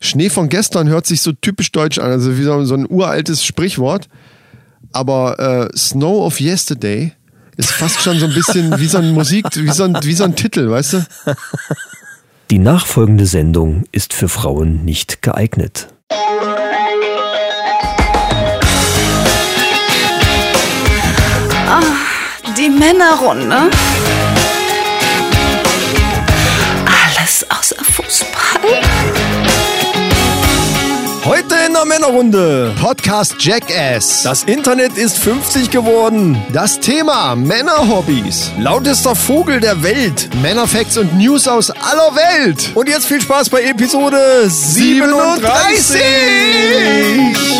Schnee von gestern hört sich so typisch deutsch an, also wie so so ein uraltes Sprichwort. Aber äh, Snow of Yesterday ist fast schon so ein bisschen wie so ein Musik, wie so ein, wie so ein Titel, weißt du? Die nachfolgende Sendung ist für Frauen nicht geeignet. Die Männerrunde. Alles außer Fußball. Heute in der Männerrunde. Podcast Jackass. Das Internet ist 50 geworden. Das Thema Männerhobbys, Lautester Vogel der Welt. Männerfacts und News aus aller Welt. Und jetzt viel Spaß bei Episode 37. 37.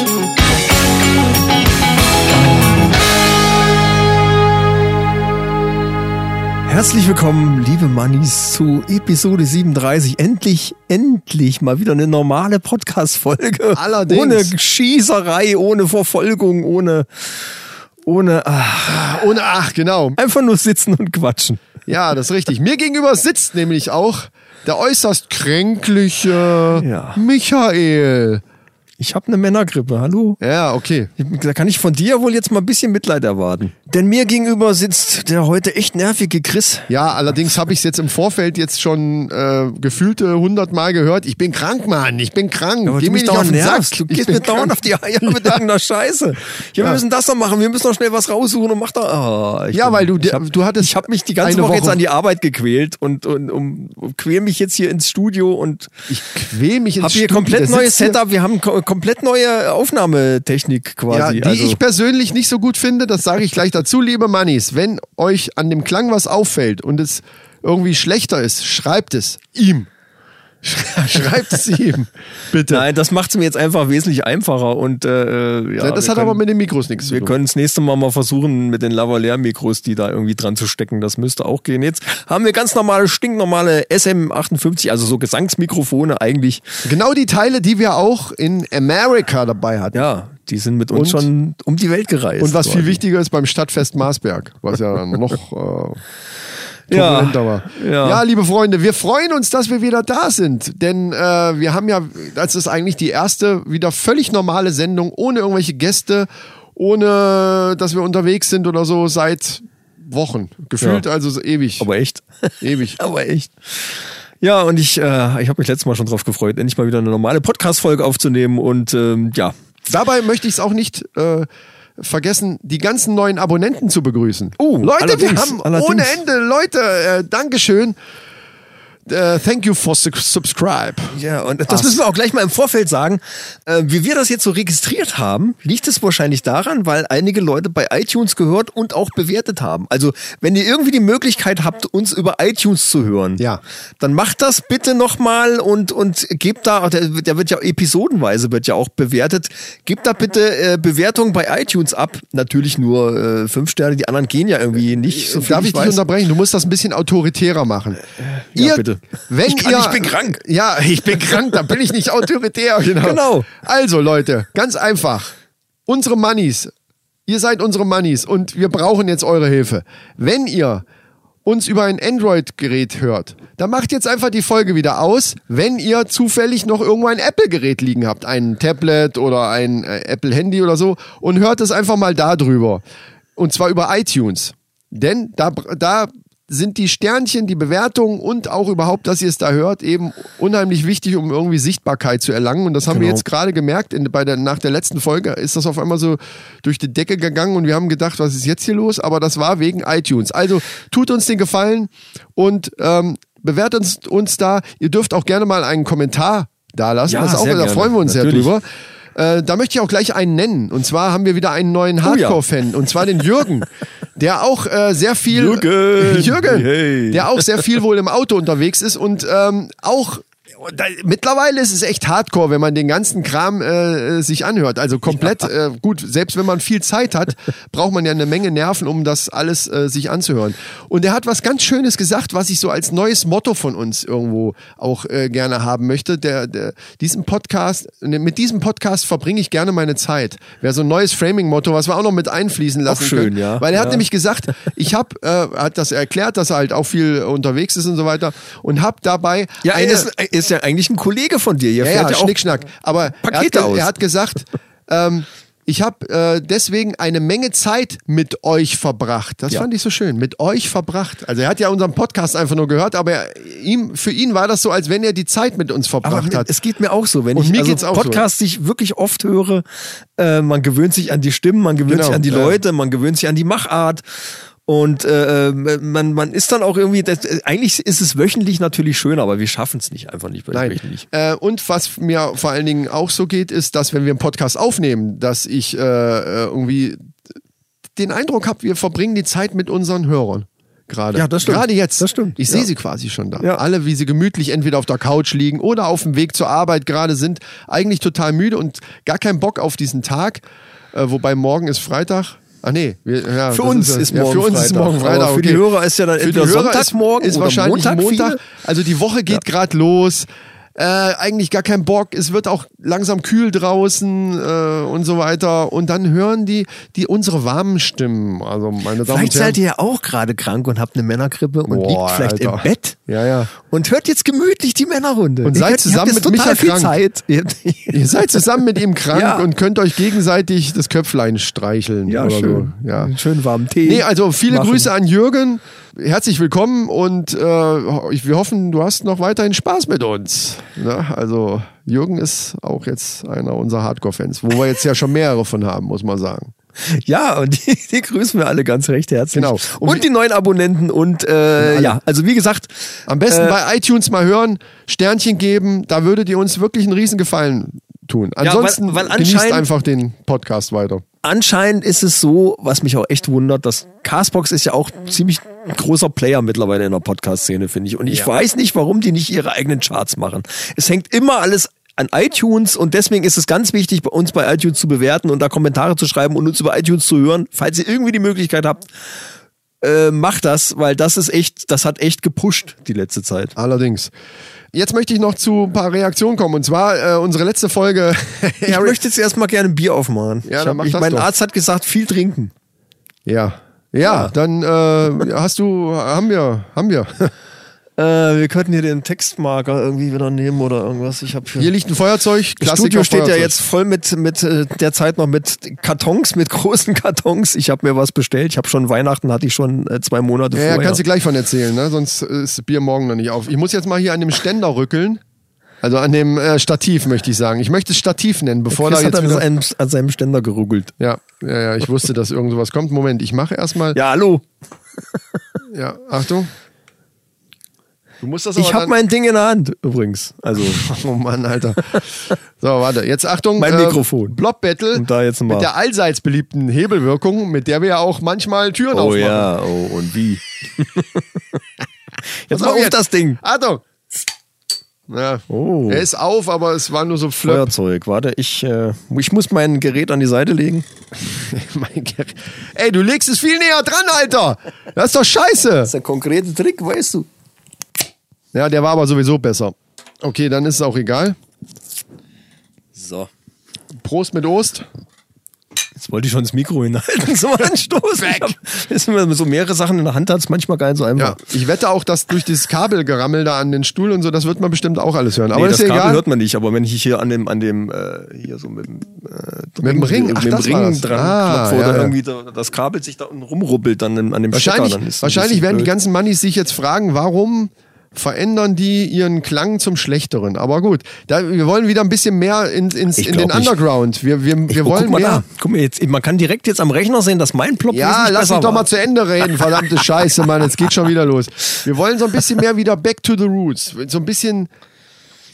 Herzlich willkommen, liebe Mannis, zu Episode 37. Endlich, endlich mal wieder eine normale Podcast-Folge. Allerdings. Ohne Schießerei, ohne Verfolgung, ohne, ohne, ach, Ohne Ah, ach, genau. einfach nur sitzen und quatschen. Ja, das ist richtig. Mir gegenüber sitzt nämlich auch der äußerst kränkliche Ja. Michael. Ich habe eine Männergrippe, hallo? Ja, okay. Da kann ich von dir wohl jetzt mal ein bisschen Mitleid erwarten. Denn mir gegenüber sitzt der heute echt nervige Chris. Ja, allerdings habe ich es jetzt im Vorfeld jetzt schon äh, gefühlte hundertmal gehört. Ich bin krank, Mann. Ich bin krank. Aber Geh du mir mich nicht auf dauernd den Sack. nervst. Du Ich gehst bin mir dauernd krank. auf die Eier mit irgendeiner Scheiße. Ja, wir müssen das noch machen. Wir müssen noch schnell was raussuchen und mach da. Ah, ich Ja, bin- weil du, ich hab, du hattest. ich habe mich die ganze eine Woche, jetzt an die Arbeit gequält und, und um, quäl mich jetzt hier ins Studio und Ich quäl mich ins habe hier Studio. Der komplett sitzt neues hier- Setup. Wir haben ko komplett neue Ja, Aufnahmetechnik quasi. die also, ich persönlich nicht so gut finde, das sage ich gleich dazu, liebe Mannis. Wenn euch an dem Klang was auffällt und es irgendwie schlechter ist, schreibt es ihm. Sch- Schreibt es ihm, bitte. nein, das macht es mir jetzt einfach wesentlich einfacher und Ja, äh, ja, Ne, das wir hat können- aber mit den Mikros nichts zu Wir tun. können das nächste Mal mal versuchen, mit den Lavalier-Mikros, die da irgendwie dran zu stecken. Das müsste auch gehen. Jetzt haben wir ganz normale, stinknormale SM58, also so Gesangsmikrofone eigentlich. Genau die Teile, die wir auch in America dabei hatten. Ja, die sind mit uns Und? schon um die Welt gereist. Und was viel worden. wichtiger ist, beim Stadtfest Marsberg, was ja dann noch äh, Ja. turbulenter war. Ja. liebe Freunde, wir freuen uns, dass wir wieder da sind, denn äh, wir haben ja, das ist eigentlich die erste wieder völlig normale Sendung, ohne irgendwelche Gäste, ohne dass wir unterwegs sind oder so, seit Wochen. Gefühlt also so ewig. Aber echt. ewig. Aber echt. Ja, und ich, äh, ich habe mich letztes Mal schon drauf gefreut, endlich mal wieder eine normale Podcast-Folge aufzunehmen. Und ähm, ja, Dabei möchte ich es auch nicht äh, vergessen, die ganzen neuen Abonnenten zu begrüßen. Oh, Leute, wir allerdings, haben allerdings. ohne Ende Leute. Äh, Dankeschön. Äh, thank you for su subscribe. Ja, und das müssen wir auch gleich mal im Vorfeld sagen. Äh, wie wir das jetzt so registriert haben, liegt es wahrscheinlich daran, weil einige Leute bei iTunes gehört und auch bewertet haben. Also, wenn ihr irgendwie die Möglichkeit habt, uns über iTunes zu hören, Ja. dann macht das bitte nochmal und, und gebt da, der, der wird ja episodenweise wird ja auch bewertet, gebt da bitte äh, Bewertungen bei iTunes ab. Natürlich nur äh, fünf Sterne, die anderen gehen ja irgendwie nicht. So viel Äh, Darf ich, dich weiß. Äh, unterbrechen? Du musst das ein bisschen autoritärer machen. ja, bitte. Wenn Ich kann- ihr, ich bin krank. Ja, ich bin krank, da bin ich nicht autoritär. Genau. Genau. Also Leute, ganz einfach. Unsere Mannis, ihr seid unsere Mannis und wir brauchen jetzt eure Hilfe. Wenn ihr uns über ein Android-Gerät hört, dann macht jetzt einfach die Folge wieder aus, wenn ihr zufällig noch irgendwo ein Apple-Gerät liegen habt, ein Tablet oder ein äh, Apple-Handy oder so, und hört es einfach mal da drüber. Und zwar über iTunes. Denn da, da sind die Sternchen, die Bewertungen und auch überhaupt, dass ihr es da hört, eben unheimlich wichtig, um irgendwie Sichtbarkeit zu erlangen. Und das haben wir Genau. jetzt gerade gemerkt, in, bei der, nach der letzten Folge ist das auf einmal so durch die Decke gegangen und wir haben gedacht, was ist jetzt hier los? Aber das war wegen iTunes. Also tut uns den Gefallen und ähm, bewertet uns, uns da. Ihr dürft auch gerne mal einen Kommentar da lassen. Ja, das ist auch, sehr da gerne. freuen wir uns Natürlich. sehr drüber. Äh, da möchte ich auch gleich einen nennen. Und zwar haben wir wieder einen neuen Oh ja. Hardcore-Fan. Und zwar den Jürgen, der auch äh, sehr viel. Jürgen! Jürgen! Hey. Der auch sehr viel wohl im Auto unterwegs ist und ähm, auch. und Da, mittlerweile ist es echt hardcore, wenn man den ganzen Kram äh, äh, sich anhört. Also komplett äh, gut, selbst wenn man viel Zeit hat, braucht man ja eine Menge Nerven, um das alles äh, sich anzuhören. Und er hat was ganz Schönes gesagt, was ich so als neues Motto von uns irgendwo auch äh, gerne haben möchte. Der, der, diesen Podcast, ne, mit diesem Podcast verbringe ich gerne meine Zeit. Wäre so ein neues Framing-Motto, was wir auch noch mit einfließen lassen schön, können. ja. Weil er hat Ja. nämlich nämlich gesagt, ich habe, äh, hat das erklärt, dass er halt auch viel unterwegs ist und so weiter und habe dabei Ja, eine, er ist, er ist ja eigentlich ein Kollege von dir. Ja, Hier fährt ja, ja auch Schnickschnack. Aber er hat, Pakete ge- aus. er hat gesagt, ähm, ich habe äh, deswegen eine Menge Zeit mit euch verbracht. Das Ja. fand ich so schön. Mit euch verbracht. Also er hat ja unseren Podcast einfach nur gehört, aber er, ihm, für ihn war das so, als wenn er die Zeit mit uns Aber verbracht mir- hat. es geht mir auch so, wenn Und ich mir also geht's auch so. Podcasts, die ich wirklich oft höre, äh, man gewöhnt sich an die Stimmen, man gewöhnt Genau, sich an die ja. Leute, man gewöhnt sich an die Machart und äh, man, man ist dann auch irgendwie, das, äh, eigentlich ist es wöchentlich natürlich schön, aber wir schaffen es nicht, einfach nicht Nein. wöchentlich. Äh, und was mir vor allen Dingen auch so geht, ist, dass wenn wir einen Podcast aufnehmen, dass ich äh, äh, irgendwie den Eindruck habe, wir verbringen die Zeit mit unseren Hörern. Gerade. Ja, das stimmt. Gerade jetzt. Das stimmt, Ich sehe ja. sie quasi schon da. Ja. Alle, wie sie gemütlich entweder auf der Couch liegen oder auf dem Weg zur Arbeit gerade sind, eigentlich total müde und gar keinen Bock auf diesen Tag. Äh, wobei morgen ist Freitag. Ah nee, wir, ja, Für das uns ja- ist ja, morgen für uns ist Freitag. morgen Freitag. Aber für die okay. Hörer ist ja dann Für die entweder Hörer Sonntagmorgen ist, ist oder wahrscheinlich Montag Montag. viele. Also die Woche geht gerade los. Äh, eigentlich gar kein Bock. Es wird auch langsam kühl draußen äh, und so weiter. Und dann hören die, die unsere warmen Stimmen. Also meine Damen Vielleicht und Herren. seid ihr ja auch gerade krank und habt eine Männergrippe und Boah, liegt vielleicht Alter. im Bett. Ja, ja. Und hört jetzt gemütlich die Männerrunde. Und Ihr seid könnt- ihr zusammen habt jetzt mit total Micha viel krank. Zeit. Ihr- Ihr seid zusammen mit ihm krank Ja. und könnt euch gegenseitig das Köpflein streicheln. Ja, oder schön. So. Ja. Einen schönen warmen Tee Nee, also viele machen. Grüße an Jürgen. Herzlich willkommen und äh, ich- wir hoffen, du hast noch weiterhin Spaß mit uns. Ne? Also Jürgen ist auch jetzt einer unserer Hardcore-Fans, wo wir jetzt ja schon mehrere von haben, muss man sagen. Ja, und die, die grüßen wir alle ganz recht herzlich. Genau. Und, die neuen Abonnenten und äh, ja, also wie gesagt, Am besten Äh, bei iTunes mal hören, Sternchen geben, da würdet ihr uns wirklich einen Riesengefallen tun. weil- Ansonsten weil genießt anscheinend- einfach den Podcast weiter. anscheinend ist es so, was mich auch echt wundert, dass Castbox ist ja auch ziemlich großer Player mittlerweile in der Podcast-Szene, finde ich. Und ich weiß nicht, warum die nicht ihre eigenen Charts machen. Es hängt immer alles an iTunes und deswegen ist es ganz wichtig, bei uns bei iTunes zu bewerten und da Kommentare zu schreiben und uns über iTunes zu hören, falls ihr irgendwie die Möglichkeit habt. Äh, macht das, weil das ist echt, das hat echt gepusht die letzte Zeit. Allerdings. Jetzt möchte ich noch zu ein paar Reaktionen kommen. Und zwar äh, unsere letzte Folge. Ich möchte jetzt erstmal gerne ein Bier aufmachen. Ja, ich dann mach ich, das mein doch. Arzt hat gesagt, viel trinken. ja. Ja, dann äh, hast du, haben wir, haben wir. Äh, wir könnten hier den Textmarker irgendwie wieder nehmen oder irgendwas. Ich habe Hier liegt ein Feuerzeug. das Klassiker Studio steht ja Feuerzeug. jetzt voll mit, mit äh, derzeit noch mit Kartons, mit großen Kartons. Ich habe mir was bestellt. Ich habe schon Weihnachten, hatte ich schon äh, zwei Monate Ja, ja, vorher. kannst du gleich von erzählen, ne? sonst äh, ist das Bier morgen noch nicht auf. Ich muss jetzt mal hier an dem Ständer rückeln. Also an dem äh, Stativ, möchte ich sagen. Ich möchte es Stativ nennen, bevor Chris da hat jetzt an wieder... seinem, an seinem Ständer geruggelt. Ja, ja, ja, ich wusste, dass irgend sowas kommt. Moment, ich mache erstmal... Ja. Ja, hallo. ja, Achtung. Du musst das aber Ich habe dann- mein Ding in der Hand übrigens. Also Oh Mann, Alter. So, warte. Jetzt Achtung. äh, Mein Mikrofon. Blob Battle. Und da jetzt mal. Mit der allseits beliebten Hebelwirkung, mit der wir ja auch manchmal Türen aufmachen. oh und wie? Pass Jetzt mal auf das Ding. Achtung. Ja. Oh. Er ist auf, aber es war nur so Flöp. Feuerzeug. Warte, ich äh, ich muss mein Gerät an die Seite legen. Mein Gerät. Ey, du legst es viel näher dran, Alter. Das ist doch scheiße. ist der konkrete Trick, weißt du. Ja, der war aber sowieso besser. Okay, dann ist es auch egal. So. Prost mit Ost. Jetzt wollte ich schon das Mikro hinhalten zum Anstoß. Ich hab- Ist, wenn man so mehrere Sachen in der Hand hat, ist manchmal gar nicht so Ja, einfach. ich wette auch, dass durch dieses Kabelgerammel da an den Stuhl und so, das wird man bestimmt auch alles hören. Aber Nee, ist das ja Kabel egal. hört man nicht, aber wenn ich hier an dem, an dem, äh, hier so mit, dem, äh, Mit dem Ring? Ach, mit dem das war Ring das. dran Ah, klopfe ja, oder ja. irgendwie da, das Kabel sich da unten rumrubbelt dann im- an dem Wahrscheinlich, Stecker, dann ist das ein wahrscheinlich bisschen werden die blöd. ganzen Mannis sich jetzt fragen, warum verändern die ihren Klang zum Schlechteren. Aber gut, da, wir wollen wieder ein bisschen mehr in, ins, Ich in glaub den nicht. Underground. Wir, wir, wir Oh, wollen guck mal mehr. da. Guck mal jetzt, man kann direkt jetzt am Rechner sehen, dass mein Plop Ja, wesentlich lass besser mich doch war. mal zu Ende reden, verdammte Scheiße, Mann, jetzt geht schon wieder los. Wir wollen so ein bisschen mehr wieder back to the roots, so ein bisschen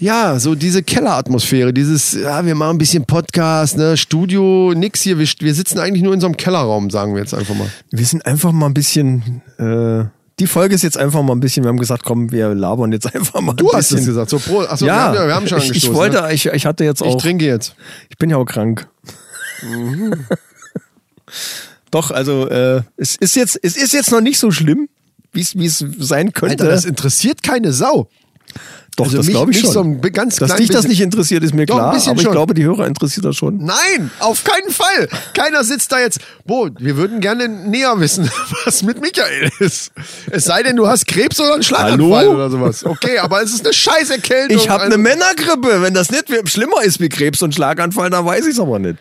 ja, so diese Kelleratmosphäre, dieses ja, wir machen ein bisschen Podcast, ne, Studio, nix hier, wir, wir sitzen eigentlich nur in so einem Kellerraum, sagen wir jetzt einfach mal. Wir sind einfach mal ein bisschen, äh, die Folge ist jetzt einfach mal ein bisschen, wir haben gesagt, komm, wir labern jetzt einfach mal Du ein hast bisschen. es gesagt, so Pro, achso, ja, wir, haben, wir haben schon ich, angestoßen. ich wollte, ne? ich, ich hatte jetzt ich auch, ich, trinke jetzt. bin ja auch krank. Mhm. Doch, also äh, es ist jetzt, es ist jetzt noch nicht so schlimm, wie es wie es sein könnte. Alter, das interessiert keine Sau. Doch, Also das mich- glaube ich mich schon. so ein bi- ganz Dass klein dich das bisschen- nicht interessiert, ist mir Doch, ein klar, aber bisschen ich schon. glaube, die Hörer interessiert das schon. Nein, auf keinen Fall. Keiner sitzt da jetzt. Bo, wir würden gerne näher wissen, was mit Michael ist. Es sei denn, du hast Krebs oder einen Schlaganfall Hallo? oder sowas. Okay, aber es ist eine scheiß Erkältung. Ich habe Also, eine Männergrippe. Wenn das nicht schlimmer ist wie Krebs und Schlaganfall, dann weiß ich es aber nicht.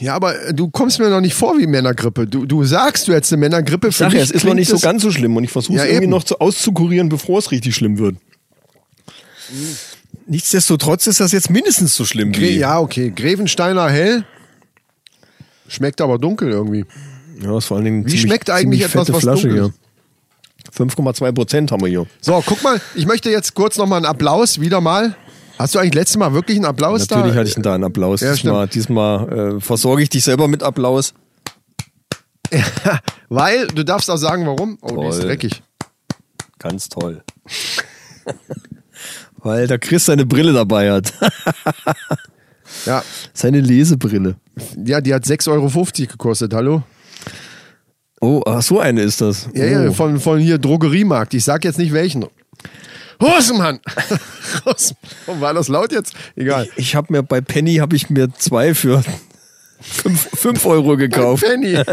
Ja, aber äh, du kommst mir noch nicht vor wie Männergrippe. Du, du sagst, du hättest eine Männergrippe. Für Sag ja, mich es ist noch klingt nicht so es- ganz so schlimm und ich versuche Ja, es irgendwie eben. noch zu, auszukurieren, bevor es richtig schlimm wird. Hm. Nichtsdestotrotz ist das jetzt mindestens so schlimm Gre- wie. Ja, okay. Grevensteiner hell. Schmeckt aber dunkel irgendwie. ja ist vor allen Dingen Wie schmeckt eigentlich etwas, was dunkel ist? 5,2 Prozent haben wir hier. So, guck mal, ich möchte jetzt kurz nochmal einen Applaus, wieder mal. Hast du eigentlich letztes Mal wirklich einen Applaus da? Natürlich hatte ich da einen Applaus. Ja, diesmal diesmal äh, versorge ich dich selber mit Applaus. Weil, du darfst auch sagen, warum. Oh, die ist Toll. dreckig. Ganz toll. Weil der Chris seine Brille dabei hat. Ja, seine Lesebrille. ja die hat 6,50 Euro gekostet, hallo? Oh, ach, so eine ist das. Ja, oh. ja, von, von hier Drogeriemarkt. Ich sag jetzt nicht welchen. Rosenmann! Rosen- Warum War das laut jetzt? Egal. Ich habe mir bei Penny habe ich mir zwei für 5 Euro gekauft. Penny.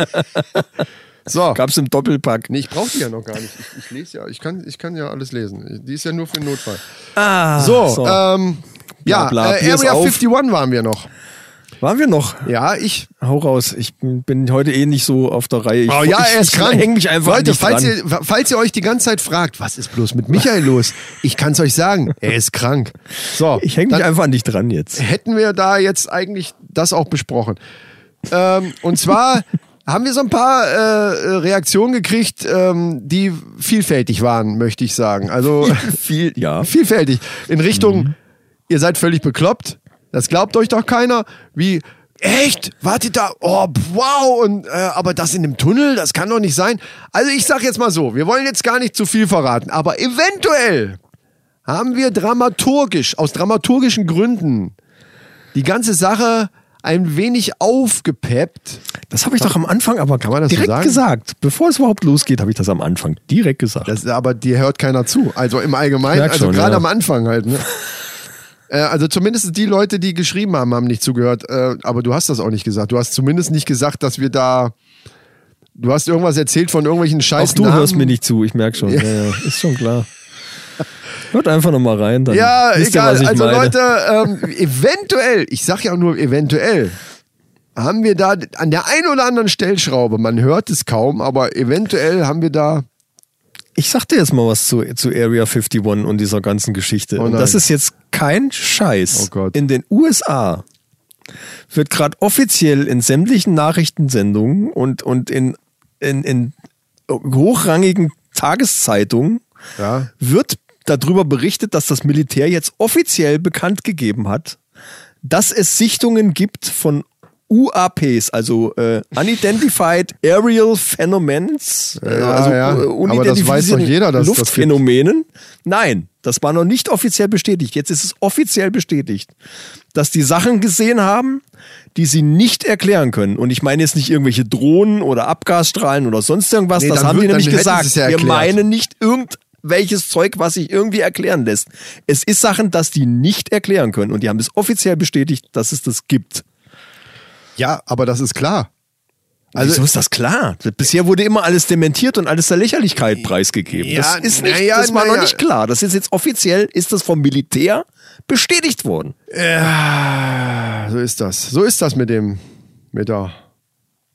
So. Gab's im Doppelpack. Nee, ich brauche die ja noch gar nicht. Ich, ich lese ja, ich kann, ich kann ja alles lesen. Die ist ja nur für den Notfall. Ah, So, ähm, ja, bla, äh, Bier ist Area auf. 51 waren wir noch. waren wir noch? Ja, ich. Hau raus. Ich bin- bin heute eh nicht so auf der Reihe. Ich, Oh ja, ich, er ist ich krank. Häng mich einfach Leute, nicht falls dran. ihr, falls ihr euch die ganze Zeit fragt, was ist bloß mit Michael los? Ich kann's euch sagen, er ist krank. So, ich hänge mich dann einfach nicht dran jetzt. hätten wir da jetzt eigentlich das auch besprochen. Ähm, und zwar haben wir so ein paar äh, Reaktionen gekriegt, ähm, die vielfältig waren, möchte ich sagen. Also Viel, ja. Mhm. vielfältig. In Richtung, ihr seid völlig bekloppt, das glaubt euch doch keiner, wie, echt, wartet da, oh, wow, und, äh, aber das in dem Tunnel, das kann doch nicht sein. Also ich sag jetzt mal so, wir wollen jetzt gar nicht zu viel verraten, aber eventuell haben wir dramaturgisch, aus dramaturgischen Gründen, die ganze Sache ein wenig aufgepeppt. Das habe ich doch am Anfang aber Kann man das so direkt sagen? gesagt. Bevor es überhaupt losgeht, habe ich das am Anfang direkt gesagt. Das, aber dir hört keiner zu. Also im Allgemeinen, Merk also schon, gerade ja. am Anfang halt. Ne? Äh, Also zumindest die Leute, die geschrieben haben, haben nicht zugehört. Äh, Aber du hast das auch nicht gesagt. Du hast zumindest nicht gesagt, dass wir da. Du hast irgendwas erzählt von irgendwelchen Scheiß. Auch du Namen. hörst mir nicht zu, ich merke schon. Ja. Ja, ist schon klar. Hört einfach nochmal rein. Dann Ja, wisst ihr, egal. was ich also meine. Leute, ähm, eventuell, ich sag ja nur eventuell, haben wir da an der einen oder anderen Stellschraube, man hört es kaum, aber eventuell haben wir da. Ich sag dir jetzt mal was zu, zu Area 51 und dieser ganzen Geschichte. Oh und das nein. ist jetzt kein Scheiß. Oh Gott. In den USA wird gerade offiziell in sämtlichen Nachrichtensendungen und, und in, in, in hochrangigen Tageszeitungen Ja. wird darüber berichtet, dass das Militär jetzt offiziell bekannt gegeben hat, dass es Sichtungen gibt von UAPs, also äh, Unidentified Aerial Phenomens, äh, Ja, also ja. äh, Aber das weiß doch unidentifizierten jeder, dass das gibt. Luftphänomenen. Nein, das war noch nicht offiziell bestätigt. Jetzt ist es offiziell bestätigt, dass die Sachen gesehen haben, die sie nicht erklären können. Und ich meine jetzt nicht irgendwelche Drohnen oder Abgasstrahlen oder sonst irgendwas. Nee, das dann haben wür- die nämlich dann hätten sie gesagt. es ja Wir erklärt. meinen meine nicht irgendwelches Zeug, was sich irgendwie erklären lässt. Es ist Sachen, dass die nicht erklären können. Und die haben es offiziell bestätigt, dass es das gibt. Ja, aber das ist klar. Also- Wieso ist das klar? Bisher wurde immer alles dementiert und alles der Lächerlichkeit preisgegeben. Ja, das ist nicht, na ja, das war na noch ja. nicht klar. Das ist jetzt offiziell, ist das vom Militär bestätigt worden. Ja, so ist das. So ist das mit dem, mit der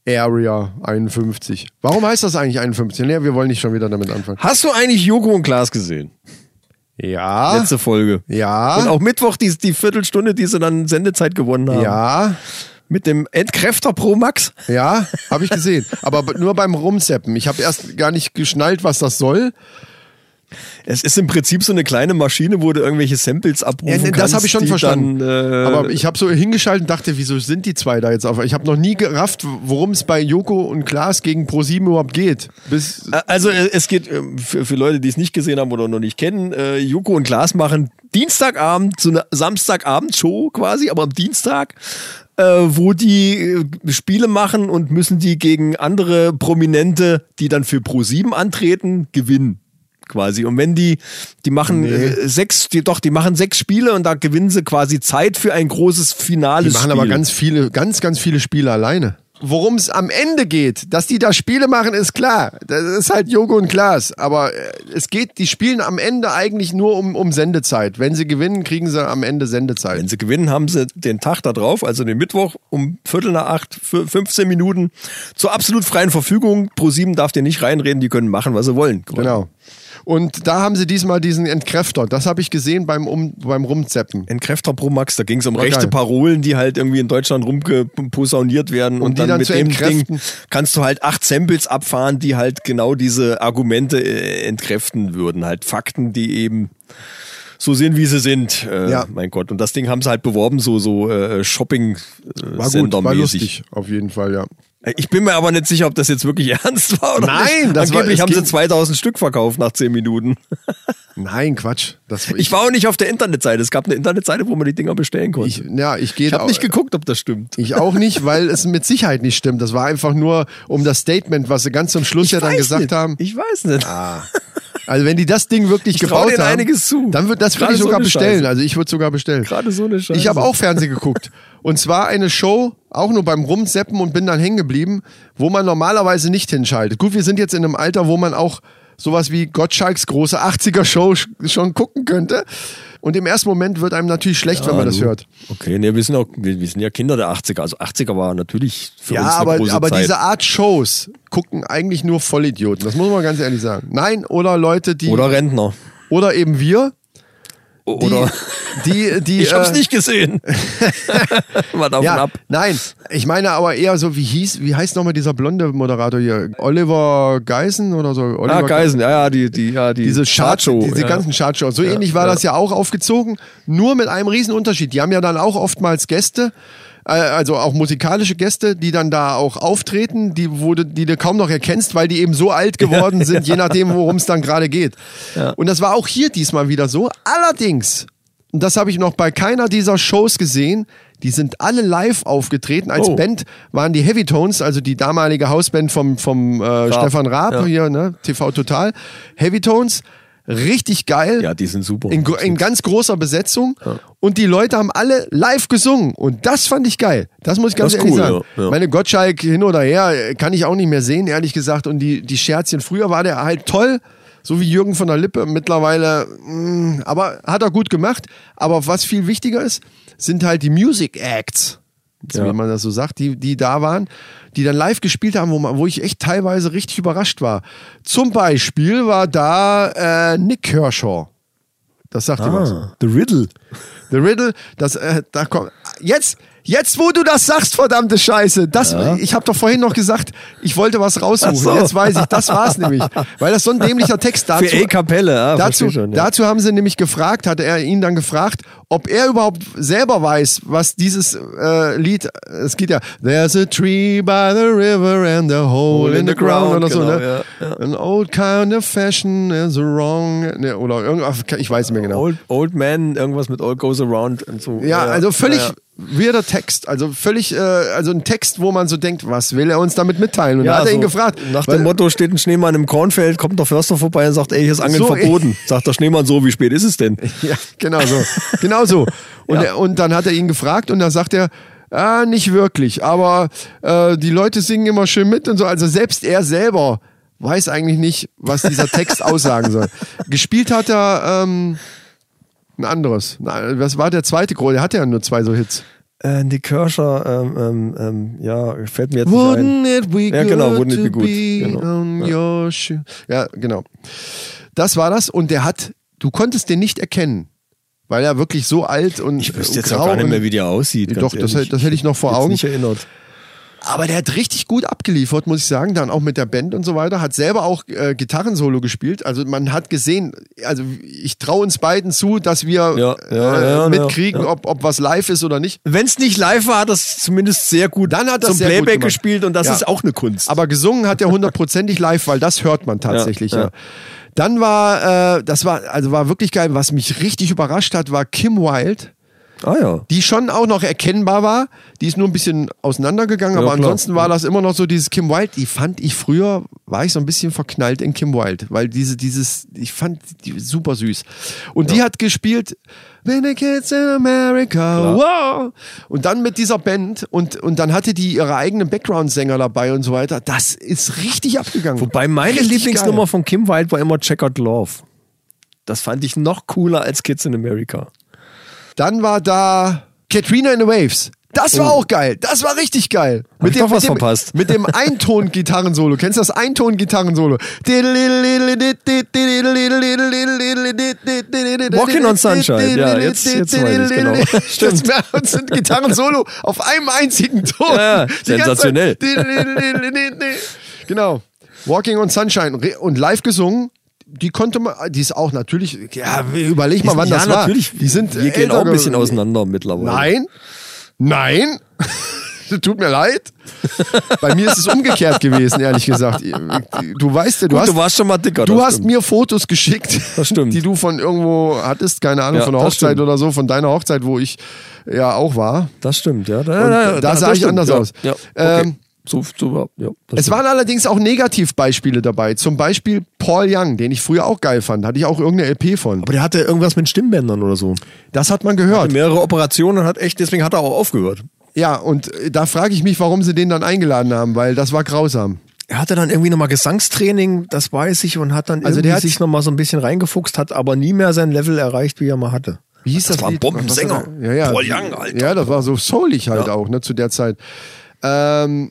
Area 51. Warum heißt das eigentlich 51? Nee, wir wollen nicht schon wieder damit anfangen. Hast du eigentlich Joko und Klaas gesehen? Ja. Letzte Folge. Ja. Und auch Mittwoch die, die Viertelstunde, die sie dann Sendezeit gewonnen haben. ja, Mit dem Entkräfter Pro Max. ja, habe ich gesehen. Aber b- nur beim Rumseppen. Ich habe erst gar nicht geschnallt, was das soll. Es ist im Prinzip so eine kleine Maschine, wo du irgendwelche Samples abrufen Ja, nee, kannst. das habe ich schon die verstanden. Dann, äh, Aber ich habe so hingeschaltet und dachte, wieso sind die zwei da jetzt auf? Ich habe noch nie gerafft, worum es bei Joko und Klaas gegen ProSieben überhaupt geht. Bis, also äh, es geht äh, für, für Leute, die es nicht gesehen haben oder noch nicht kennen, äh, Joko und Klaas machen Dienstagabend so eine Samstagabendshow quasi, aber am Dienstag, äh, wo die äh, Spiele machen und müssen die gegen andere Prominente, die dann für Pro 7 antreten, gewinnen. quasi. Und wenn die, die machen äh, sechs, die, doch, die machen sechs Spiele und da gewinnen sie quasi Zeit für ein großes Finale. Die machen aber ganz viele, ganz, ganz viele Spiele alleine. Worum es am Ende geht, dass die da Spiele machen, ist klar. Das ist halt Jogo und Glas. Aber äh, es geht, die spielen am Ende eigentlich nur um, um Sendezeit. Wenn sie gewinnen, kriegen sie am Ende Sendezeit. Wenn sie gewinnen, haben sie den Tag da drauf, also den Mittwoch um Viertel nach acht, für 15 Minuten zur absolut freien Verfügung. Pro7 darf dir nicht reinreden, die können machen, was sie wollen. Genau. Und da haben sie diesmal diesen Entkräfter. Das habe ich gesehen beim, um, beim Rumzeppen. Entkräfter Pro Max, da ging es um rechte geil. Parolen, die halt irgendwie in Deutschland rumgeposauniert werden und die dann, dann mit zu dem Ding entkräften. kannst du halt acht Samples abfahren, die halt genau diese Argumente äh, entkräften würden. Halt Fakten, die eben so sind, wie sie sind. Äh, Ja. Mein Gott. Und das Ding haben sie halt beworben, so, so äh, War gut, war Shopping-Sendermäßig. lustig, auf jeden Fall, ja. Ich bin mir aber nicht sicher, ob das jetzt wirklich ernst war oder Nein, nicht. das war- Angeblich es haben sie ging- 2000 Stück verkauft nach 10 Minuten. Nein, Quatsch. Das, Ich war auch nicht auf der Internetseite. Es gab eine Internetseite, wo man die Dinger bestellen konnte. ich, ja, ich gehe Ich habe nicht geguckt, ob das stimmt. Ich auch nicht, weil es mit Sicherheit nicht stimmt. Das war einfach nur um das Statement, was sie ganz zum Schluss ja dann weiß gesagt nicht. haben. Ich weiß nicht. Also wenn die das Ding wirklich trau gebaut denen haben, einiges zu. dann wird das würde Gerade ich so sogar eine bestellen. Scheiße. Also ich würde sogar bestellen. Gerade so eine Scheiße. Ich habe auch Fernsehen geguckt und zwar eine Show auch nur beim Rumseppen und bin dann hängen geblieben, wo man normalerweise nicht hinschaltet. Gut, wir sind jetzt in einem Alter, wo man auch sowas wie Gottschalks große 80er Show sch- schon gucken könnte und im ersten Moment wird einem natürlich schlecht, wenn man das hört. Ah, Okay, nee, wir sind, auch, wir, wir sind ja Kinder der 80er. Also 80er war natürlich für Ja, uns eine aber, große aber Zeit. diese Art Shows gucken eigentlich nur Vollidioten. Das muss man ganz ehrlich sagen. Nein, oder Leute, die. Oder Rentner. oder eben wir. Die, Oder Die, die, ich hab's äh, nicht gesehen. War davon Ja, ab. nein. Ich meine aber eher so, wie hieß, wie heißt nochmal dieser blonde Moderator hier? Oliver Geisen oder so? Oliver Ah, Geisen, ja, ja, die, die, ja, die Diese Chartshow. Chartshow, Diese ja. ganzen Chartshows. So ähnlich war das ja auch aufgezogen, nur mit einem Riesenunterschied. Die haben ja dann auch oftmals Gäste, äh, also auch musikalische Gäste, die dann da auch auftreten, die, wo du, die du kaum noch erkennst, weil die eben so alt geworden sind, je nachdem, worum es dann gerade geht. Und das war auch hier diesmal wieder so. Allerdings, und das habe ich noch bei keiner dieser Shows gesehen, die sind alle live aufgetreten. Als Oh. Band waren die Heavy Tones, also die damalige Hausband vom, vom äh, Stefan Raab Ja. hier, ne? TV Total. Heavy Tones, richtig geil. Ja, die sind super. in, gro- in ganz großer Besetzung. Und die Leute haben alle live gesungen. Und das fand ich geil. Das muss ich ganz Das ist ehrlich cool, sagen. ja, ja. Meine Gottschalk hin oder her äh, kann ich auch nicht mehr sehen, ehrlich gesagt. Und die, die Scherzchen. Früher war der halt toll. So wie Jürgen von der Lippe mittlerweile, mh, aber hat er gut gemacht. Aber was viel wichtiger ist, sind halt die Music Acts so Ja. wie man das so sagt, die, die da waren, die dann live gespielt haben, wo, man, wo ich echt teilweise richtig überrascht war. Zum Beispiel war da äh, Nick Kershaw. Das sagt dir Ah. was. The Riddle. The Riddle, das, äh, da kommt. Jetzt, jetzt, wo du das sagst, verdammte Scheiße, das, ich habe doch vorhin noch gesagt, ich wollte was raussuchen. Ach so. Jetzt weiß ich, das war's nämlich, weil das so ein dämlicher Text dazu. Für E-Kapelle, ja, dazu, verstehe schon, ja. dazu haben sie nämlich gefragt, hat er ihn dann gefragt, ob er überhaupt selber weiß, was dieses äh, Lied, es geht ja, There's a tree by the river and a hole in the ground oder so, genau, ne? An old kind of fashion is wrong, ne, oder irgendwas, ich weiß nicht mehr genau. Old, Old Man, irgendwas mit All Goes Around und so. Ja, also völlig Ja, weirder Text. Also völlig, äh, also ein Text, wo man so denkt, was will er uns damit mitteilen? Und Ja, da hat er so ihn gefragt. Nach weil- dem Motto steht ein Schneemann im Kornfeld, kommt der Förster vorbei und sagt, ey, hier ist Angeln So, verboten. Sagt der Schneemann so, wie spät ist es denn? Ja, genau so. genau so. Und, er, und dann hat er ihn gefragt und da sagt er, ah, nicht wirklich, aber äh, die Leute singen immer schön mit und so. Also selbst er selber weiß eigentlich nicht, was dieser Text aussagen soll. Gespielt hat er ähm, ein anderes. Na, Was war der zweite Groll? Der hatte ja nur zwei so Hits. Äh, die Kirscher, ähm, ähm, ähm, ja, fällt mir jetzt nicht ein. Wouldn't it be Ja, good genau, wouldn't it to be be, good. Genau. on your shoe? Ja, genau. Das war das und der hat, du konntest den nicht erkennen, weil er wirklich so alt und Ich wüsste jetzt grau auch gar nicht mehr, wie und- der aussieht. ganz Doch, das, ehrlich. das hätte ich noch vor Jetzt Augen. nicht erinnert. Aber der hat richtig gut abgeliefert, muss ich sagen, dann auch mit der Band und so weiter, hat selber auch äh, Gitarrensolo gespielt. Also man hat gesehen, also ich traue uns beiden zu, dass wir Ja, ja, äh, ja, ja, mitkriegen, Ob, ob was live ist oder nicht. Wenn es nicht live war, hat das zumindest sehr gut Dann hat das zum sehr gut Playback gemacht. gespielt und das Ja. ist auch eine Kunst. Aber gesungen hat er hundertprozentig live, weil das hört man tatsächlich. Ja, Ja, ja. Dann war, äh, das war, also war wirklich geil. Was mich richtig überrascht hat, war Kim Wilde. Ah ja. die schon auch noch erkennbar war. Die ist nur ein bisschen auseinandergegangen, aber klar. ansonsten war das immer noch so dieses Kim Wilde. Die fand ich früher, war ich so ein bisschen verknallt in Kim Wilde, weil diese, dieses, ich fand die super süß. Und die hat gespielt, When the Kids in America, wow. Und dann mit dieser Band und, und dann hatte die ihre eigenen Background-Sänger dabei und so weiter. Das ist richtig abgegangen. Wobei meine Richtig Lieblingsnummer geil. von Kim Wilde war immer Checkered Love. Das fand ich noch cooler als Kids in America. Dann war da Katrina in the Waves. Das war auch geil. Das war richtig geil. Oh. ich doch was mit dem, verpasst. Mit dem Einton-Gitarrensolo. Kennst du das Einton-Gitarrensolo? Walking on Sunshine. Ja, jetzt- jetzt weiß ich's genau. Stimmt. Das sind Gitarrensolo auf einem einzigen Ton. Ja, ja, Die ganze sensationell. Zeit. genau. Walking on Sunshine Re- und live gesungen. Die konnte man, die ist auch natürlich, ja, überleg mal, wann ja, das war. natürlich. Die sind wir gehen älter auch ein bisschen geworden. auseinander mittlerweile. Nein. Nein. Tut mir leid. Bei mir ist es umgekehrt gewesen, ehrlich gesagt. Du weißt ja, du Gut, hast, du warst schon mal dicker. du das hast stimmt. mir Fotos geschickt, Das stimmt. die du von irgendwo hattest, keine Ahnung, Ja, von der das Hochzeit stimmt. oder so, von deiner Hochzeit, wo ich ja auch war. Das stimmt, ja. Und da sah ich stimmt, anders ja. aus. Ja. Okay. Ähm, so, so, ja, das Es stimmt. waren allerdings auch Negativbeispiele dabei. Zum Beispiel Paul Young, den ich früher auch geil fand. Hatte ich auch irgendeine LP von. Aber der hatte irgendwas mit Stimmbändern oder so. Das hat man gehört. Mehrere Operationen und hat echt, deswegen hat er auch aufgehört. Ja, und äh, da frage ich mich, warum sie den dann eingeladen haben, weil das war grausam. Er hatte dann irgendwie nochmal Gesangstraining, das weiß ich, und hat dann Also also der irgendwie hat- sich nochmal so ein bisschen reingefuchst, hat aber nie mehr sein Level erreicht, wie er mal hatte. Wie hieß das? war ein Lied? Bombensänger. Was war das? Ja, ja. Paul Young, Alter. Ja, das war so soulig halt auch, ne, zu der Zeit. Ähm,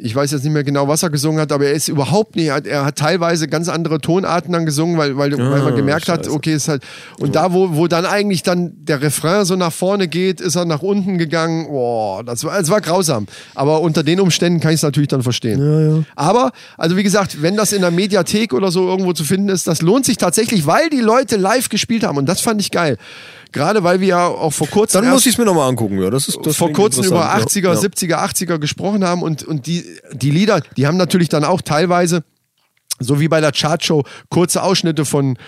ich weiß jetzt nicht mehr genau, was er gesungen hat, aber er ist überhaupt nicht, er hat, er hat teilweise ganz andere Tonarten dann gesungen, weil, weil, Ah, weil man gemerkt hat, okay, ist halt, und da, wo, wo dann eigentlich dann der Refrain so nach vorne geht, ist er nach unten gegangen, boah, das war, das war grausam. Aber unter den Umständen kann ich es natürlich dann verstehen. Aber, also wie gesagt, wenn das in der Mediathek oder so irgendwo zu finden ist, das lohnt sich tatsächlich, weil die Leute live gespielt haben und das fand ich geil. Gerade weil wir ja auch vor kurzem Dann erst- muss ich es mir nochmal angucken, ja. Das ist das vor klingt kurzem über interessant, 80er, 70er, 80er gesprochen haben und, und die, die Lieder, die haben natürlich dann auch teilweise, so wie bei der Chartshow, kurze Ausschnitte von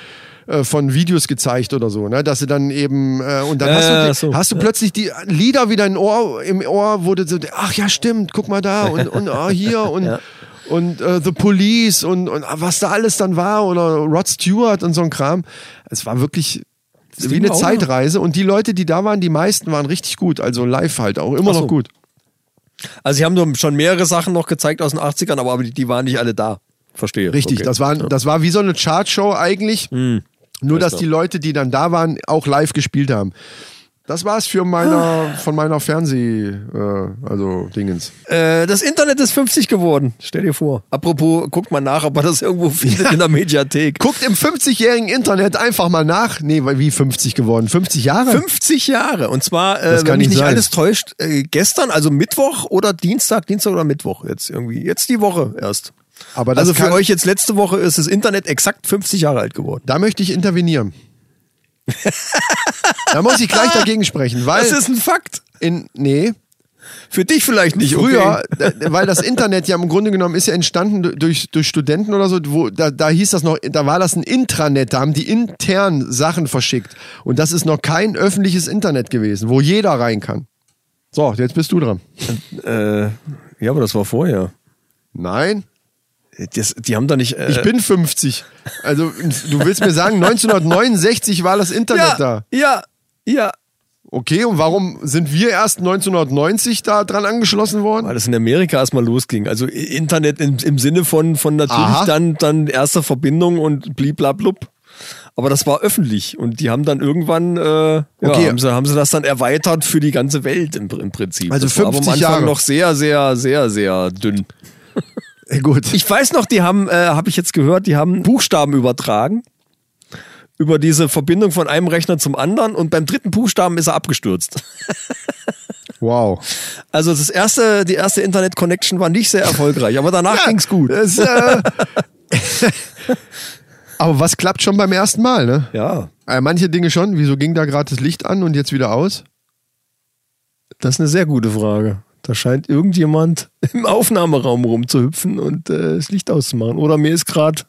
äh, von Videos gezeigt oder so, ne? dass sie dann eben äh, und dann Ja, hast du, ja, die, so. hast du plötzlich die Lieder wieder in Ohr, im Ohr wurde so, ach ja stimmt, guck mal da und, und ah, hier und und äh, The Police und, und ah, was da alles dann war oder Rod Stewart und so ein Kram. Es war wirklich wie ging eine auch, ne? Zeitreise und die Leute, die da waren, die meisten waren richtig gut, also live halt auch immer Ach so. noch gut. Ja. Also sie haben nur schon mehrere Sachen noch gezeigt aus den 80ern, aber die, die waren nicht alle da. Verstehe. Richtig, Okay. Hm. das, waren, das war wie so eine Chartshow eigentlich, nur dass die Leute, die dann da waren, auch live gespielt haben. Das war's für meiner, von meiner Fernseh, äh, also Dingens. Äh, das Internet ist 50 geworden. Stell dir vor. Apropos, guck mal nach, ob man das irgendwo findet in der Mediathek. Guckt im 50-jährigen Internet einfach mal nach. Nee, weil wie 50 geworden? 50 Jahre? 50 Jahre. Und zwar, äh, Das kann wenn mich nicht nicht sein. alles täuscht, äh, gestern, also Mittwoch oder Dienstag, Dienstag oder Mittwoch jetzt irgendwie. Jetzt die Woche erst. Aber das Also für kann- euch jetzt letzte Woche ist das Internet exakt 50 Jahre alt geworden. Da möchte ich intervenieren. da muss ich gleich dagegen sprechen, weil Das ist ein Fakt. in, nee, Für dich vielleicht nicht. Früher, okay. da- weil das Internet ja im Grunde genommen ist ja entstanden du- durch, durch Studenten oder so, wo, da, da hieß das noch, da war das ein Intranet, da haben die intern Sachen verschickt. Und das ist noch kein öffentliches Internet gewesen, wo jeder rein kann. So, jetzt bist du dran. Äh, ja, aber das war vorher. Nein, Das, die haben da nicht. Äh, ich bin 50. Also, du willst mir sagen, 1969 war das Internet ja, da. ja, ja. Okay, und warum sind wir erst 1990 da dran angeschlossen worden? Weil das in Amerika erstmal losging. Also I- Internet im, im Sinne von, von natürlich Aha. dann, dann erste Verbindung und bliblablub. Aber das war öffentlich und die haben dann irgendwann, äh, ja, Okay. haben, sie, haben sie das dann erweitert für die ganze Welt im, im Prinzip. Also das war aber 50 am Anfang Jahre. noch sehr, sehr, sehr, sehr dünn. Gut. Ich weiß noch, die haben, äh, habe ich jetzt gehört, die haben Buchstaben übertragen über diese Verbindung von einem Rechner zum anderen und beim dritten Buchstaben ist er abgestürzt. Wow. Also das erste, die erste Internet-Connection war nicht sehr erfolgreich, aber danach ging's gut. Es, äh, aber was klappt schon beim ersten Mal, ne? Ja. Äh, manche Dinge schon. Wieso ging da gerade das Licht an und jetzt wieder aus? Das ist eine sehr gute Frage. Da scheint irgendjemand im Aufnahmeraum rumzuhüpfen und äh, das Licht auszumachen. Oder mir ist gerade.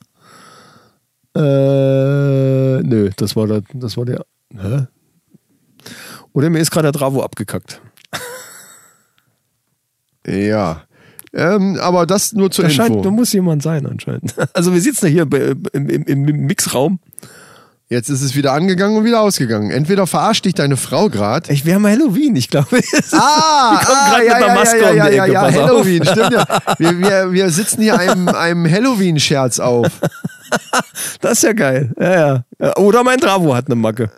Äh, nö, das war, der, das war der. Hä? Oder mir ist gerade der Dravo abgekackt. Ja. Ähm, aber das nur zur Da scheint, da Info. muss jemand sein anscheinend. Also wir sitzen ja hier bei- im, im, im Mixraum. Jetzt ist es wieder angegangen und wieder ausgegangen. Entweder verarscht dich deine Frau gerade. Ich wäre mal Halloween, ich glaube. Ah, Wir kommen grad mit einer Maske um die ja, ja, Ecke, ja, pass auf. Halloween, stimmt ja. Wir, wir, wir sitzen hier einem, einem Halloween-Scherz auf. Das ist ja geil. Ja, ja. Oder mein Dravo hat eine Macke.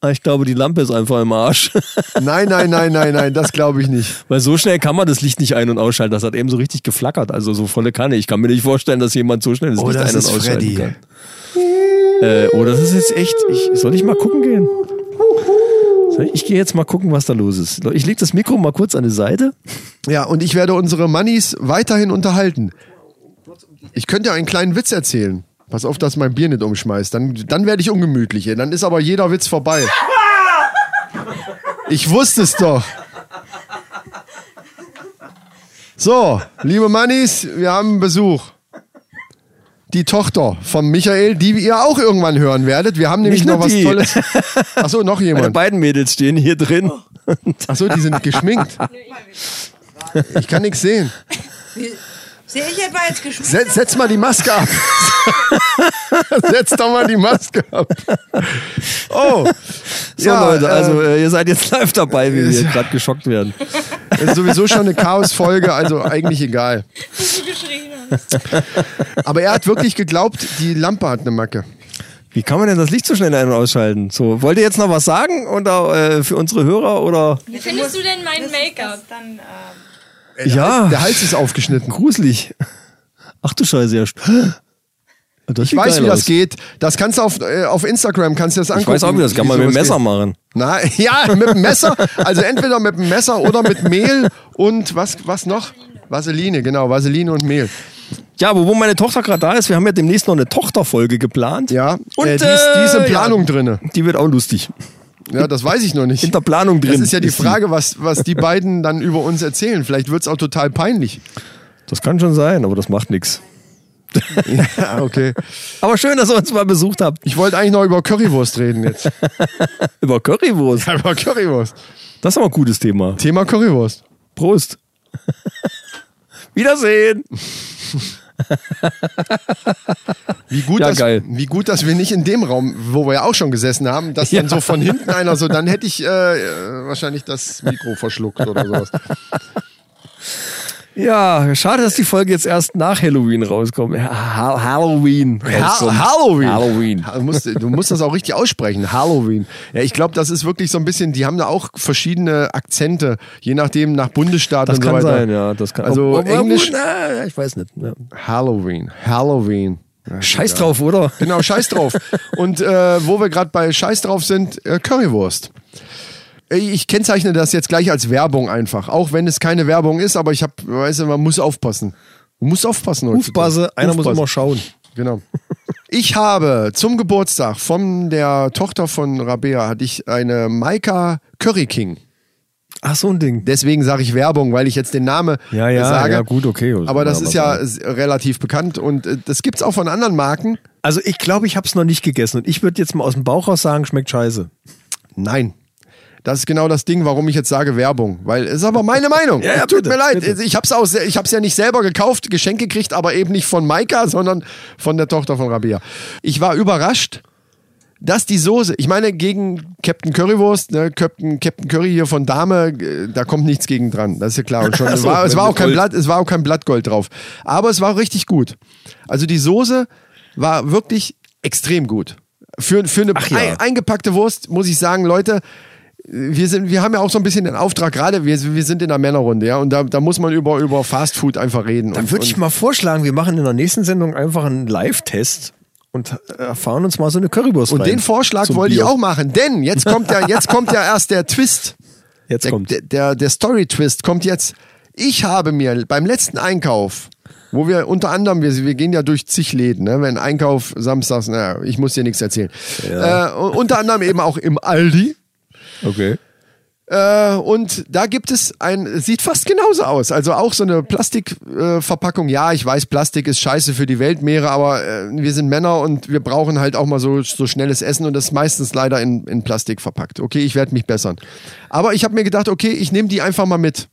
Ah, Ich glaube, die Lampe ist einfach im Arsch. Nein, nein, nein, nein, nein, das glaube ich nicht. Weil so schnell kann man das Licht nicht ein- und ausschalten. Das hat eben so richtig geflackert. Also so volle Kanne. Ich kann mir nicht vorstellen, dass jemand so schnell das Oh, Licht das ein- und ist ausschalten Freddy. kann. Äh, oh, das ist jetzt echt. Ich, soll ich mal gucken gehen? Soll ich- Ich gehe jetzt mal gucken, was da los ist. Ich lege das Mikro mal kurz an die Seite. Ja, und ich werde unsere Mannis weiterhin unterhalten. Ich könnte ja einen kleinen Witz erzählen. Pass auf, dass mein Bier nicht umschmeißt. Dann, dann werde ich ungemütlich. hier. Dann ist aber jeder Witz vorbei. Ich wusste es doch. So, liebe Mannis, wir haben Besuch. Die Tochter von Michael, die ihr auch irgendwann hören werdet. Wir haben nämlich Nicht nur noch was die. Tolles. Achso, noch Meine jemand. beiden Mädels stehen hier drin. Achso, die sind geschminkt. Ich kann nichts sehen. Sehe ich etwa jetzt geschminkt? Setz, setz mal die Maske ab. setz doch mal die Maske ab. Oh. So Ja, Leute, äh, also äh, ihr seid jetzt live dabei, wie wir gerade geschockt werden. Es ist sowieso schon eine Chaos-Folge, also eigentlich egal. Aber er hat wirklich geglaubt, die Lampe hat eine Macke. Wie kann man denn das Licht so schnell ein- und ausschalten? So, wollt ihr jetzt noch was sagen oder äh, für unsere Hörer oder? Wie findest du denn mein Make-up? Dann, ähm, Ja, Der Hals ist aufgeschnitten. gruselig. Ach du Scheiße, ja. Das Ich weiß, wie das geht. Das kannst du auf, äh, auf Instagram kannst du das angucken. Ich weiß auch, wie das kann man mit dem sowas Messer geht. machen. Na, ja, mit dem Messer. Also entweder mit dem Messer oder mit Mehl und was, was noch? Vaseline, genau, Vaseline und Mehl. Ja, aber wo meine Tochter gerade da ist, wir haben ja demnächst noch eine Tochterfolge geplant. Ja, und äh, die, ist, die ist in Planung ja, drinne. Die wird auch lustig. Ja, das weiß ich noch nicht. In der Planung drin. Das ist ja die ist die. Frage, was, was die beiden dann über uns erzählen. Vielleicht wird's auch total peinlich. Das kann schon sein, aber das macht nichts. Ja, okay. Aber schön, dass ihr uns mal besucht habt. Ich wollte eigentlich noch über Currywurst reden jetzt. Über Currywurst. über Currywurst. Das ist aber ein gutes Thema. Thema Currywurst. Prost. Wiedersehen. Wie gut, Ja, dass, geil. wie gut, dass wir nicht in dem Raum, wo wir ja auch schon gesessen haben, dass dann Ja. so von hinten einer so, dann hätte ich äh, äh, wahrscheinlich das Mikro verschluckt oder sowas. Ja, schade, dass die Folge jetzt erst nach Halloween rauskommt. Ha Halloween. rauskommt. Halloween. Halloween. Ha- musst- Du musst das auch richtig aussprechen. Halloween. Ja, ich glaube, das ist wirklich so ein bisschen, die haben da auch verschiedene Akzente, je nachdem nach Bundesstaat Das und kann so weiter. sein, ja. Das kann, Oh, also Ob- ob- Englisch. na, ich weiß nicht. Ja. Halloween. Halloween. Ja, oh. Scheiß drauf, oder? Genau, scheiß drauf. Und äh, wo wir gerade bei scheiß drauf sind, äh, Currywurst. Äh, Ich kennzeichne das jetzt gleich als Werbung einfach, auch wenn es keine Werbung ist, aber ich habe, weißt du, man muss aufpassen. Du musst aufpassen heute. Hufbase, einer muss immer schauen. Genau. Ich habe zum Geburtstag von der Tochter von Rabea hatte ich eine Maika Curry King. Ach, so ein Ding. Deswegen sage ich Werbung, weil ich jetzt den Namen Ja, ja, äh, sage. ja, gut, okay. Das Aber kann das man ist aber ja s- relativ bekannt und äh, das gibt's auch von anderen Marken. Also ich glaube, ich habe es noch nicht gegessen. Und ich würde jetzt mal aus dem Bauch raus sagen, schmeckt scheiße. Nein. Das ist genau das Ding, warum ich jetzt sage Werbung, weil es ist aber meine Meinung. Ja, ja, Es tut bitte, mir leid, bitte. ich hab's auch, se- ich hab's ja nicht selber gekauft, Geschenk gekriegt, aber eben nicht von Maika, sondern von der Tochter von Rabia. Ich war überrascht, dass die Soße, ich meine gegen Captain Currywurst, ne, Captain, Captain Curry hier von Dame, äh, da kommt nichts gegen dran, das ist ja klar. Und schon, es, so, war, es Also, wenn war auch mit kein Gold. Blatt, es war auch kein Blattgold drauf, aber es war richtig gut. Also die Soße war wirklich extrem gut. Für, für eine Ach ja. ein, eingepackte Wurst muss ich sagen, Leute, wir, sind, wir haben ja auch so ein bisschen den Auftrag, gerade wir, wir sind in der Männerrunde, ja, und da, da muss man über, über Fast Food einfach reden. Dann und- würde ich und- mal vorschlagen, wir machen in der nächsten Sendung einfach einen Live-Test und äh, erfahren uns mal so eine Currywurst und rein. den Vorschlag Zum wollte ich Bier. auch machen, denn jetzt kommt ja, jetzt kommt ja erst der Twist. Jetzt Der, kommt. der, der, der Story-Twist kommt jetzt. Ich habe mir beim letzten Einkauf, wo wir unter anderem, wir, wir gehen ja durch zig Läden, ne? wenn Einkauf samstags, naja, ich muss dir nichts erzählen. Äh, unter anderem eben auch im Aldi. Okay. Äh, und da gibt es ein, sieht fast genauso aus. Also auch so eine Plastikverpackung. Äh, Verpackung. ja, ich weiß, Plastik ist scheiße für die Weltmeere, aber äh, wir sind Männer und wir brauchen halt auch mal so, so schnelles Essen und das ist meistens leider in, in Plastik verpackt. Okay, ich werde mich bessern. Aber ich habe mir gedacht, okay, ich nehme die einfach mal mit.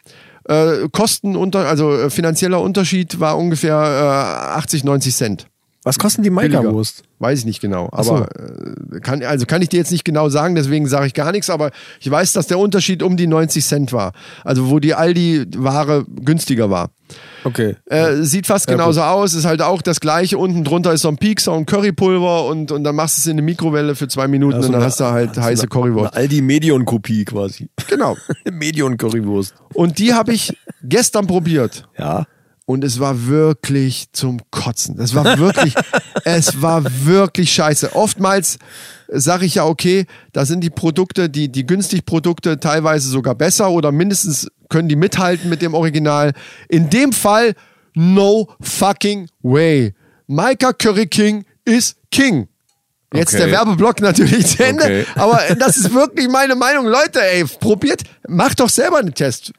Äh, Kosten, unter, also äh, finanzieller Unterschied war ungefähr äh, 80, 90 Cent. Was kosten die Maika-Wurst? Weiß ich nicht genau. so. Aber äh, kann, also kann ich dir jetzt nicht genau sagen, deswegen sage ich gar nichts, aber ich weiß, dass der Unterschied um die 90 Cent war. Also wo die Aldi-Ware günstiger war. Okay. Äh, sieht fast genauso aus, ist halt auch das gleiche. Unten drunter ist so ein Piekser und Currypulver und, und dann machst du es in eine Mikrowelle für zwei Minuten Also und dann hast du halt heiße Currywurst. All die Medion-Kopie quasi. Genau. Medion-Currywurst. Und die habe ich gestern probiert. Ja. Und es war wirklich zum Kotzen. Es war wirklich, es war wirklich scheiße. Oftmals sage ich ja, okay, da sind die Produkte, die, die günstig Produkte teilweise sogar besser oder mindestens können die mithalten mit dem Original. In dem Fall, no fucking way. Micah Curry King ist King. Jetzt Okay. der Werbeblock natürlich zu Ende, Okay. aber das ist wirklich meine Meinung. Leute, ey, probiert, macht doch selber einen Test.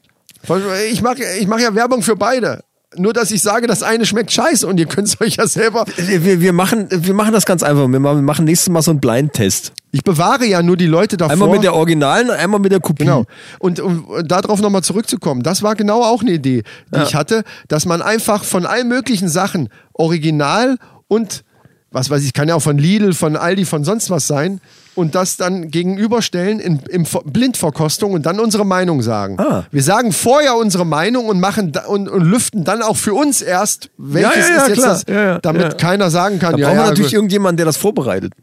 Ich mache ich mach ja Werbung für beide. Nur, dass ich sage, das eine schmeckt scheiße und ihr könnt es euch ja selber. Wir, wir, machen, wir machen das ganz einfach. Wir ma- wir machen nächstes Mal so einen Blind-Test. Ich bewahre ja nur die Leute davor. Einmal mit der Originalen, einmal mit der Kopie. Genau. Und um darauf nochmal zurückzukommen, das war genau auch eine Idee, die ich hatte, dass man einfach von allen möglichen Sachen, Original und was weiß ich, kann ja auch von Lidl, von Aldi, von sonst was sein, und das dann gegenüberstellen in, im Ver- Blindverkostung und dann unsere Meinung sagen. Ah. Wir sagen vorher unsere Meinung und machen da, und, und lüften dann auch für uns erst, welches ja, ja, ist jetzt klar. das, Ja, ja, damit ja. keiner sagen kann, Da ja, brauchen wir ja, natürlich gut. irgendjemanden, der das vorbereitet.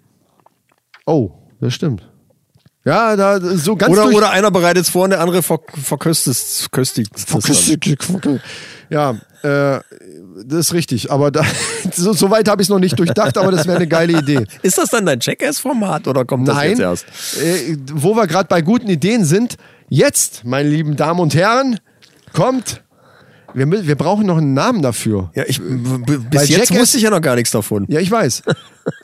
Oh, das stimmt. Ja, da so ganz Oder, durch, oder einer bereitet es vor und der andere ver verköstigt es. köstigt es dann. Ja, äh, das ist richtig. Aber da, so, so weit habe ich es noch nicht durchdacht, aber das wäre eine geile Idee. Ist das dann dein Check-Ass-Format oder kommt das Nein, jetzt erst? äh, wo wir gerade bei guten Ideen sind, jetzt, meine lieben Damen und Herren, kommt. Wir, mü- wir brauchen noch einen Namen dafür. Ja, ich, b- b- Weil bis jetzt Jackass- wusste ich ja noch gar nichts davon. Ja, ich weiß.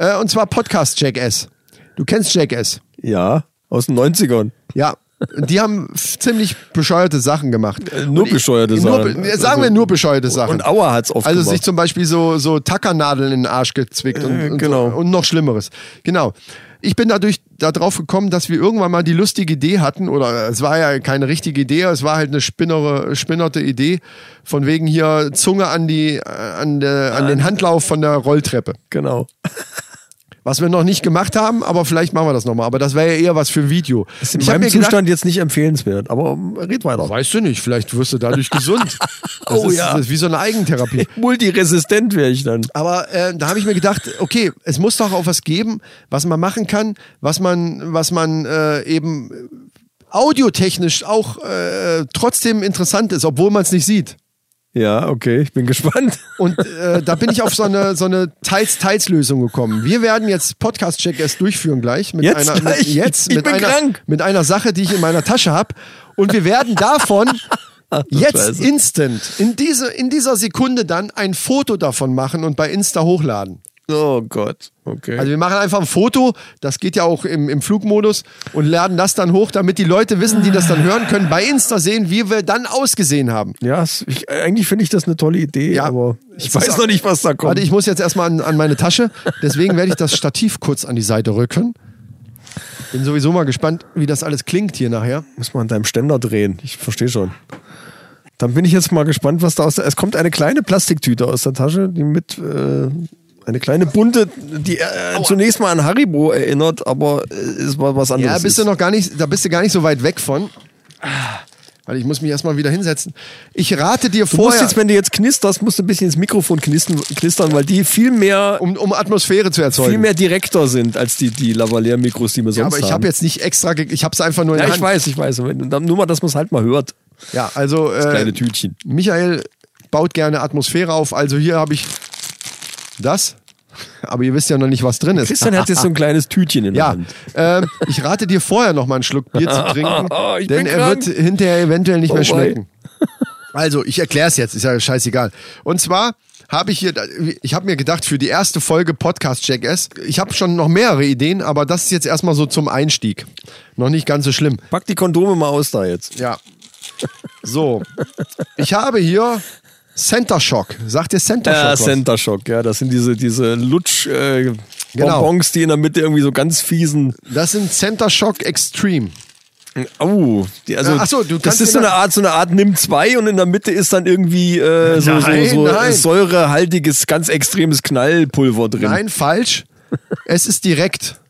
äh, und zwar Podcast Jackass. Du kennst Jackass. Ja, aus den 90ern. Ja. Die haben f- ziemlich bescheuerte Sachen gemacht. Äh, nur Und ich- bescheuerte nur Sachen. be- sagen wir nur bescheuerte Sachen. Und Auer hat's oft Also gemacht. sich zum Beispiel so, so Tackernadeln in den Arsch gezwickt und, und, genau. und noch Schlimmeres. Genau. Ich bin dadurch darauf gekommen, dass wir irgendwann mal die lustige Idee hatten, oder es war ja keine richtige Idee, es war halt eine spinnere, spinnerte Idee, von wegen hier Zunge an, die, äh, an, der, an den Handlauf von der Rolltreppe. Genau. Was wir noch nicht gemacht haben, aber vielleicht machen wir das nochmal. Aber das wäre ja eher was für ein Video. Ist in Ich hab meinem mir gedacht, Zustand jetzt nicht empfehlenswert, aber ähm, red weiter. Weißt du nicht, vielleicht wirst du dadurch gesund. Das Oh ist, ja. Das ist wie so eine Eigentherapie. Multiresistent wäre ich dann. Aber äh, da habe ich mir gedacht, okay, es muss doch auch was geben, was man machen kann, was man, was man äh, eben audiotechnisch auch äh, trotzdem interessant ist, obwohl man es nicht sieht. Ja, okay, ich bin gespannt. Und äh, da bin ich auf so eine, so eine Teils-Teils-Lösung gekommen. Wir werden jetzt Podcast-Check erst durchführen gleich. Mit Jetzt einer, gleich? Mit, jetzt Ich mit bin einer, krank. Mit einer Sache, die ich in meiner Tasche habe. Und wir werden davon jetzt Scheiße. instant, in, diese, in dieser Sekunde dann ein Foto davon machen und bei Insta hochladen. Oh Gott, okay. Also wir machen einfach ein Foto, das geht ja auch im, im Flugmodus und laden das dann hoch, damit die Leute wissen, die das dann hören können, bei Insta sehen, wie wir dann ausgesehen haben. ja, es- ich, eigentlich finde ich das eine tolle Idee, Ja. aber ich Es ist weiß auch- noch nicht, was da kommt. Warte, ich muss jetzt erstmal an, an meine Tasche. Deswegen werde ich das Stativ kurz an die Seite rücken. Bin sowieso mal gespannt, wie das alles klingt hier nachher. Muss man an deinem Ständer drehen. Ich verstehe schon. Dann bin ich jetzt mal gespannt, was da aus der. Es kommt eine kleine Plastiktüte aus der Tasche, die mit. Äh, eine kleine bunte, die äh, zunächst mal an Haribo erinnert, aber äh, ist mal was anderes. Ja, bist du noch gar nicht, da bist du gar nicht so weit weg von. Ah, Weil ich muss mich erstmal wieder hinsetzen. Ich rate dir Du musst vorher, jetzt, wenn du jetzt knisterst, musst du ein bisschen ins Mikrofon knistern, knistern weil die viel mehr, um, um Atmosphäre zu erzeugen. viel mehr direkter sind als die, die Lavalier-Mikros, die wir sonst ja, aber ich haben. habe jetzt nicht extra, ge- ich habe es einfach nur in ja, der ich Hand. weiß, ich weiß. Und dann Nur mal, dass man es halt mal hört. Ja, also äh, kleine Tütchen. Michael baut gerne Atmosphäre auf. Also hier habe ich das. Aber ihr wisst ja noch nicht, was drin ist. Christian hat jetzt so ein kleines Tütchen in der Ja, Hand. ähm, ich rate dir vorher noch mal einen Schluck Bier zu trinken, Oh, Ich bin denn er krank. wird hinterher eventuell nicht Oh, mehr wei. schmecken. Also, ich erkläre es jetzt, ist ja scheißegal. Und zwar habe ich hier, ich habe mir gedacht, für die erste Folge Podcast Check S, ich habe schon noch mehrere Ideen, aber das ist jetzt erstmal so zum Einstieg. Noch nicht ganz so schlimm. Pack die Kondome mal aus da jetzt. Ja. So. Ich habe hier Center Shock. Sagt ihr Center Shock? Ja, was? Center Shock, ja. Das sind diese, diese Lutsch, äh, Genau. Bonbons, die in der Mitte irgendwie so ganz fiesen. das sind Center Shock Extreme. Oh, die, also, Ja, ach so, du das kannst ist so dir eine da- Art, so eine Art Nimm 2 und in der Mitte ist dann irgendwie äh, so, Nein, so, so nein. säurehaltiges, ganz extremes Knallpulver drin. Nein, falsch. Es ist direkt.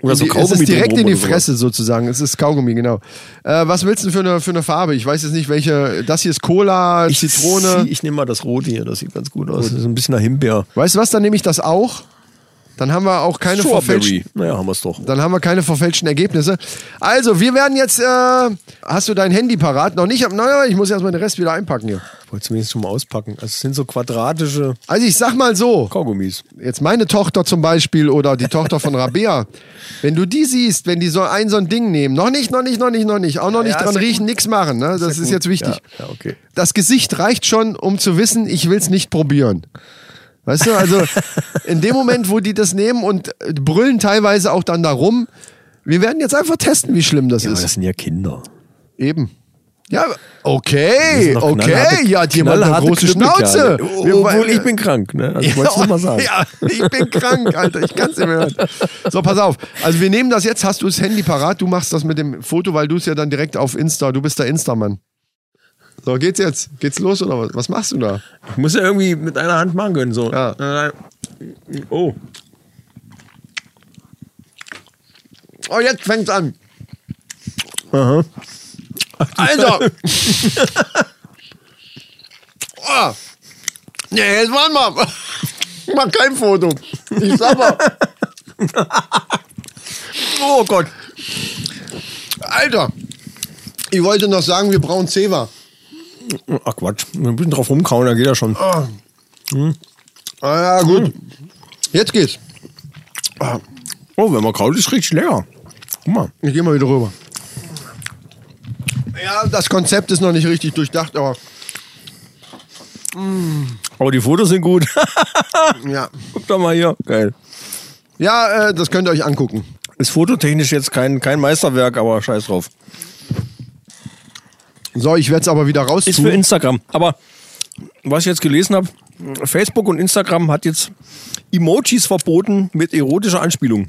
Oder so In die- es ist direkt drumrum in die oder sowas. Fresse sozusagen. Es ist Kaugummi, genau. Äh, was willst du für eine, für eine Farbe? Ich weiß jetzt nicht, welche. Das hier ist Cola, Ich Zitrone. zieh- Ich nehme mal das Rote hier, das sieht ganz gut aus. Das ist ein bisschen nach Himbeer. Weißt du was? Dann nehme ich das auch. Dann haben wir auch keine verfälschten. Naja, haben wir es doch. Dann haben wir keine verfälschten Ergebnisse. Also, wir werden jetzt. Äh, hast du dein Handy parat? Noch nicht? Naja, ich muss erstmal den Rest wieder einpacken hier. Ich wollte zumindest schon mal auspacken. Also es sind so quadratische Also, ich sag mal so. Kaugummis. jetzt meine Tochter zum Beispiel oder die Tochter von Rabea, wenn du die siehst, wenn die so ein so ein Ding nehmen, noch nicht, noch nicht, noch nicht, noch nicht, auch noch nicht ja, dran ist ja riechen, nichts machen, ne? das ist, jetzt wichtig. Ja, ja, okay. Das Gesicht reicht schon, um zu wissen, ich will es nicht probieren. Weißt du, also in dem Moment, wo die das nehmen und äh, brüllen teilweise auch dann darum, wir werden jetzt einfach testen, wie schlimm das Ja, aber ist. das sind ja Kinder. Eben. Ja, Das sind okay, noch okay, knallharte- ja, hat jemand eine knallharte große Schnauze. Knüppelkerle. Wir- Obwohl, ich bin krank. Ne? Also, ich wollte es nur mal sagen. Ja, ich bin krank, Alter. Ich kann es nicht mehr hören. So, pass auf. Also wir nehmen das jetzt. Hast du das Handy parat? Du machst das mit dem Foto, weil du es ja dann direkt auf Insta. Du bist der Instamann. So, geht's jetzt? Geht's los oder was? Was machst du da? Ich muss ja irgendwie mit einer Hand machen können. So. Ja. Äh, Oh. Oh, jetzt fängt's an. Alter! oh. Nee, jetzt warte mal. Mach kein Foto. Ich sag mal. oh Gott. Alter! Ich wollte noch sagen, wir brauchen Zewa. Ach Quatsch. Ein bisschen drauf rumkauen, da geht ja schon. Ah. Ah, ja, gut. Jetzt geht's. Ah, Oh, wenn man kaut, ist richtig lecker. Guck mal. ich geh mal wieder rüber. Ja, das Konzept ist noch nicht richtig durchdacht, aber Aber die Fotos sind gut. ja. Guck doch mal hier. Geil. Ja, äh, das könnt ihr euch angucken. Ist fototechnisch jetzt kein, kein Meisterwerk, aber scheiß drauf. So, ich werde es aber wieder Ist für rausziehen. Instagram. Aber was ich jetzt gelesen habe, Facebook und Instagram hat jetzt Emojis verboten mit erotischer Anspielung.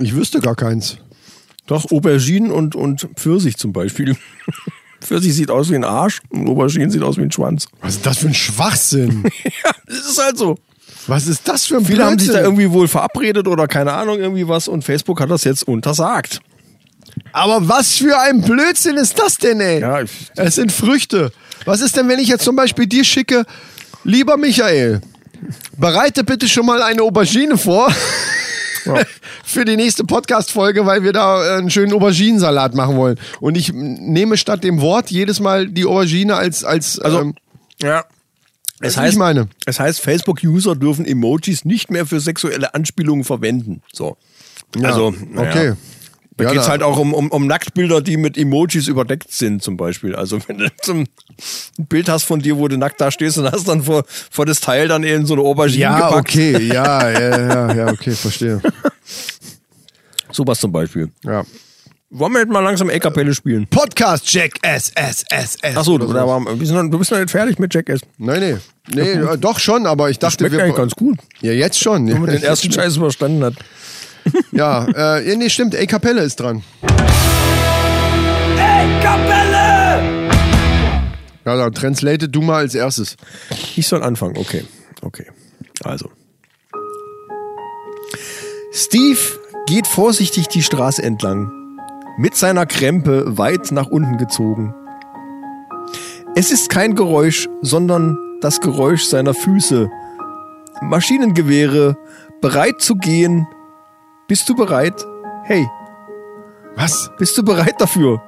Ich wüsste gar keins. Doch, Auberginen und, und Pfirsich zum Beispiel. Pfirsich sieht aus wie ein Arsch und Auberginen sieht aus wie ein Schwanz. Was ist das für ein Schwachsinn? ja, das ist halt so. Was ist das für ein Viele haben sich da Blödsinn? irgendwie wohl verabredet oder keine Ahnung, irgendwie was und Facebook hat das jetzt untersagt. Aber was für ein Blödsinn ist das denn, ey? Ja, ich- es sind Früchte. Was ist denn, wenn ich jetzt zum Beispiel dir schicke, lieber Michael, bereite bitte schon mal eine Aubergine vor für die nächste Podcast-Folge, weil wir da äh, einen schönen Auberginensalat machen wollen. Und ich m, nehme statt dem Wort jedes Mal die Aubergine als, als also, ähm, Ja. das Es ist nicht heißt, meine. es heißt, Facebook-User dürfen Emojis nicht mehr für sexuelle Anspielungen verwenden. So. also, na ja. okay. Da Ja, geht's da- halt auch um, um, um Nacktbilder, die mit Emojis überdeckt sind, zum Beispiel. Also wenn du zum ein Bild hast von dir, wo du nackt da stehst und hast dann vor, vor das Teil dann eben so eine Aubergine Ja, gepackt. okay, ja, ja, ja, ja, okay, verstehe. Sowas zum Beispiel. Ja. Wollen wir jetzt mal langsam E-Kapelle spielen? Podcast Jack S S S S. Achso, du, da war- wir sind noch- du bist noch nicht fertig mit Jack S. Nein, nee. Nee, äh, doch schon, aber ich dachte, Schmeckt eigentlich ganz gut. Ja, jetzt schon. Wenn man den ersten Scheiß überstanden hat. Ja, äh, ja, nee, stimmt, ey, Kapelle ist dran. Ey, Kapelle! Ja, dann translate du mal als erstes. Ich soll anfangen, okay. Okay. Also. Steve geht vorsichtig die Straße entlang, mit seiner Krempe weit nach unten gezogen. Es ist kein Geräusch, sondern das Geräusch seiner Füße. Maschinengewehre, bereit zu gehen. Bist du bereit? Hey, Was? bist du bereit dafür?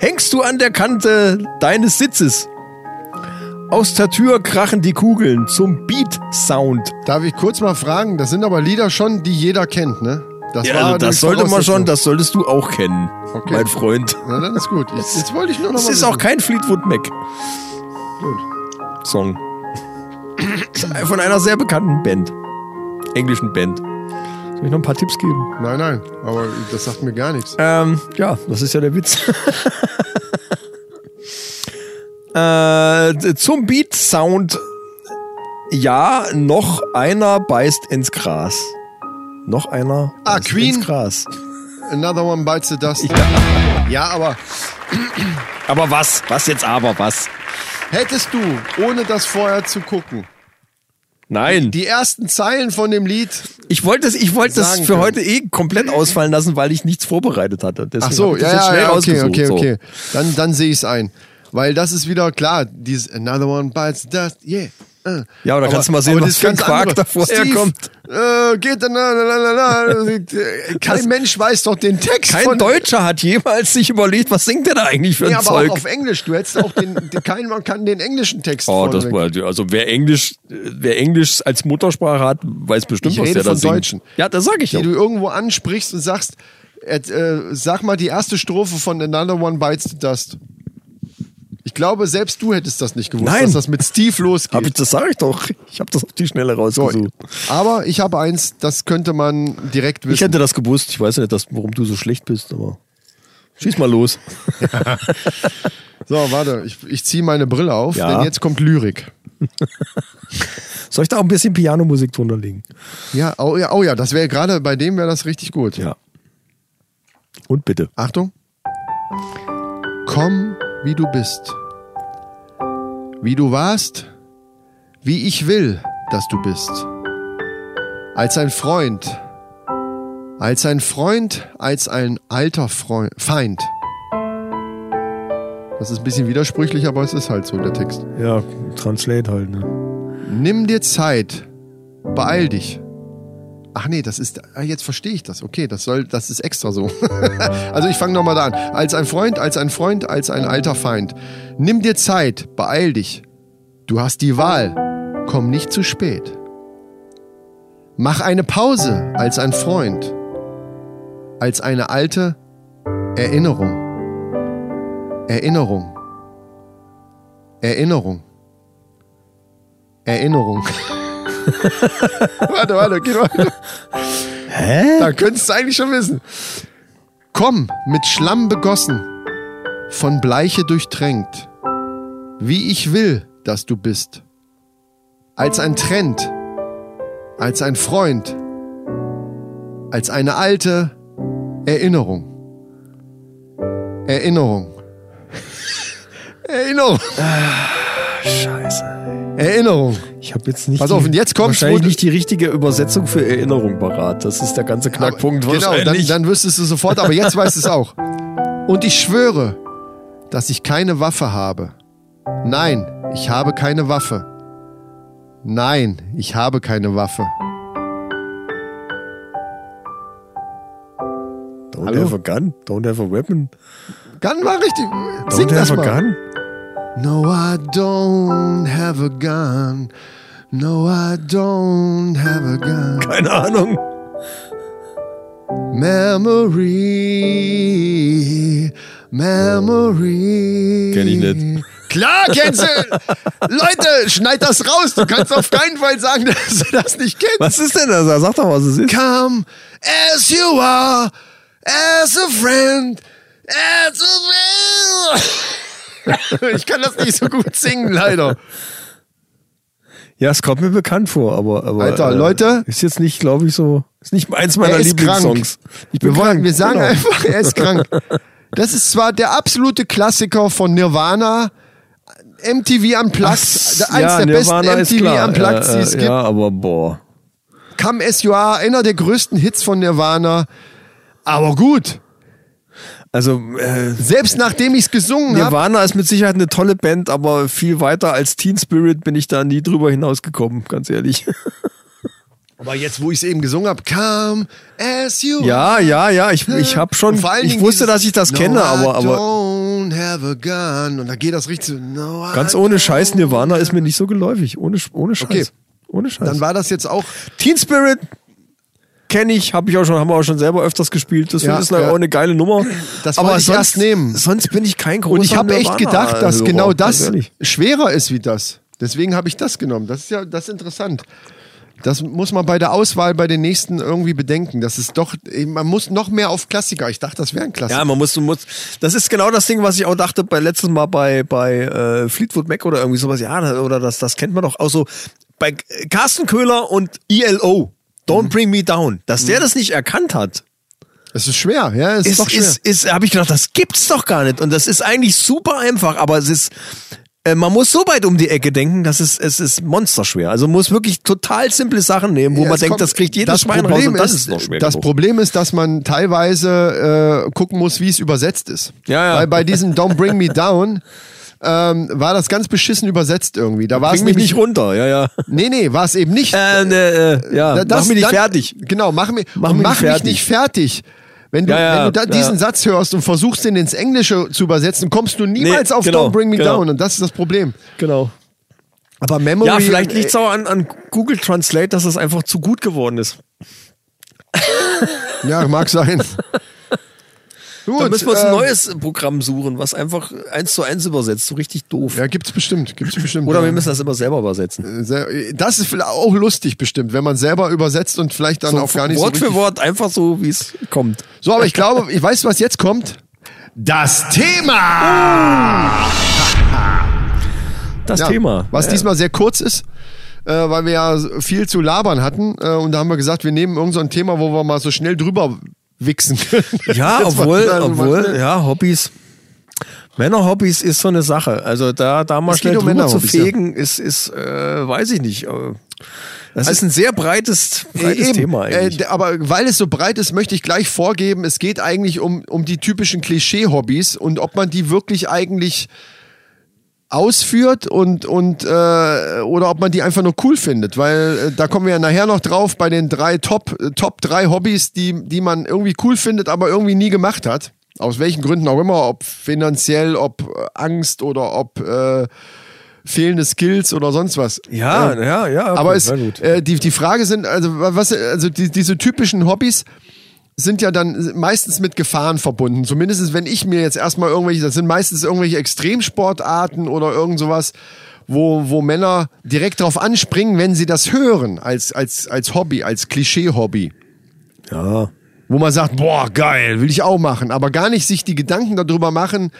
Hängst du an der Kante deines Sitzes? Aus der Tür krachen die Kugeln zum Beat-Sound. Darf ich kurz mal fragen? Das sind aber Lieder schon, die jeder kennt, ne? Das war die Voraussetzung. Also das solltest du auch kennen, Okay. Freund. Na, dann ist gut. Ich, jetzt wollte ich nur noch Es mal ist wissen. auch kein Fleetwood Mac. Song. Von einer sehr bekannten Band. Englischen Band. Soll ich noch ein paar Tipps geben? Nein, nein, aber das sagt mir gar nichts. Ähm, ja, das ist ja der Witz. äh, zum Beat Sound. Ja, noch einer beißt ins Gras. Noch einer Ah, beißt Queen. ins Gras. Another one bites the dust. Ja, aber Aber was? Was jetzt aber was? hättest du, ohne das vorher zu gucken, Nein. die ersten Zeilen von dem Lied. Ich wollte das, ich wollte das Sagen für können. heute eh komplett ausfallen lassen, weil ich nichts vorbereitet hatte. Deswegen Ach so, hab ich das ja, jetzt ja, schnell ja, okay, rausgesucht, okay, so. okay. Dann, dann sehe ich es ein. Weil das ist wieder klar, dieses Another one bites the dust, yeah. äh. Ja, aber da kannst du mal sehen, was das für ein ganz Quark andere. da vorher Steve, kommt. Äh, geht dann, na, na, na, na, na. Kein Mensch weiß doch den Text Kein von Deutscher hat jemals sich überlegt, was singt der da eigentlich für ein Nee, aber Zeug? auch auf Englisch. Du hättest auch den, den kein, man kann den englischen Text Oh, vorne das weg. war, also wer Englisch, wer Englisch als Muttersprache hat, weiß bestimmt, Ich was rede der da von singt. Deutschen. Ja, das sag ich ja. die du irgendwo ansprichst und sagst, et- äh, sag mal die erste Strophe von Another One Bites the Dust. Ich glaube, selbst du hättest das nicht gewusst, Nein. dass das mit Steve Hab ich, losgeht. das sag ich doch. Ich habe das auf die Schnelle So, rausgesucht. aber ich habe eins, das könnte man direkt ich wissen. hätte das gewusst. Ich weiß ja nicht, dass, warum du so schlecht bist, aber schieß mal los. So, warte, ich, ich ziehe meine Brille auf, Ja. denn jetzt kommt Lyrik. Soll ich da auch ein bisschen Pianomusik drunter legen? Ja, oh ja, oh ja das wäre gerade bei dem wäre das richtig gut. Ja. Und bitte. Achtung. Komm, wie du bist. Wie du warst, wie ich will, dass du bist. Als ein Freund. Als ein Freund, als ein alter Freund, Feind. Das ist ein bisschen widersprüchlich, aber es ist halt so der Text. Ja, Translate halt, ne? Nimm dir Zeit. Beeil dich. Ach nee, das ist. ah, Jetzt verstehe ich das. Okay, das soll, das ist extra so. also ich fange nochmal da an. Als ein Freund, als ein Freund, als ein alter Feind. Nimm dir Zeit, beeil dich. Du hast die Wahl. Komm nicht zu spät. Mach eine Pause als ein Freund. Als eine alte Erinnerung. Erinnerung. Erinnerung. Erinnerung. warte, warte, geht weiter. Hä? Da könntest du eigentlich schon wissen. Komm, mit Schlamm begossen, von Bleiche durchtränkt, wie ich will, dass du bist. Als ein Trend, als ein Freund, als eine alte Erinnerung. Erinnerung. Erinnerung. Scheiße. Erinnerung. Ich habe jetzt nicht. Pass auf, die- und jetzt kommt's, Wahrscheinlich wo- nicht die richtige Übersetzung für Erinnerung parat. Das ist der ganze Knackpunkt. äh, Aber- Genau, dann, wahrscheinlich. dann wüsstest du sofort, aber jetzt weißt du es auch. Und ich schwöre, dass ich keine Waffe habe. Nein, ich habe keine Waffe. Nein, ich habe keine Waffe. Don't Hallo? have a gun. Don't have a weapon. Gun war richtig. Don't Sing das have a mal. gun. No, I don't have a gun. No, I don't have a gun. Keine Ahnung. Memory, Memory. Kenn ich nicht. Klar, kennst du. Leute, schneid das raus. Du kannst auf keinen Fall sagen, dass du das nicht kennst. Was ist denn das? Sag doch, was es ist. Come as you are, as a friend, as a friend. Ich kann das nicht so gut singen, leider. Ja, es kommt mir bekannt vor, aber. aber äh, Alter, Leute. Ist jetzt nicht, glaube ich, so. Ist nicht eins meiner Er ist Lieblingssongs. krank. Ich bin Wir, wollen, krank, wir sagen genau. einfach, er ist krank. Das ist zwar der absolute Klassiker von Nirvana, MTV Unplugged, eins ja, der Nirvana ist besten MTV klar. Unplugged, die es äh, gibt. ja, aber boah. Come As You Are, einer der größten Hits von Nirvana. Aber gut, Also, äh, selbst nachdem ich es gesungen habe, Nirvana ist mit Sicherheit eine tolle Band, aber viel weiter als Teen Spirit bin ich da nie drüber hinausgekommen, ganz ehrlich. aber jetzt, wo ich es eben gesungen habe, Come As You Ja, ja, ja, ich, ich habe schon, Und vor allen ich Dingen wusste, dieses dass ich das no, kenne, I aber, aber Don't have a gun. Und da geht das richtig so. No, I ganz don't. ohne Scheiß, Nirvana ist mir nicht so geläufig. Ohne, ohne Scheiß. Okay. Ohne Scheiß. Dann war das jetzt auch Teen Spirit, kenne ich, habe ich auch schon, haben wir auch schon selber öfters gespielt. Das Ja, ist eine, ja. auch eine geile Nummer. Das wollte ich erst nehmen. Sonst bin ich kein großer Und ich habe echt Nirvana-Hörer, gedacht, dass genau ganz das ehrlich. schwerer ist wie das. Deswegen habe ich das genommen. Das ist ja das ist interessant. Das muss man bei der Auswahl bei den nächsten irgendwie bedenken. Das ist doch, man muss noch mehr auf Klassiker. Ich dachte, das wäre ein Klassiker. Ja, man muss, man muss. Das ist genau das Ding, was ich auch dachte bei letztes Mal bei bei äh, Fleetwood Mac oder irgendwie sowas. Ja, da- oder das das kennt man doch auch so bei äh, Carsten Köhler und ELO. Don't Mhm. bring me down. Dass der das nicht erkannt hat, Es ist schwer, ja, es ist, ist, doch schwer. ist, ist habe ich gedacht, das gibt's doch gar nicht. Und das ist eigentlich super einfach, aber es ist, äh, man muss so weit um die Ecke denken, dass es, es ist monsterschwer. Also man muss wirklich total simple Sachen nehmen, wo Ja, man es denkt, kommt- das kriegt jedes Schwein raus und das ist noch schwer. Das genug. Problem ist, dass man teilweise äh, gucken muss, wie es übersetzt ist. Ja, ja. Weil bei diesem Don't Bring Me Down ähm, war das ganz beschissen übersetzt irgendwie. Da war es Bring mich nämlich- nicht runter, ja, ja. Nee, nee, war es eben nicht. Äh, ne, äh, ja, Da- das- mach mich nicht dann- fertig. Genau, mach, mi, Mach und mich mach nicht fertig. mich nicht fertig. Wenn du, Ja, ja, wenn du da ja. diesen Satz hörst und versuchst, den ins Englische zu übersetzen, kommst du niemals auf genau, Don't Bring Me genau. Down. Und das ist das Problem. Genau. Aber Memory. Ja, vielleicht liegt es auch an, an Google Translate, dass das einfach zu gut geworden ist. Äh, Ja, mag sein. Gut, Da müssen wir uns ein äh, neues Programm suchen, was einfach eins zu eins übersetzt. So richtig doof. Ja, genau. gibt's bestimmt. Gibt's bestimmt. Oder ja. wir müssen das immer selber übersetzen. Sehr- Das ist vielleicht auch lustig bestimmt, wenn man selber übersetzt und vielleicht dann auch gar nicht Wort so für richtig- Wort, einfach so, wie es kommt. So, aber ich glaube, ich weiß, was jetzt kommt. Das Thema! Das Ja, Thema. Was diesmal sehr kurz ist, äh, weil wir ja viel zu labern hatten. Äh, und da haben wir gesagt, wir nehmen irgend so ein Thema, wo wir mal so schnell drüber wichsen können. Ja, Jetzt mal- obwohl, mal- obwohl, ja, Hobbys. Männerhobbys ist so eine Sache. Also da, da mal Es schnell geht um drüber zu Männerhobbys, ja. fegen, ist, ist äh, weiß ich nicht. äh, Das ist ein sehr breites, breites Also Eben. Thema Äh, eigentlich. d- aber weil es so breit ist, möchte ich gleich vorgeben, es geht eigentlich um, um die typischen Klischee-Hobbys und ob man die wirklich eigentlich ausführt und, und äh, oder ob man die einfach nur cool findet. Weil äh, da kommen wir ja nachher noch drauf bei den drei Top, äh, Top drei Hobbys, die, die man irgendwie cool findet, aber irgendwie nie gemacht hat. Aus welchen Gründen auch immer, ob finanziell, ob äh, Angst oder ob äh, fehlende Skills oder sonst was. ja, Ähm, ja, ja. aber gut, es, na gut. äh, die, die Frage sind, also wa- was, also die, diese typischen Hobbys sind ja dann meistens mit Gefahren verbunden. Zumindest wenn ich mir jetzt erstmal irgendwelche, das sind meistens irgendwelche Extremsportarten oder irgend sowas, wo, wo Männer direkt drauf anspringen, wenn sie das hören, als, als, als Hobby, als Klischee-Hobby. ja. Wo man sagt, boah, geil, will ich auch machen. Aber gar nicht sich die Gedanken darüber machen,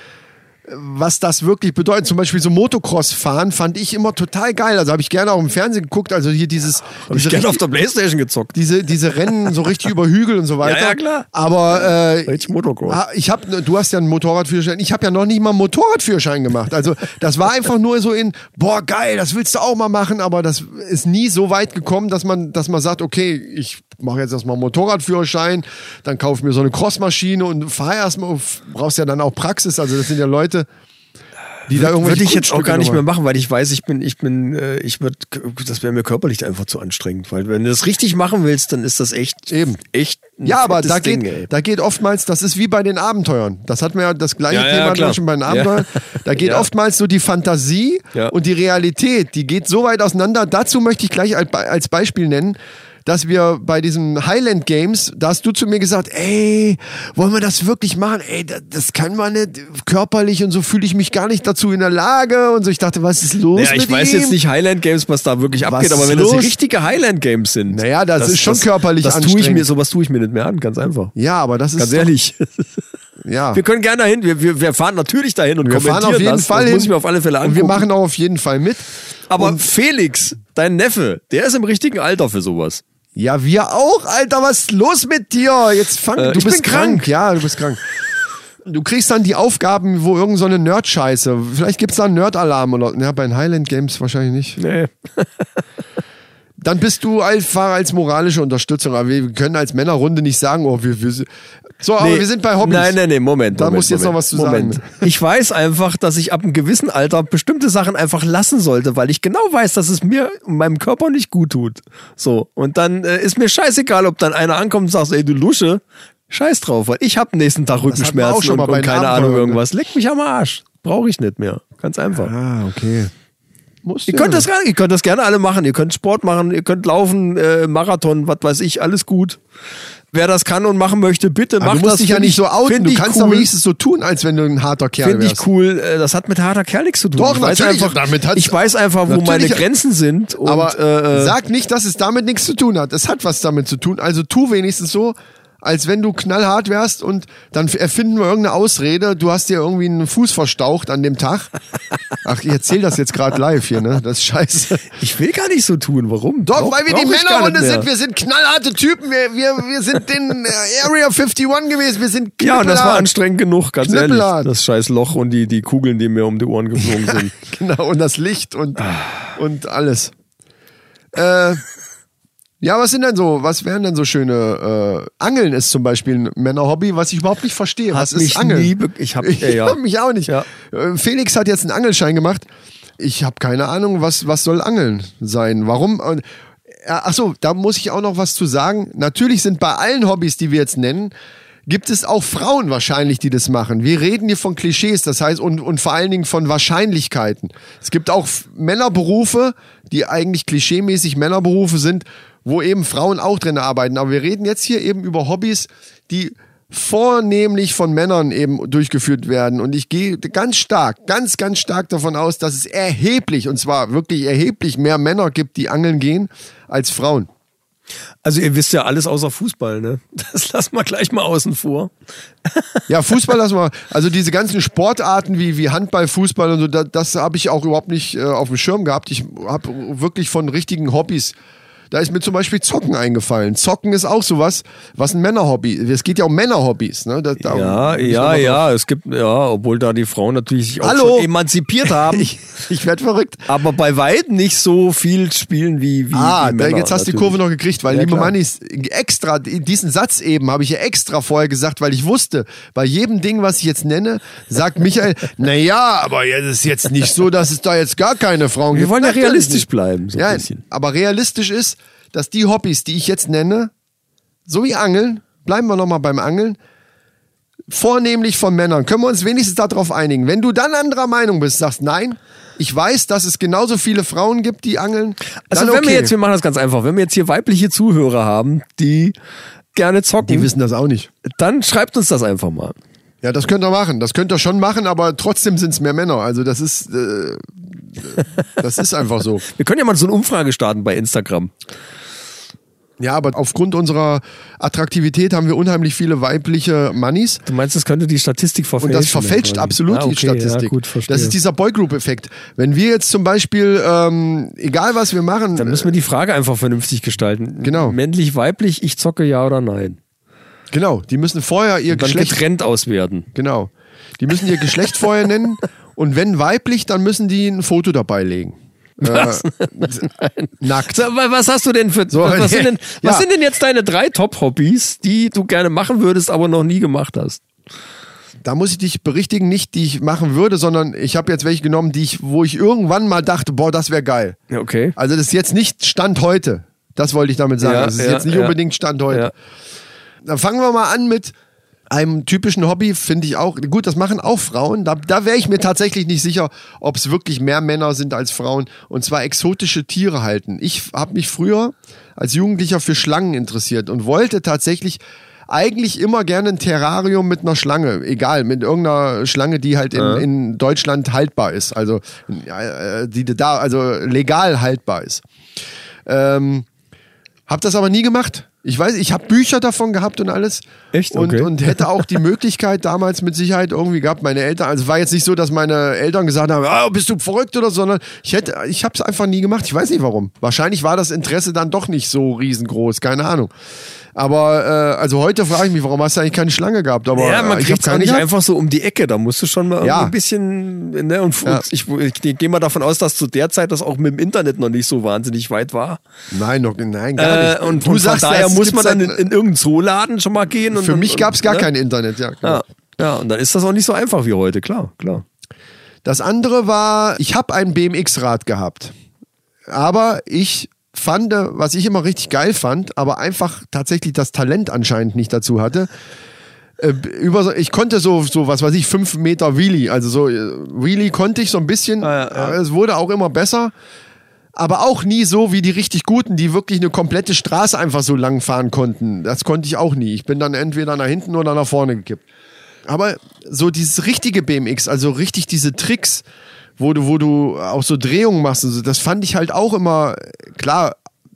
was das wirklich bedeutet. Zum Beispiel so Motocross-Fahren fand ich immer total geil. Also habe ich gerne auch im Fernsehen geguckt. Also hier dieses... Hab ich diese gern richtig- auf der Playstation gezockt. diese, diese Rennen so richtig über Hügel und so weiter. Ja, ja, klar. Aber äh, Richtig Motocross. ah, ich hab, du hast ja einen Motorradführerschein. Ich habe ja noch nicht mal einen Motorradführerschein gemacht. Also das war einfach nur so in, boah geil, das willst du auch mal machen, aber das ist nie so weit gekommen, dass man, dass man sagt, okay, ich mache jetzt erstmal einen Motorradführerschein, dann kauf mir so eine Crossmaschine und fahr erstmal, brauchst ja dann auch Praxis. Also das sind ja Leute, die da irgendwelche Würde ich jetzt auch Kunststücke gar nicht noch mehr machen. machen, weil ich weiß, ich bin, ich bin, äh, ich würde, das wäre mir körperlich einfach zu anstrengend, weil wenn du das richtig machen willst, dann ist das echt, Eben. echt. ein Ja, aber fettes da Ding, geht, ey. da geht oftmals, das ist wie bei den Abenteuern. Das hatten wir ja das gleiche Ja, ja, Thema hatten wir klar. schon bei den Ja. Abenteuern. Da geht Ja. oftmals so die Fantasie Ja. und die Realität, die geht so weit auseinander. Dazu möchte ich gleich als Be- als Beispiel nennen, dass wir bei diesen Highland Games, da hast du zu mir gesagt, ey, wollen wir das wirklich machen? Ey, da- das kann man nicht körperlich und so fühle ich mich gar nicht dazu in der Lage. Und so, ich dachte, was ist los? Naja, ich mit weiß ihm? jetzt nicht Highland Games, was da wirklich abgeht, aber ist wenn los? das richtige Highland Games sind. Naja, das ist schon körperlich das tue ich mir, anstrengend. Sowas tue ich mir nicht mehr an, ganz einfach. Ja, aber das ist. Ganz ehrlich. Doch, ja. Wir können gerne dahin. Wir, wir, wir fahren natürlich dahin und Wir kommentieren fahren auf jeden das. Fall das hin. muss ich mir auf alle Fälle angucken. Und wir machen auch auf jeden Fall mit. aber Felix, dein Neffe, der ist im richtigen Alter für sowas. Ja, wir auch, Alter, was ist los mit dir? Jetzt fang, Äh, du ich bist bin krank. krank. Ja, du bist krank. Du kriegst dann die Aufgaben, wo irgend so eine Nerd-Scheiße. Vielleicht gibt's da einen Nerd-Alarm oder. Ja, bei den Highland Games wahrscheinlich nicht. Nee. Dann bist du einfach als moralische Unterstützung. Aber wir können als Männerrunde nicht sagen, oh, wir. wir sind- so, aber wir sind bei Hobbys. Nein, nein, nein, Moment. Da Moment, musst du jetzt Moment, noch was zu Moment. sagen. Ich weiß einfach, dass ich ab einem gewissen Alter bestimmte Sachen einfach lassen sollte, weil ich genau weiß, dass es mir und meinem Körper nicht gut tut. So. Und dann äh, ist mir scheißegal, ob dann einer ankommt und sagt, ey, du Lusche, scheiß drauf, weil ich hab nächsten Tag hatten wir Rückenschmerzen auch schon mal und, bei und den keine Ahnung Abenteuern, ne? irgendwas. Leck mich am Arsch. Brauche ich nicht mehr. Ganz einfach. Ah, okay. Muss Ihr ja. könnt, das, gerne- ihr könnt das gerne alle machen. Ihr könnt Sport machen, ihr könnt laufen, äh, Marathon, was weiß ich, alles gut. Wer das kann und machen möchte, bitte Aber macht du musst das. dich ja Find nicht so ich- outen. find Du ich kannst cool, doch wenigstens so tun, als wenn du ein harter Kerl Finde wärst. ich cool. Äh, Das hat mit harter Kerl nichts zu tun. Doch, ich weiß natürlich, einfach, damit hat's- ich weiß einfach wo meine Natürlich- Grenzen sind. Und, Aber äh, sag nicht, dass es damit nichts zu tun hat. Es hat was damit zu tun. Also tu wenigstens so, als wenn du knallhart wärst und dann f- erfinden wir irgendeine Ausrede. Du hast dir irgendwie einen Fuß verstaucht an dem Tag. Ach, ich erzähle das jetzt gerade live hier, ne? Das ist scheiße. ich will gar nicht so tun. Warum? Doch, Brauch- weil wir die brauch ich gar Männerrunde nicht mehr. sind. Wir sind knallharte Typen. Wir, wir, wir sind den äh, Area 51 gewesen. Wir sind Ja, und das war knüppelhart. anstrengend genug, ganz ehrlich. Knüppelhart. Das scheiß Loch und die, die Kugeln, die mir um die Ohren geflogen sind. Genau, und das Licht und, und alles. Äh, ja, was sind denn so, was wären denn so schöne, äh, Angeln ist zum Beispiel ein Männerhobby, was ich überhaupt nicht verstehe. Hat was ist mich Angeln? nie be- ich hab- ich ja, ja. hab mich auch nicht. Ja. Äh, Felix hat jetzt einen Angelschein gemacht. Ich habe keine Ahnung, was, was soll Angeln sein? Warum? Und, äh, achso, da muss ich auch noch was zu sagen. Natürlich sind bei allen Hobbys, die wir jetzt nennen, gibt es auch Frauen wahrscheinlich, die das machen. Wir reden hier von Klischees, das heißt, und, und vor allen Dingen von Wahrscheinlichkeiten. Es gibt auch F- Männerberufe, die eigentlich klischeemäßig Männerberufe sind, wo eben Frauen auch drin arbeiten. Aber wir reden jetzt hier eben über Hobbys, die vornehmlich von Männern eben durchgeführt werden. Und ich gehe ganz stark, ganz, ganz stark davon aus, dass es erheblich, und zwar wirklich erheblich mehr Männer gibt, die angeln gehen, als Frauen. Also ihr wisst ja alles außer Fußball, ne? Das lassen wir gleich mal außen vor. Ja, Fußball lassen wir. Also diese ganzen Sportarten wie, wie Handball, Fußball und so, das, das habe ich auch überhaupt nicht äh, auf dem Schirm gehabt. Ich habe wirklich von richtigen Hobbys. Da ist mir zum Beispiel Zocken eingefallen. Zocken ist auch sowas, was ein Männerhobby. Es geht ja um Männerhobbys, ne? Da, da Ja, muss man ja, mal drauf- ja. Es gibt, ja, obwohl da die Frauen natürlich sich auch Hallo? schon emanzipiert haben. Ich, ich werde verrückt. aber bei weitem nicht so viel spielen wie, wie Ah, wie da, Männer, jetzt hast du die natürlich. Kurve noch gekriegt, weil, Ja, liebe klar. Mannis, extra, diesen Satz eben habe ich ja extra vorher gesagt, weil ich wusste, bei jedem Ding, was ich jetzt nenne, sagt Michael, naja, aber jetzt ist jetzt nicht so, dass es da jetzt gar keine Frauen Wir gibt. wollen ja Natürlich realistisch nicht. bleiben, so ein ja, bisschen. aber realistisch ist, dass die Hobbys, die ich jetzt nenne, so wie Angeln, bleiben wir nochmal beim Angeln, vornehmlich von Männern. Können wir uns wenigstens darauf einigen? Wenn du dann anderer Meinung bist, sagst nein, ich weiß, dass es genauso viele Frauen gibt, die angeln. Also dann wenn wir okay. jetzt, wir machen das ganz einfach, wenn wir jetzt hier weibliche Zuhörer haben, die gerne zocken, Die wissen das auch nicht. dann schreibt uns das einfach mal. Ja, das könnt ihr machen. Das könnt ihr schon machen, aber trotzdem sind es mehr Männer. Also das ist, äh, das ist einfach so. Wir können ja mal so eine Umfrage starten bei Instagram. Ja, aber aufgrund unserer Attraktivität haben wir unheimlich viele weibliche Mannis. Du meinst, das könnte die Statistik verfälschen? Und das verfälscht quasi. absolut Ah, die okay, Statistik. Ja, gut, verstehe. das ist dieser Boygroup-Effekt. Wenn wir jetzt zum Beispiel, ähm, egal was wir machen, Dann müssen wir die Frage einfach vernünftig gestalten. Genau. Männlich, weiblich, ich zocke ja oder nein. genau, die müssen vorher ihr Dann Geschlecht getrennt auswerten. Genau. Die müssen ihr Geschlecht vorher nennen und wenn weiblich, dann müssen die ein Foto dabei legen. Was? Äh, nackt. So, wa- was hast du denn für So, was, sind denn, ja. was sind denn jetzt deine drei Top-Hobbys, die du gerne machen würdest, aber noch nie gemacht hast? Da muss ich dich berichtigen, nicht die ich machen würde, sondern ich habe jetzt welche genommen, die ich, wo ich irgendwann mal dachte, boah, das wäre geil. Ja, okay. Also das ist jetzt nicht Stand heute. Das wollte ich damit sagen. Ja, das ist ja, jetzt nicht ja. unbedingt Stand heute. Ja. Dann fangen wir mal an mit einem typischen Hobby, finde ich auch. Gut, das machen auch Frauen. Da, da wäre ich mir tatsächlich nicht sicher, ob es wirklich mehr Männer sind als Frauen. Und zwar exotische Tiere halten. Ich habe mich früher als Jugendlicher für Schlangen interessiert und wollte tatsächlich eigentlich immer gerne ein Terrarium mit einer Schlange, egal, mit irgendeiner Schlange, die halt in, in Deutschland haltbar ist, also äh, die da, also legal haltbar ist. Ähm, hab das aber nie gemacht. Ich weiß, ich habe Bücher davon gehabt und alles. Echt? Und, Okay. und hätte auch die Möglichkeit damals mit Sicherheit irgendwie gehabt, meine Eltern, also war jetzt nicht so, dass meine Eltern gesagt haben, ah, bist du verrückt oder so, sondern ich hätte, ich habe es einfach nie gemacht. Ich weiß nicht warum. Wahrscheinlich war das Interesse dann doch nicht so riesengroß, keine Ahnung. Aber äh, also heute frage ich mich, warum hast du eigentlich keine Schlange gehabt? Aber Ja, man äh, ich kriegt habe es auch keine nicht gehabt. einfach so um die Ecke. Da musst du schon mal Ja. irgendwie ein bisschen. Ne, und, Ja. und ich, ich, gehe mal davon aus, dass zu der Zeit das auch mit dem Internet noch nicht so wahnsinnig weit war. Nein, noch, nein, gar Äh, nicht. und du sagst, ja, daher es muss gibt man dann in, seit- in irgendeinen Zooladen schon mal gehen. Und, Für und, mich und- gab es gar ne? kein Internet, ja. genau. Ja. ja, und dann ist das auch nicht so einfach wie heute, klar, klar. Das andere war, ich habe ein BMX-Rad gehabt. Aber ich fand, was ich immer richtig geil fand, aber einfach tatsächlich das Talent anscheinend nicht dazu hatte, äh, über, so- ich konnte so, so, was weiß ich, fünf Meter Wheelie. Also so äh, Wheelie konnte ich so ein bisschen. Äh, Es wurde auch immer besser. Aber auch nie so wie die richtig Guten, die wirklich eine komplette Straße einfach so lang fahren konnten. Das konnte ich auch nie. Ich bin dann entweder nach hinten oder nach vorne gekippt. Aber so dieses richtige BMX, also richtig diese Tricks, wo du, wo du auch so Drehungen machst und so, das fand ich halt auch immer, klar,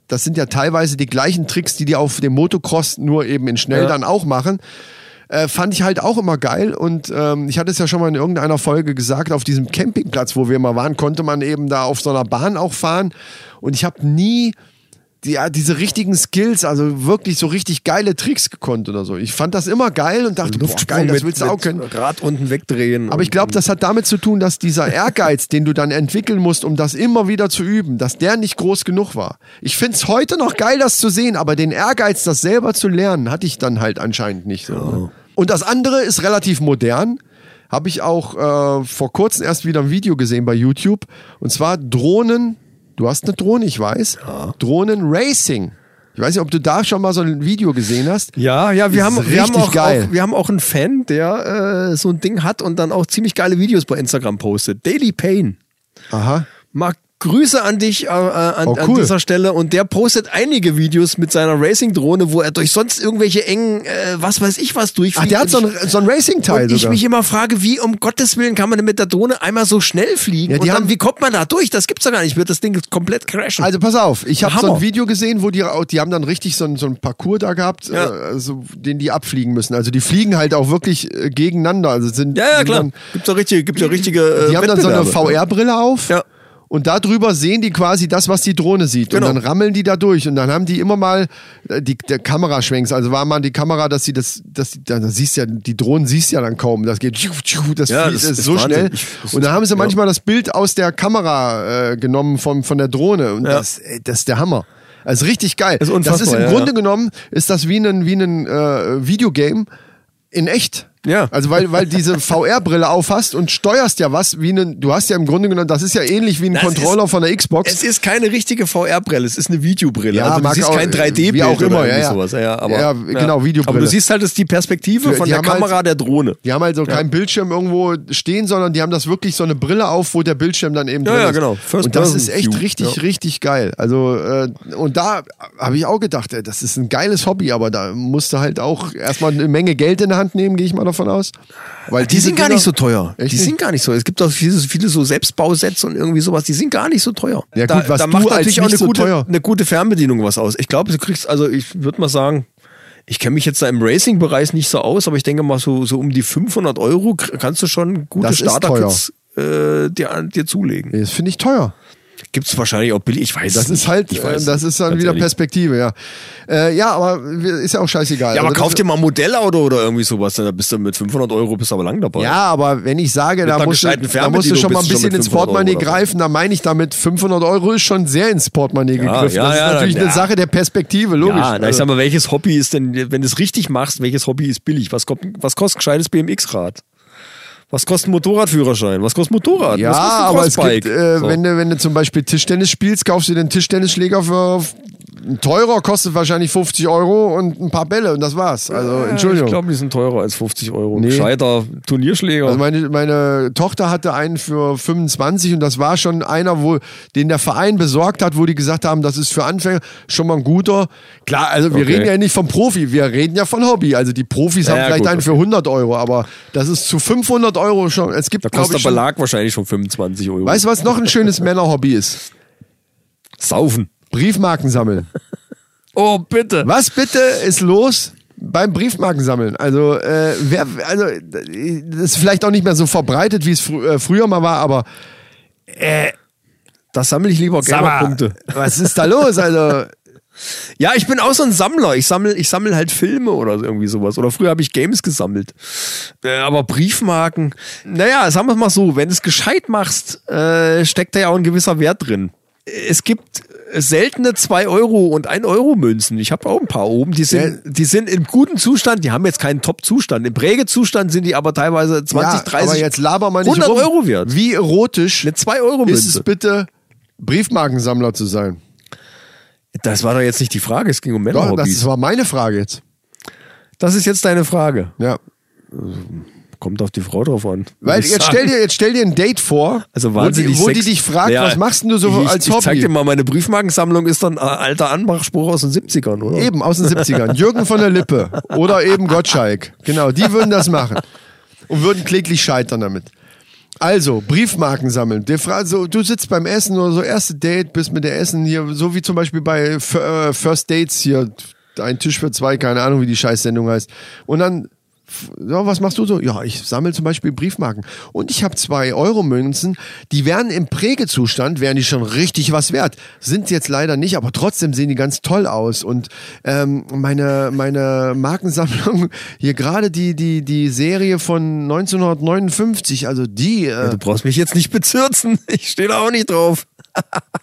das sind ja teilweise die gleichen Tricks, die die auf dem Motocross nur eben in schnell dann auch machen. Äh, fand ich halt auch immer geil und ähm, ich hatte es ja schon mal in irgendeiner Folge gesagt, auf diesem Campingplatz, wo wir mal waren, konnte man eben da auf so einer Bahn auch fahren und ich habe nie die, ja, diese richtigen Skills, also wirklich so richtig geile Tricks gekonnt oder so. Ich fand das immer geil und dachte, boah, geil, das willst du auch können. Rad unten wegdrehen. Aber ich glaube, das hat damit zu tun, dass dieser Ehrgeiz, den du dann entwickeln musst, um das immer wieder zu üben, dass der nicht groß genug war. Ich finde es heute noch geil, das zu sehen, aber den Ehrgeiz, das selber zu lernen, hatte ich dann halt anscheinend nicht. So, ne? Und das andere ist relativ modern. Habe ich auch äh, vor kurzem erst wieder ein Video gesehen bei YouTube. Und zwar Drohnen. Du hast eine Drohne, ich weiß. Drohnen Racing. Ich weiß nicht, ob du da schon mal so ein Video gesehen hast. Ja, ja, wir Ist haben, wir haben richtig auch, geil. auch, wir haben auch einen Fan, der äh, so ein Ding hat und dann auch ziemlich geile Videos bei Instagram postet. Daily Pain. Aha. Marc, Grüße an dich äh, äh, an, Oh, an cool. dieser Stelle und der postet einige Videos mit seiner Racing-Drohne, wo er durch sonst irgendwelche engen, äh, was weiß ich was durchfliegt. Ach, der hat Und so einen, ich- so einen Racing-Teil. und ich sogar. mich immer frage, wie um Gottes Willen kann man denn mit der Drohne einmal so schnell fliegen? Ja, die und dann, haben- wie kommt man da durch? Das gibt's doch gar nicht. Wird das Ding komplett crashen? Also pass auf, ich habe so Hammer. ein Video gesehen, wo die, au- die haben dann richtig so, ein- so einen Parcours da gehabt, Ja. äh, also, den die abfliegen müssen. Also die fliegen halt auch wirklich äh, gegeneinander. Also sind, ja, ja, sind klar. Dann, Gibt's ja richtige, gibt's ja richtige äh, die haben dann so eine Wettbewerbe. VR-Brille auf. Ja. Und darüber sehen die quasi das, was die Drohne sieht. Genau. Und dann rammeln die da durch. Und dann haben die immer mal äh, die, der Kameraschwenks. Also war mal die Kamera, dass sie das, dass die, dann siehst ja, die Drohnen siehst ja dann kaum. Das geht, tschu, tschu, das Ja, fliegt das ist ist so Wahnsinn. schnell. Ich- das und ist- dann haben sie ja. manchmal das Bild aus der Kamera äh, genommen von, von der Drohne. Und Ja. das, ey, das ist der Hammer. Also richtig geil. Ist unfassbar, das ist im ja, Grunde ja. genommen, ist das wie ein, wie ein äh, Videogame in echt. Ja. Also weil, weil diese VR-Brille aufhast und steuerst ja was wie einen, du hast ja im Grunde genommen, das ist ja ähnlich wie ein Das Controller von der Xbox. Es ist keine richtige VR-Brille, es ist eine Videobrille. Ja, also du mag siehst auch- kein 3D-Bild wie auch immer, oder irgendwie ja, ja. sowas. Ja, ja, aber, Ja, genau, Videobrille. Aber du siehst halt, dass die Perspektive Die- von die der haben halt- Kamera der Drohne. Die haben halt so keinen Bildschirm irgendwo stehen, sondern die haben das wirklich so eine Brille auf, wo der Bildschirm dann eben Ja, drin ja, ist. genau. First und das Person ist echt View, richtig, ja. richtig geil. Also äh, und da habe ich auch gedacht, ey, das ist ein geiles Hobby, aber da musst du halt auch erstmal eine Menge Geld in der Hand nehmen, gehe ich mal davon aus. Weil Die diese sind gar Dinger- nicht so teuer. Echt die nicht? sind gar nicht so. Es gibt auch viele, viele so Selbstbausets und irgendwie sowas, die sind gar nicht so teuer. Ja, da, gut, was da du macht als natürlich auch nicht eine, so gute, teuer. eine gute Fernbedienung was aus. Ich glaube, du kriegst, also ich würde mal sagen, ich kenne mich jetzt da im Racing-Bereich nicht so aus, aber ich denke mal so, so um die 500 Euro kr- kannst du schon gute Das ist Starterkits äh, dir, an- dir zulegen. Nee, Das finde ich teuer. Gibt es wahrscheinlich auch billig, ich weiß es Das nicht. ist halt, ich weiß äh, das nicht, ist dann ganz wieder ehrlich. Perspektive, ja. Äh, ja, aber wir- ist ja auch scheißegal. Ja, aber Also kauf das- dir mal ein Modellauto oder irgendwie sowas, dann bist du mit 500 Euro bist du aber lang dabei. Ja, aber wenn ich sage, da einer musst, du, da gescheiten musst du Fernbedienung schon mal ein bist du schon bisschen mit ins 500 Euro Portemonnaie dabei. greifen, da meine ich damit, 500 Euro ist schon sehr ins Portemonnaie gegriffen. ja, das ist ja, natürlich dann, eine ja. Sache der Perspektive, logisch. Ja, na, ich Also- sag mal, welches Hobby ist denn, wenn du es richtig machst, welches Hobby ist billig? Was, kommt, was kostet ein gescheites BMX-Rad? Was kostet ein Motorradführerschein? Was kostet ein Motorrad? Äh, Ja, was kostet ein aber es Crossbike? gibt, äh, So. wenn, du, wenn du zum Beispiel Tischtennis spielst, kaufst du den Tischtennisschläger für ein teurer, kostet wahrscheinlich 50 Euro und ein paar Bälle und das war's. Also, Entschuldigung. Äh, Ich glaube, die sind teurer als 50 Euro. Nee. Nee. Scheiter, Turnierschläger. Also meine, meine Tochter hatte einen für 25 und das war schon einer, wo, den der Verein besorgt hat, wo die gesagt haben, das ist für Anfänger schon mal ein guter. Klar, also wir Okay. reden ja nicht vom Profi, wir reden ja von Hobby. Also die Profis Ja, haben ja, vielleicht gut, einen für 100 Euro, aber das ist zu 500 Euro schon. Es gibt, da glaub kostet ich, der schon, Belag wahrscheinlich schon 25 Euro. weißt du, was noch ein schönes Männerhobby ist? Saufen. Briefmarken sammeln. Oh, bitte. Was bitte ist los beim Briefmarkensammeln? Also, äh, wer, also äh, das ist vielleicht auch nicht mehr so verbreitet, wie es frü äh, früher mal war, aber Das sammle ich lieber Sag mal, gerne Punkte. Was ist da los? Also, Ja, ich bin auch so ein Sammler. Ich sammle ich sammel halt Filme oder so irgendwie sowas. Oder früher habe ich Games gesammelt. Äh, aber Briefmarken. Naja, sagen wir es mal so, wenn du es gescheit machst, äh, steckt da ja auch ein gewisser Wert drin. Es gibt seltene 2 Euro und 1 Euro Münzen. Ich habe auch ein paar oben. Die sind, die sind in gutem Zustand, die haben jetzt keinen Top-Zustand. Im Prägezustand sind die aber teilweise 20, ja, 30, aber jetzt laber mal nicht 100 rum. Euro wert. Wie erotisch Eine 2 Euro ist es Münze. bitte, Briefmarkensammler zu sein? Das war doch jetzt nicht die Frage, es ging um Doch, Männerhobbys. das war meine Frage jetzt. das ist jetzt deine Frage. Ja. Kommt auf die Frau drauf an. Weil Muss ich jetzt sagen. stell, dir, jetzt stell dir ein Date vor, also wo, die, wahnsinnig wo die sex- dich fragt, Ja, was machst denn du so ich, als ich, Ich zeig Hobby? dir mal, meine Briefmarkensammlung ist dann ein äh, alter Anmachspruch aus den 70ern, oder? Eben, aus den 70ern. Jürgen von der Lippe oder eben Gottschalk. Genau, die würden das machen. Und würden kläglich scheitern damit. Also, Briefmarken sammeln. Der Fra so, du sitzt beim Essen oder so, erste Date, bist mit der Essen hier, so wie zum Beispiel bei F äh, First Dates hier, ein Tisch für zwei, keine Ahnung, wie die Scheißsendung heißt. Und dann, f- ja, was machst du so? Ja, ich sammle zum Beispiel Briefmarken. Und ich habe zwei Euro-Münzen, die wären im Prägezustand, wären die schon richtig was wert. Sind sie jetzt leider nicht, aber trotzdem sehen die ganz toll aus. Und ähm, meine, meine Markensammlung, hier gerade die, die, die Serie von 1959, also die. Äh, Du brauchst mich jetzt nicht bezürzen. Ich stehe da auch nicht drauf.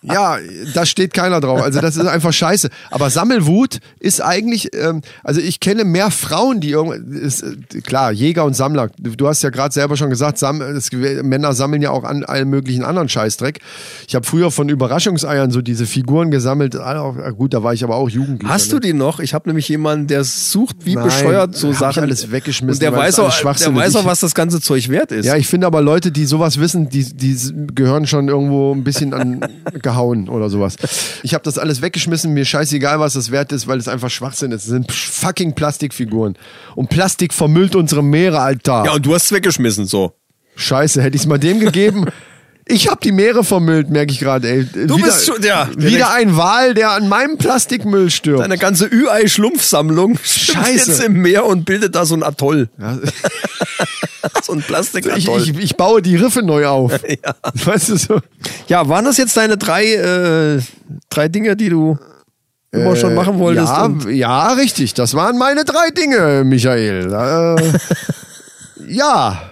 ja, da steht keiner drauf. Also das ist einfach scheiße. Aber Sammelwut ist eigentlich, ähm, also ich kenne mehr Frauen, die irgendwann, äh, klar, Jäger und Sammler. Du du hast ja gerade selber schon gesagt, Sam, es, Männer sammeln ja auch an allen möglichen anderen Scheißdreck. Ich habe früher von Überraschungseiern so diese Figuren gesammelt. Alle auch- ah, Gut, da war ich aber auch jugendlich. Hast du die noch? Ich habe nämlich jemanden, der sucht wie ne? Nein, bescheuert so hab ich Sachen. alles weggeschmissen, Und der weil es weiß, auch, alles der schwachsinnig weiß auch, ist. was das ganze Zeug wert ist. Ja, ich finde aber Leute, die sowas wissen, die, die s- gehören schon irgendwo ein bisschen an gehauen oder sowas. Ich habe das alles weggeschmissen, mir scheißegal, was das wert ist, weil es einfach Schwachsinn ist. Es sind psch- fucking Plastikfiguren. Und Plastik vermüllt unsere Meere, Alter. Ja, und du hast es weggeschmissen, so. Scheiße, hätte ich es mal dem gegeben. Ich habe die Meere vermüllt, merke ich gerade, ey. Du bist schon- ja, der Wieder ein Wal, der an meinem Plastikmüll stirbt. Deine ganze Ü-Ei-Schlumpfsammlung schwimmt Scheiße. jetzt im Meer und bildet da so ein Atoll. so ein ich, Plastikatoll. ich, ich baue die Riffe neu auf. Ja. Weißt du so? ja, waren das jetzt deine drei, äh, drei Dinge, die du immer schon machen wolltest? Äh, Ja, und- ja, richtig. Das waren meine drei Dinge, Michael. Äh, ja.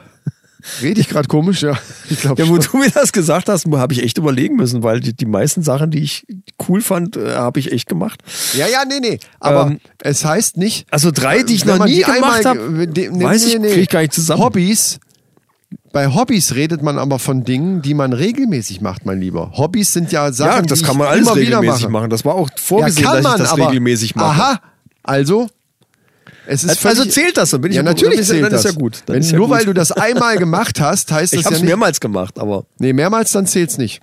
Rede ich gerade komisch, ja. Ich glaube ja, wo du mir das gesagt hast, habe ich echt überlegen müssen, weil die, die meisten Sachen, die ich cool fand, äh, habe ich echt gemacht. ja, ja, nee, nee. Aber Ähm, es heißt nicht. äh, Also drei, die ich wenn noch man nie die einmal gemacht ge- habe, die- nee, weiß nee, ich, nee. kriege ich gar nicht zusammen. Hobbys. Bei Hobbys redet man aber von Dingen, die man regelmäßig macht, mein Lieber. Hobbys sind ja Sachen, ja, das die kann ich man alles immer wieder regelmäßig mache. machen. Das war auch vorgesehen, ja, kann dass man, ich das aber, regelmäßig mache. Aha, also es ist Also völlig- zählt das, dann bin ich ja ja- natürlich dann ist ja- zählt dann das. ist ja gut, dann Wenn, ist ja nur gut. weil du das einmal gemacht hast, heißt Ich das habe ja es nicht. mehrmals gemacht, aber nee, mehrmals dann zählt's nicht.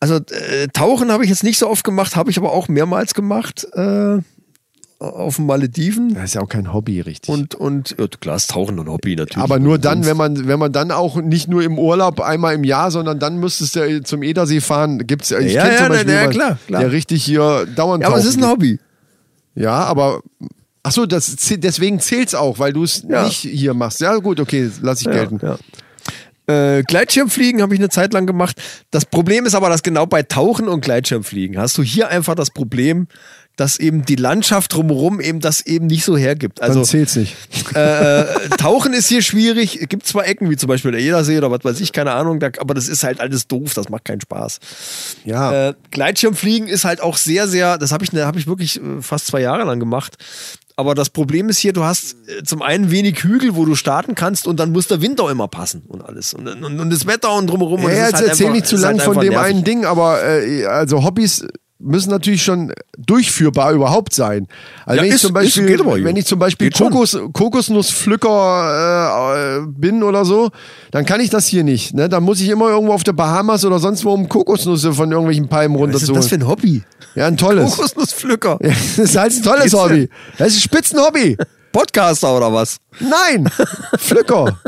also äh, Tauchen habe ich jetzt nicht so oft gemacht, habe ich aber auch mehrmals gemacht äh, auf den Malediven Das ist ja auch kein Hobby, richtig. und und ja, klar ist Tauchen ein Hobby natürlich. ne? aber nur dann, wenn man, wenn man dann auch nicht nur im Urlaub einmal im Jahr, sondern dann müsstest du ja zum Edersee fahren. Gibt's, ich Ja, kenn ja, zum na, Beispiel na, jemanden, klar, klar. der richtig hier dauernd ja, aber es tauchen ist ein geht. Hobby. Ja, aber ach so, das zäh- deswegen zählt's auch, weil du es Ja. nicht hier machst. Ja, gut, okay, lass ich gelten. Ja. Äh, Gleitschirmfliegen habe ich eine Zeit lang gemacht. Das Problem ist aber, dass genau bei Tauchen und Gleitschirmfliegen hast du hier einfach das Problem, dass eben die Landschaft drumherum eben das eben nicht so hergibt. Dann Also zählt's nicht. äh, Tauchen ist hier schwierig. Es gibt zwar Ecken, wie zum Beispiel der Edersee oder was weiß ich, keine Ahnung, da, aber das ist halt alles doof, das macht keinen Spaß. Ja. Äh, Gleitschirmfliegen ist halt auch sehr, sehr, das habe ich, ne, hab ich wirklich äh, fast zwei Jahre lang gemacht. Aber das Problem ist hier, du hast äh, zum einen wenig Hügel, wo du starten kannst und dann muss der Wind auch immer passen und alles. Und, und, und das Wetter und drumherum. Ja, und das ja, ist jetzt halt erzähl einfach- nicht zu ist lang halt von einfach dem nervig. einen Ding, aber äh, also Hobbys müssen natürlich schon durchführbar überhaupt sein. Also Ja, wenn, ich ist- zum Beispiel, ist- geht aber, Junge. wenn ich zum Beispiel Geht schon. Kokos, Kokosnusspflücker äh, äh, bin oder so, dann kann ich das hier nicht. Ne? Dann muss ich immer irgendwo auf der Bahamas oder sonst wo um Kokosnüsse von irgendwelchen Palmen Was ist denn runterzuholen. das für ein Hobby? ja, ein tolles. Kokosnusspflücker. das ist halt ein tolles Geht's denn? Hobby. Das ist ein Spitzenhobby. Podcaster oder was? Nein, Pflücker,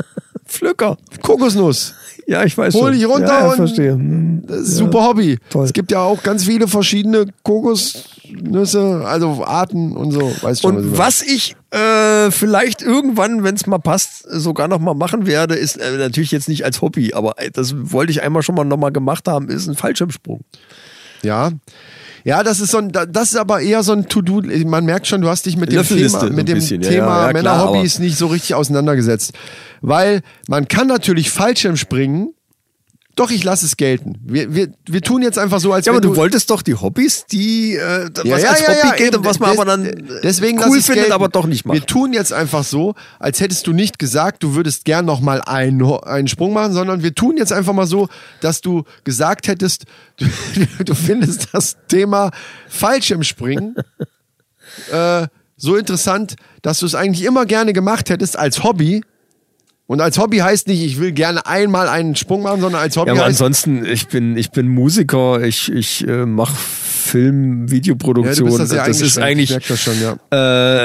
Pflücker. Kokosnuss. Ja, ich weiß Hol schon. dich runter ja, ja, und- verstehe. Hm. Das ist ein super Hobby. toll. Es gibt ja auch ganz viele verschiedene Kokosnüsse, also Arten und so. Weißt schon, Und ich was ich äh, vielleicht irgendwann, wenn es mal passt, sogar noch mal machen werde, ist äh, natürlich jetzt nicht als Hobby, aber äh, das wollte ich einmal schon mal noch mal gemacht haben, ist ein Fallschirmsprung. meine. Ja. Ja, das ist so ein, da- das ist aber eher so ein To-Do. Man merkt schon, du hast dich mit dem Löffelliste Thema, so mit ein dem bisschen, ja, Thema ja, ja, klar, Männerhobbys nicht so richtig auseinandergesetzt. Weil man kann natürlich Fallschirm springen. Doch, ich lasse es gelten. Wir, wir, wir tun jetzt einfach so, als Ja, aber wenn du, wolltest doch die Hobbys, die äh, was Ja, ja, als ja, Hobby ja, geht eben. und was man Des- aber dann äh, deswegen lass cool ich's findet, gelten. aber doch nicht macht. Wir tun jetzt einfach so, als hättest du nicht gesagt, du würdest gern noch mal einen, Ho- einen Sprung machen, sondern wir tun jetzt einfach mal so, dass du gesagt hättest, du, du findest das Thema Fallschirmspringen äh, so interessant, dass du es eigentlich immer gerne gemacht hättest als Hobby. Und als Hobby heißt nicht, ich will gerne einmal einen Sprung machen, sondern als Hobby Ja, aber heißt, ansonsten, ich bin, ich bin Musiker, ich, ich äh, mache Film, Videoproduktion. Ja, du bist da sehr das ist eingeschränkt, eigentlich, ich merk das schon, ja.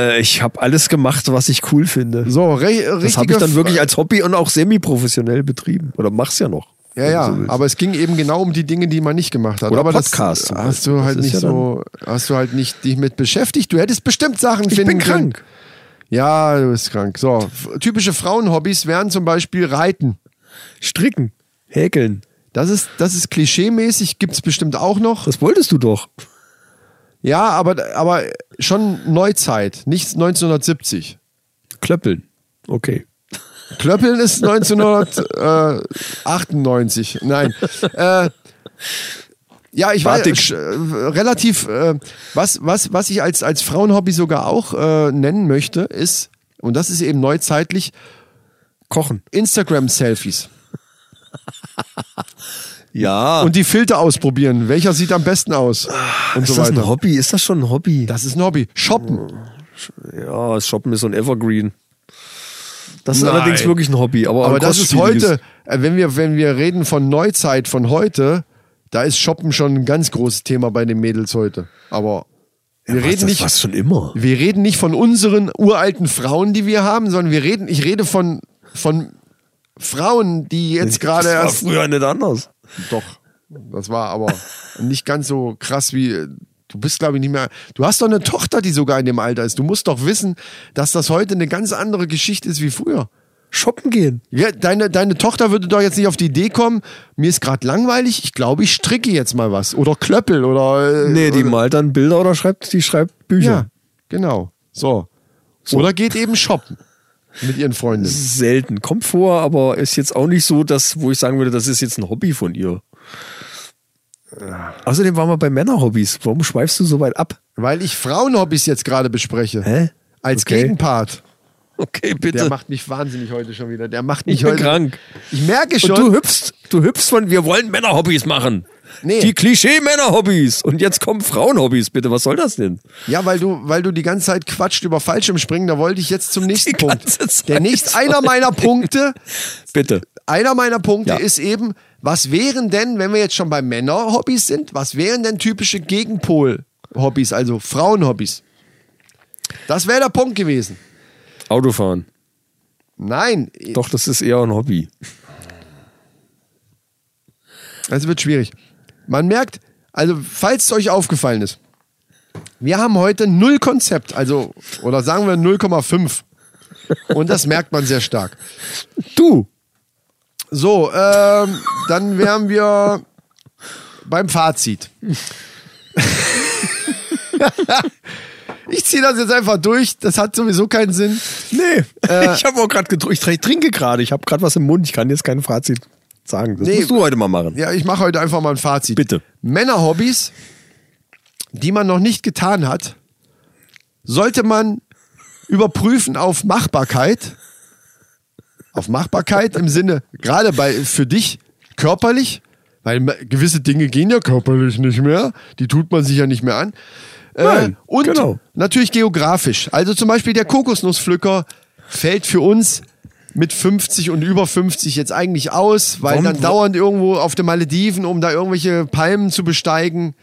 äh, ich habe alles gemacht, was ich cool finde. so, re das habe ich dann wirklich als Hobby und auch semi-professionell betrieben. Oder mach's ja noch. Ja, wenn ja, du so willst. aber es ging eben genau um die Dinge, die man nicht gemacht hat. Oder aber Podcasts zum Das hast Beispiel. du Das halt ist nicht ja so, hast du halt nicht dich mit beschäftigt. Du hättest bestimmt Sachen ich finden bin können. krank. Ja, du bist krank. So, f- typische Frauenhobbys wären zum Beispiel Reiten. Stricken, häkeln. Das ist, das ist klischeemäßig, gibt's bestimmt auch noch. Das wolltest du doch. Ja, aber, aber schon Neuzeit, nicht 1970. Klöppeln. Okay. Klöppeln ist 1998. Nein. Äh, ja, ich weiß, Batik. sch- äh, relativ, äh, was, was, was ich als, als Frauenhobby sogar auch äh, nennen möchte, ist, und das ist eben neuzeitlich, Kochen. Instagram-Selfies. Ja. Und die Filter ausprobieren. Welcher sieht am besten aus? Und Ah, ist so das weiter. ein Hobby? Ist das schon ein Hobby? Das ist ein Hobby. Shoppen. ja, das Shoppen ist so ein Evergreen. Das ist Nein. allerdings wirklich ein Hobby. Aber, Aber ein das ist kostspieliges. heute, äh, wenn wir, wenn wir reden von Neuzeit, von heute, da ist Shoppen schon ein ganz großes Thema bei den Mädels heute. Aber wir Was, reden das nicht. war's schon immer. Wir reden nicht von unseren uralten Frauen, die wir haben, sondern wir reden, ich rede von, von Frauen, die jetzt gerade das war erst. früher nicht anders. Doch, das war aber nicht ganz so krass wie. Du bist, glaube ich, nicht mehr. Du hast doch eine Tochter, die sogar in dem Alter ist. Du musst doch wissen, dass das heute eine ganz andere Geschichte ist wie früher. Shoppen gehen. Ja, deine, deine Tochter würde doch jetzt nicht auf die Idee kommen, mir ist gerade langweilig, ich glaube, ich stricke jetzt mal was. Oder Klöppel oder. äh, Nee, die malt dann Bilder oder schreibt, die schreibt Bücher. Ja, genau. So. Oder geht eben shoppen mit ihren Freundinnen. Selten. Kommt vor, aber ist jetzt auch nicht so, dass, wo ich sagen würde, das ist jetzt ein Hobby von ihr. Außerdem waren wir bei Männerhobbys. Warum schweifst du so weit ab? Weil ich Frauenhobbys jetzt gerade bespreche. Hä? Als Okay. Gegenpart. Okay, Der bitte. macht mich wahnsinnig heute schon wieder. Der macht mich Ich bin heute. krank. Ich merke schon. Und du hüpfst, du hüpfst von, wir wollen Männerhobbys machen. Nee. Die Klischee-Männerhobbys. Und jetzt kommen Frauenhobbys, bitte. Was soll das denn? ja, weil du, weil du die ganze Zeit quatscht über Fallschirmspringen. Da wollte ich jetzt zum nächsten ganze Punkt. Zeit Der nächste, einer meiner Punkte, Bitte. einer meiner Punkte Ja. ist eben, was wären denn, wenn wir jetzt schon bei Männerhobbys sind, was wären denn typische Gegenpol-Hobbys, also Frauenhobbys? Das wäre der Punkt gewesen. Autofahren. Nein, Doch, das ist eher ein Hobby. Also wird schwierig. Man merkt, also falls es euch aufgefallen ist, wir haben heute null Konzept, also oder sagen wir 0,5. Und das merkt man sehr stark. Du. So, ähm, dann wären wir beim Fazit. ich ziehe das jetzt einfach durch, das hat sowieso keinen Sinn. Nee, Äh, ich habe auch gerade getrunken. Ich tr- ich trinke gerade. Ich habe gerade was im Mund. Ich kann jetzt kein Fazit sagen. Das Nee. musst du heute mal machen. Ja, ich mache heute einfach mal ein Fazit. Bitte. Männerhobbys, die man noch nicht getan hat, sollte man überprüfen auf Machbarkeit. Auf Machbarkeit im Sinne, gerade bei für dich körperlich, weil ma- gewisse Dinge gehen ja körperlich nicht mehr, die tut man sich ja nicht mehr an. Äh, Nein, und genau. natürlich geografisch. Also zum Beispiel der Kokosnusspflücker fällt für uns mit 50 und über 50 jetzt eigentlich aus, weil Warum- dann dauernd irgendwo auf den Malediven, um da irgendwelche Palmen zu besteigen,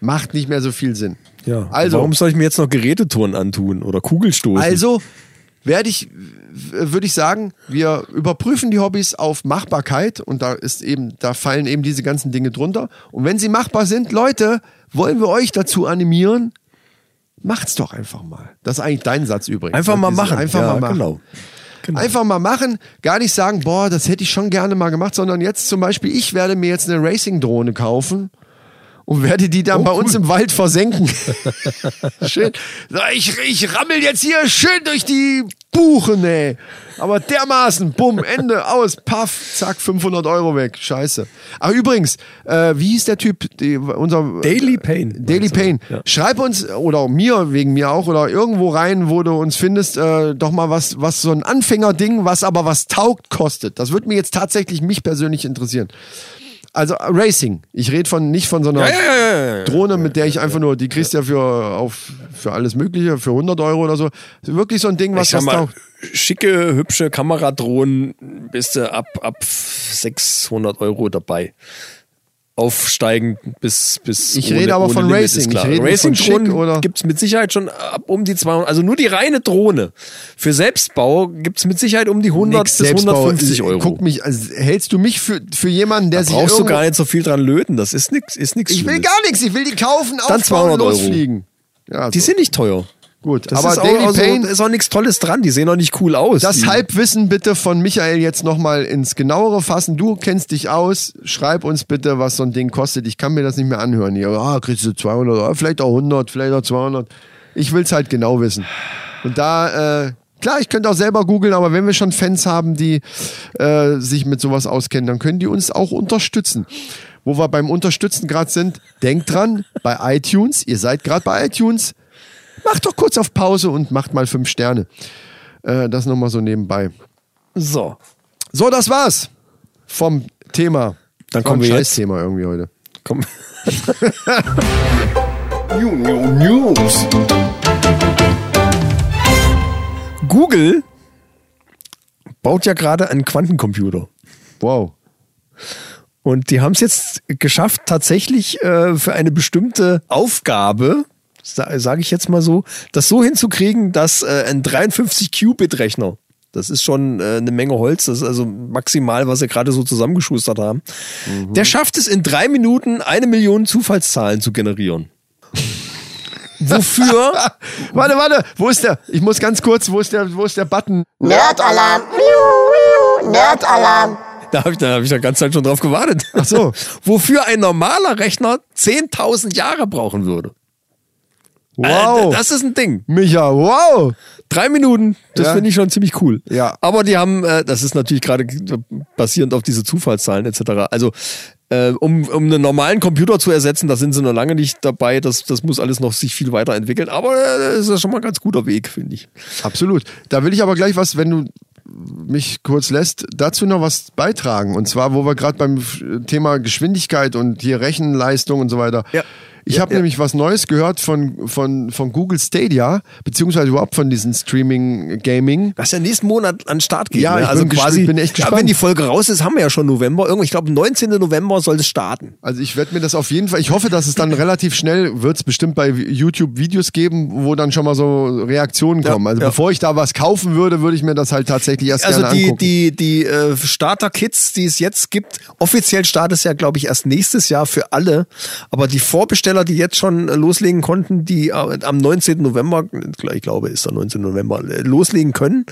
macht nicht mehr so viel Sinn. Ja. also, Warum soll ich mir jetzt noch Geräteturnen antun oder Kugelstoßen? also werde ich, würde ich sagen, wir überprüfen die Hobbys auf Machbarkeit und da ist eben, da fallen eben diese ganzen Dinge drunter. Und wenn sie machbar sind, Leute, wollen wir euch dazu animieren, macht's doch einfach mal. Das ist eigentlich dein Satz übrigens. Ne? einfach mal Dieses machen. Einfach ja, mal machen. Genau. Einfach mal machen, gar nicht sagen, boah, das hätte ich schon gerne mal gemacht, sondern jetzt zum Beispiel, ich werde mir jetzt eine Racing-Drohne kaufen und werde die dann bei uns im Wald versenken. Oh, schön. So, Ich, ich rammel jetzt hier schön durch die Buchen, ey. Aber dermaßen, bumm, Ende, aus, paff, zack, 500 Euro weg. Scheiße. Ach, übrigens, äh, wie hieß der Typ, die, unser... äh, Daily Pain. Daily Pain. Ja. Schreib uns oder mir wegen mir auch oder irgendwo rein, wo du uns findest, äh, doch mal was, was so ein Anfängerding, was aber was taugt, kostet. Das würde mir jetzt tatsächlich mich persönlich interessieren. Also äh, Racing. Ich rede von nicht von so einer Drohne, mit der ich einfach nur, die kriegst du ja für, auf, für alles Mögliche, für 100 Euro oder so. Wirklich so ein Ding, was ich sag das mal, taugt. schicke, hübsche Kameradrohnen bist du ab, ab 600 Euro dabei. Aufsteigend bis, bis. Ich rede aber von Racing. ist klar. Ich rede nicht von schick Racing-Drohnen oder- gibt's mit Sicherheit schon ab um die 200. Also nur die reine Drohne. Für Selbstbau gibt's mit Sicherheit um die 100 Nix bis Selbstbau. 150 Euro. Guck mich, also, hältst du mich für, für jemanden, der da sich brauchst du irgendwo- gar nicht so viel dran löten. Das ist nix, ist nix Ich will Schlimmes. gar nichts. Ich will die kaufen, Dann 200 aufbauen, Euro. losfliegen. Ja, Die so. sind nicht teuer. Gut, Das aber ist Daily auch, also, Pain- ist auch nichts Tolles dran. Die sehen auch nicht cool aus. Mhm. Das die, Halbwissen bitte von Michael jetzt nochmal ins genauere fassen. Du kennst dich aus. Schreib uns bitte, was so ein Ding kostet. Ich kann mir das nicht mehr anhören. Ja, ah, kriegst du 200, ah, vielleicht auch 100, vielleicht auch 200. Ich will's halt genau wissen. Und da, äh, klar, ich könnte auch selber googeln, aber wenn wir schon Fans haben, die äh, sich mit sowas auskennen, dann können die uns auch unterstützen. Wo wir beim Unterstützen gerade sind, denkt dran, bei iTunes, ihr seid gerade bei iTunes, macht doch kurz auf Pause und macht mal fünf Sterne. Äh, das nochmal so nebenbei. So. So, das war's vom Thema. Dann War ein kommen wir jetzt- Scheißthema irgendwie heute. Komm. Google baut ja gerade einen Quantencomputer. Wow. Und die haben es jetzt geschafft, tatsächlich äh, für eine bestimmte Aufgabe, sa sage ich jetzt mal so, das so hinzukriegen, dass äh, ein 53-Qubit-Rechner, das ist schon äh, eine Menge Holz, das ist also maximal, was sie gerade so zusammengeschustert haben, der schafft es in drei Minuten, eine Million Zufallszahlen zu generieren. Wofür? Warte, warte, wo ist der? Ich muss ganz kurz, wo ist der, wo ist der Button? Äh, Nerdalarm. Miu, miu. Nerdalarm. Da habe ich, da hab ich die ganze Zeit schon drauf gewartet. Ach so. Wofür ein normaler Rechner 10.000 Jahre brauchen würde. Wow. Äh, Das ist ein Ding. Micha, wow. Drei Minuten, das Ja. finde ich schon ziemlich cool. Ja. Aber die haben, äh, das ist natürlich gerade basierend auf diese Zufallszahlen etc. Also äh, um, um einen normalen Computer zu ersetzen, da sind sie noch lange nicht dabei. Das, das muss alles noch sich viel weiterentwickeln. Aber äh, das ist ja schon mal ein ganz guter Weg, finde ich. Absolut. Da will ich aber gleich was, wenn du mich kurz lässt, dazu noch was beitragen. Und zwar, wo wir gerade beim Thema Geschwindigkeit und hier Rechenleistung und so weiter. Ja. Ich Ja, habe ja. nämlich was Neues gehört von, von, von Google Stadia, beziehungsweise überhaupt von diesen Streaming Gaming. Was ja nächsten Monat an den Start geht. Ja, ne? ich also bin gespannt, quasi, bin echt Ja, gespannt. wenn die Folge raus ist, haben wir ja schon November. Irgendwie, ich glaube, 19. November soll es starten. Also ich werde mir das auf jeden Fall, ich hoffe, dass es dann relativ schnell, wird es bestimmt bei YouTube Videos geben, wo dann schon mal so Reaktionen kommen. Also ja. bevor ich da was kaufen würde, würde ich mir das halt tatsächlich erst Also gerne die, angucken. die, die äh, Starter-Kits, die es jetzt gibt, offiziell startet es ja, glaube ich, erst nächstes Jahr für alle. Aber die Vorbesteller, die jetzt schon äh, loslegen konnten, die äh, am 19. November, ich glaube, ist der 19. November, äh, loslegen können,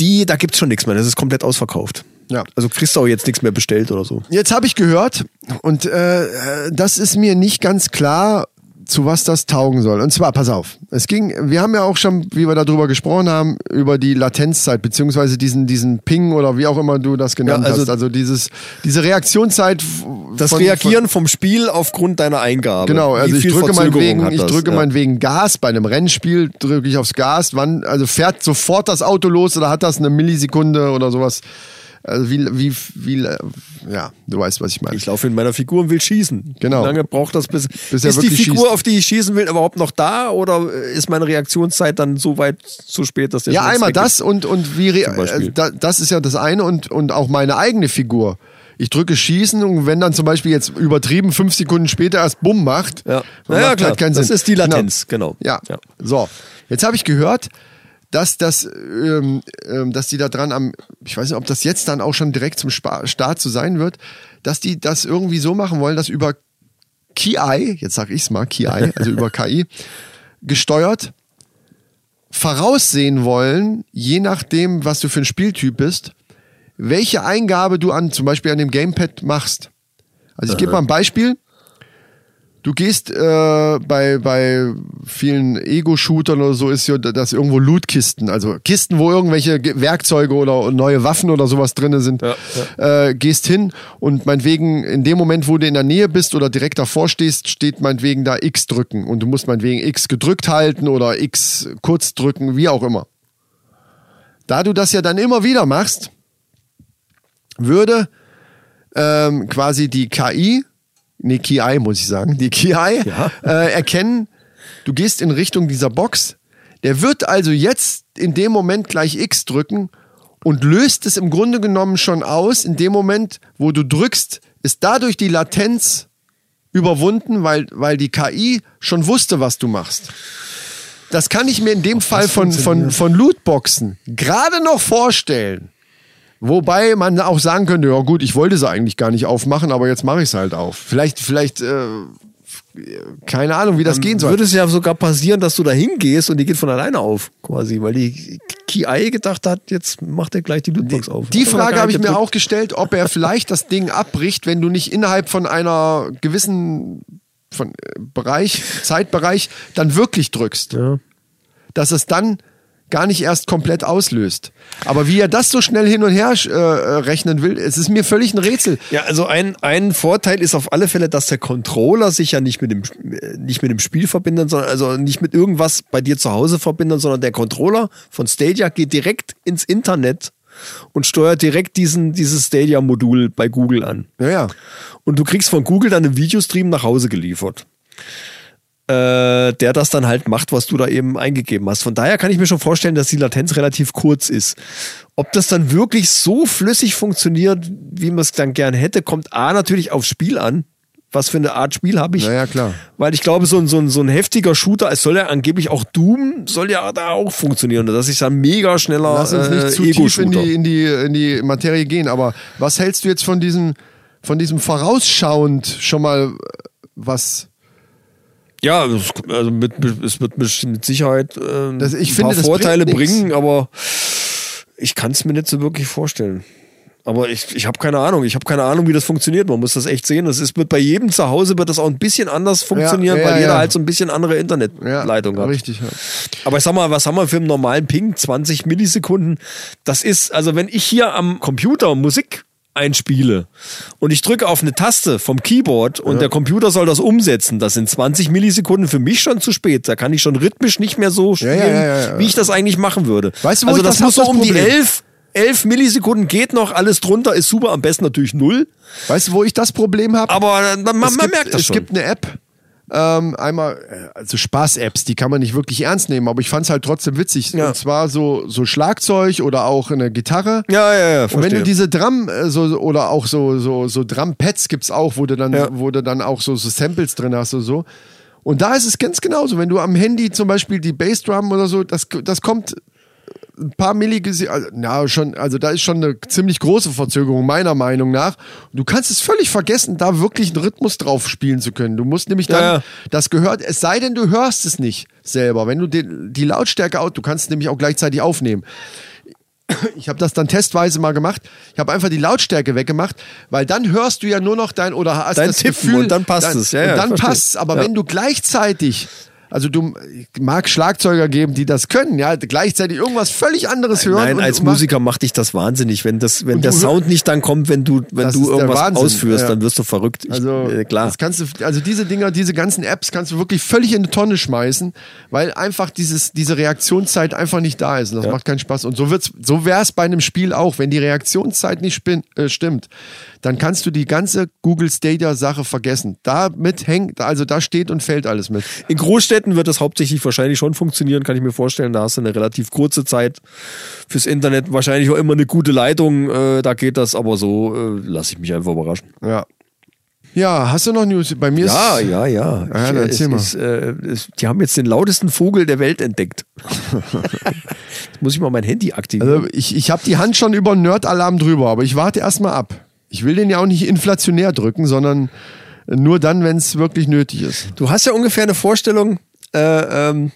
die, da gibt's schon nichts mehr. Das ist komplett ausverkauft. Ja. Also kriegst du auch jetzt nichts mehr bestellt oder so. Jetzt habe ich gehört, und äh, das ist mir nicht ganz klar, zu was das taugen soll. Und zwar, pass auf, es ging, wir haben ja auch schon, wie wir darüber gesprochen haben, über die Latenzzeit, beziehungsweise diesen, diesen Ping oder wie auch immer du das genannt Ja, also- hast. Also dieses, diese Reaktionszeit. f- Das von- Reagieren vom Spiel aufgrund deiner Eingabe. Genau, Wie also ich viel drücke Verzögerung meinetwegen, hat ich das? drücke Ja. meinetwegen Gas bei einem Rennspiel, drücke ich aufs Gas, wann, also fährt sofort das Auto los oder hat das eine Millisekunde oder sowas. Also wie, wie, wie, äh, ja, du weißt, was ich meine. Ich laufe in meiner Figur und will schießen. Genau. Wie lange braucht das, bis, Bis er ist die wirklich Figur, schießt. auf die ich schießen will, überhaupt noch da oder äh, ist meine Reaktionszeit dann so weit zu spät, dass der Ja, schon einmal jetzt weg das und, und wie re- Beispiel. äh, da, das ist ja das eine und, und auch meine eigene Figur. Ich drücke Schießen und wenn dann zum Beispiel jetzt übertrieben fünf Sekunden später erst Bumm macht, Ja. dann Ja, ja, macht klar. halt keinen Sinn. Das ist die Latenz, genau. Ja. Ja. So, jetzt habe ich gehört, dass das, ähm, ähm, dass die da dran am, ich weiß nicht, ob das jetzt dann auch schon direkt zum Spa Start zu sein wird, dass die das irgendwie so machen wollen, dass über KI, jetzt sag ich's mal, KI, also über KI, gesteuert voraussehen wollen, je nachdem, was du für ein Spieltyp bist, welche Eingabe du an, zum Beispiel an dem Gamepad machst. Also ich gebe mal ein Beispiel. Du gehst äh, bei, bei vielen Ego-Shootern oder so ist ja das irgendwo Lootkisten, also Kisten, wo irgendwelche Ge- Werkzeuge oder neue Waffen oder sowas drinne sind, Äh, gehst hin und meinetwegen in dem Moment, wo du in der Nähe bist oder direkt davor stehst, steht meinetwegen da X drücken und du musst meinetwegen X gedrückt halten oder X kurz drücken, wie auch immer. Da du das ja dann immer wieder machst, würde ähm, quasi die KI, nee, KI muss ich sagen, die KI äh, erkennen, du gehst in Richtung dieser Box. Der wird also jetzt in dem Moment gleich X drücken und löst es im Grunde genommen schon aus. In dem Moment, wo du drückst, ist dadurch die Latenz überwunden, weil, weil die KI schon wusste, was du machst. Das kann ich mir in dem Fall von, von, von Lootboxen gerade noch vorstellen. Wobei man auch sagen könnte, ja gut, ich wollte sie eigentlich gar nicht aufmachen, aber jetzt mache ich es halt auf. Vielleicht, vielleicht, äh, keine Ahnung, wie das gehen soll. Würde es ja sogar passieren, dass du da hingehst und die geht von alleine auf, quasi, weil die KI gedacht hat, jetzt macht er gleich die Lootbox auf. Die Hat er Frage gar habe ich nicht mir gedrückt. auch gestellt, ob er vielleicht das Ding abbricht, wenn du nicht innerhalb von einer gewissen von äh, Bereich, Zeitbereich dann wirklich drückst. Dass es dann gar nicht erst komplett auslöst. Aber wie er das so schnell hin und her äh, äh, rechnen will, es ist mir völlig ein Rätsel. Ja, also ein, ein Vorteil ist auf alle Fälle, dass der Controller sich ja nicht mit dem äh, nicht mit dem Spiel verbindet, sondern also nicht mit irgendwas bei dir zu Hause verbindet, sondern der Controller von Stadia geht direkt ins Internet und steuert direkt diesen dieses Stadia Modul bei Google an. Naja, Und du kriegst von Google dann einen Videostream nach Hause geliefert. Äh, der das dann halt macht, was du da eben eingegeben hast. Von daher kann ich mir schon vorstellen, dass die Latenz relativ kurz ist. Ob das dann wirklich so flüssig funktioniert, wie man es dann gern hätte, kommt A natürlich aufs Spiel an. Was für eine Art Spiel habe ich? Naja, klar. Weil ich glaube, so ein, so ein, so ein heftiger Shooter, es soll ja angeblich auch Doom, soll ja da auch funktionieren. Dass ich dann mega schneller lass uns nicht äh, zu tief in die, in, die, in die Materie gehen, aber was hältst du jetzt von diesem, von diesem vorausschauend schon mal äh, was Ja, es- also mit, mit- es wird mich mit Sicherheit ähm, Das- ich ein finde, paar das Vorteile bringt nix. bringen, aber ich kann es mir nicht so wirklich vorstellen. Aber ich, ich habe keine Ahnung. Ich habe keine Ahnung, wie das funktioniert. Man muss das echt sehen. Das ist, wird bei jedem zu Hause wird das auch ein bisschen anders funktionieren, ja, weil jeder ja. halt so ein bisschen andere Internetleitung hat. Richtig, ja. Aber ich sag mal, was haben wir für einen normalen Ping? 20 Millisekunden. Das ist, also wenn ich hier am Computer Musik einspiele und ich drücke auf eine Taste vom Keyboard und der Computer soll das umsetzen, das sind 20 Millisekunden für mich schon zu spät. Da kann ich schon rhythmisch nicht mehr so spielen, ja, ja, ja, ja. wie ich das eigentlich machen würde. Weißt du, wo also ich das das muss so hab, das um die Problem? 11, 11 Millisekunden geht noch, alles drunter ist super, am besten natürlich null. Weißt du, wo ich das Problem habe? Aber man, man, es man gibt, merkt das Es schon. gibt eine App, ähm, einmal, äh, also Spaß-Apps, die kann man nicht wirklich ernst nehmen, aber ich fand es halt trotzdem witzig. Ja. Und zwar so, so Schlagzeug oder auch eine Gitarre. ja, ja, ja. Und wenn du verstehe. diese Drum äh, so so- oder auch so so so Drum-Pads gibt's auch, wo du dann Ja. wo du dann auch so, so Samples drin hast und so. Und da ist es ganz genauso. Wenn du am Handy zum Beispiel die Bassdrum oder so, das das kommt ein paar Millisekunden, also, na schon, also da ist schon eine ziemlich große Verzögerung meiner Meinung nach. Du kannst es völlig vergessen, da wirklich einen Rhythmus drauf spielen zu können. Du musst nämlich dann, Ja, ja. das gehört, es sei denn, du hörst es nicht selber. Wenn du den, die Lautstärke out, du kannst es nämlich auch gleichzeitig aufnehmen. Ich habe das dann testweise mal gemacht. Ich habe einfach die Lautstärke weggemacht, weil dann hörst du ja nur noch dein oder hast Dein das Tippen Gefühl, und dann passt es. Ja, ja, und dann verstehe. passt es. Aber wenn du gleichzeitig, also du mag Schlagzeuger geben, die das können, ja, gleichzeitig irgendwas völlig anderes hören. Nein, und- als und mach- Musiker macht dich das wahnsinnig. Wenn, das, wenn Und der du- Sound nicht dann kommt, wenn du, wenn Das du ist der irgendwas Wahnsinn, ausführst, ja. dann wirst du verrückt. Ich, Also, äh, klar. Das kannst du, also diese Dinger, diese ganzen Apps kannst du wirklich völlig in die Tonne schmeißen, weil einfach dieses, diese Reaktionszeit einfach nicht da ist. Und das macht keinen Spaß. Und so wird's, so wäre es bei einem Spiel auch. Wenn die Reaktionszeit nicht spin, äh, stimmt, dann kannst du die ganze Google Stadia Sache vergessen. Damit hängt, also da steht und fällt alles mit. In Großstädten wird das hauptsächlich wahrscheinlich schon funktionieren, kann ich mir vorstellen. Da hast du eine relativ kurze Zeit fürs Internet, wahrscheinlich auch immer eine gute Leitung. Äh, da geht das, aber so äh, lasse ich mich einfach überraschen. Ja. Ja, hast du noch News? Bei mir Ja, ist. ja, ja. Ja, Ich, dann äh, erzähl mal. es, äh, es, die haben jetzt den lautesten Vogel der Welt entdeckt. jetzt muss ich mal mein Handy aktivieren. Also ich, ich habe die Hand schon über einen Nerd-Alarm drüber, aber ich warte erstmal ab. Ich will den ja auch nicht inflationär drücken, sondern nur dann, wenn es wirklich nötig ist. Du hast ja ungefähr eine Vorstellung, äh, ähm,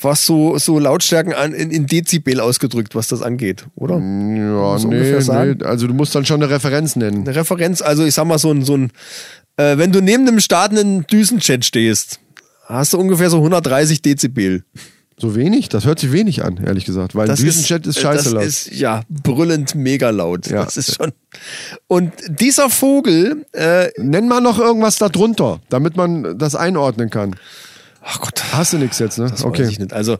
was so, so Lautstärken an, in, in Dezibel ausgedrückt, was das angeht, oder? Ja, so ungefähr sagen? Also du musst dann schon eine Referenz nennen. Eine Referenz, also ich sag mal so ein, so ein äh, wenn du neben einem startenden Düsenchat stehst, hast du ungefähr so 130 Dezibel. So wenig? Das hört sich wenig an, ehrlich gesagt. Weil ein Düsenchat ist, äh, scheiße das laut. Ist, ja, brüllend mega laut. Ja. Das ist schon. Und dieser Vogel, äh, Nenn mal noch irgendwas darunter, damit man das einordnen kann. ach Gott, Hast du nichts jetzt, ne? Das okay. weiß ich nicht. Also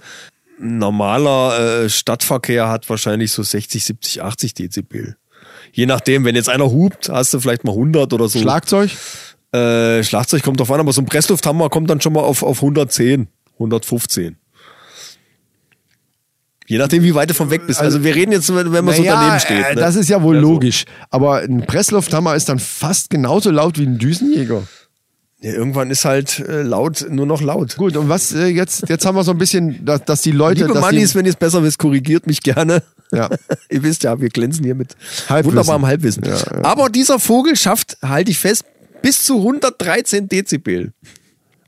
ein normaler äh, Stadtverkehr hat wahrscheinlich so 60, 70, 80 Dezibel. je nachdem, wenn jetzt einer hupt, hast du vielleicht mal 100 oder so. Schlagzeug? Äh, Schlagzeug kommt drauf an, aber so ein Presslufthammer kommt dann schon mal auf, auf 110, 115. Je nachdem, wie weit du von weg bist. Also wir reden jetzt, wenn man so Naja, daneben steht. äh, Ne? Das ist ja wohl Ja, so. logisch. Aber ein Presslufthammer ist dann fast genauso laut wie ein Düsenjäger. ja, irgendwann ist halt äh, laut, nur noch laut. Gut, und was äh, jetzt? Jetzt haben wir so ein bisschen, dass, dass die Leute. Liebe dass Mannis, die, wenn ihr es besser wisst, korrigiert mich gerne. Ja. ihr wisst ja, wir glänzen hier mit Halbwissen. wunderbarem Halbwissen. Ja, ja. Aber dieser Vogel schafft, halte ich fest, bis zu 113 Dezibel.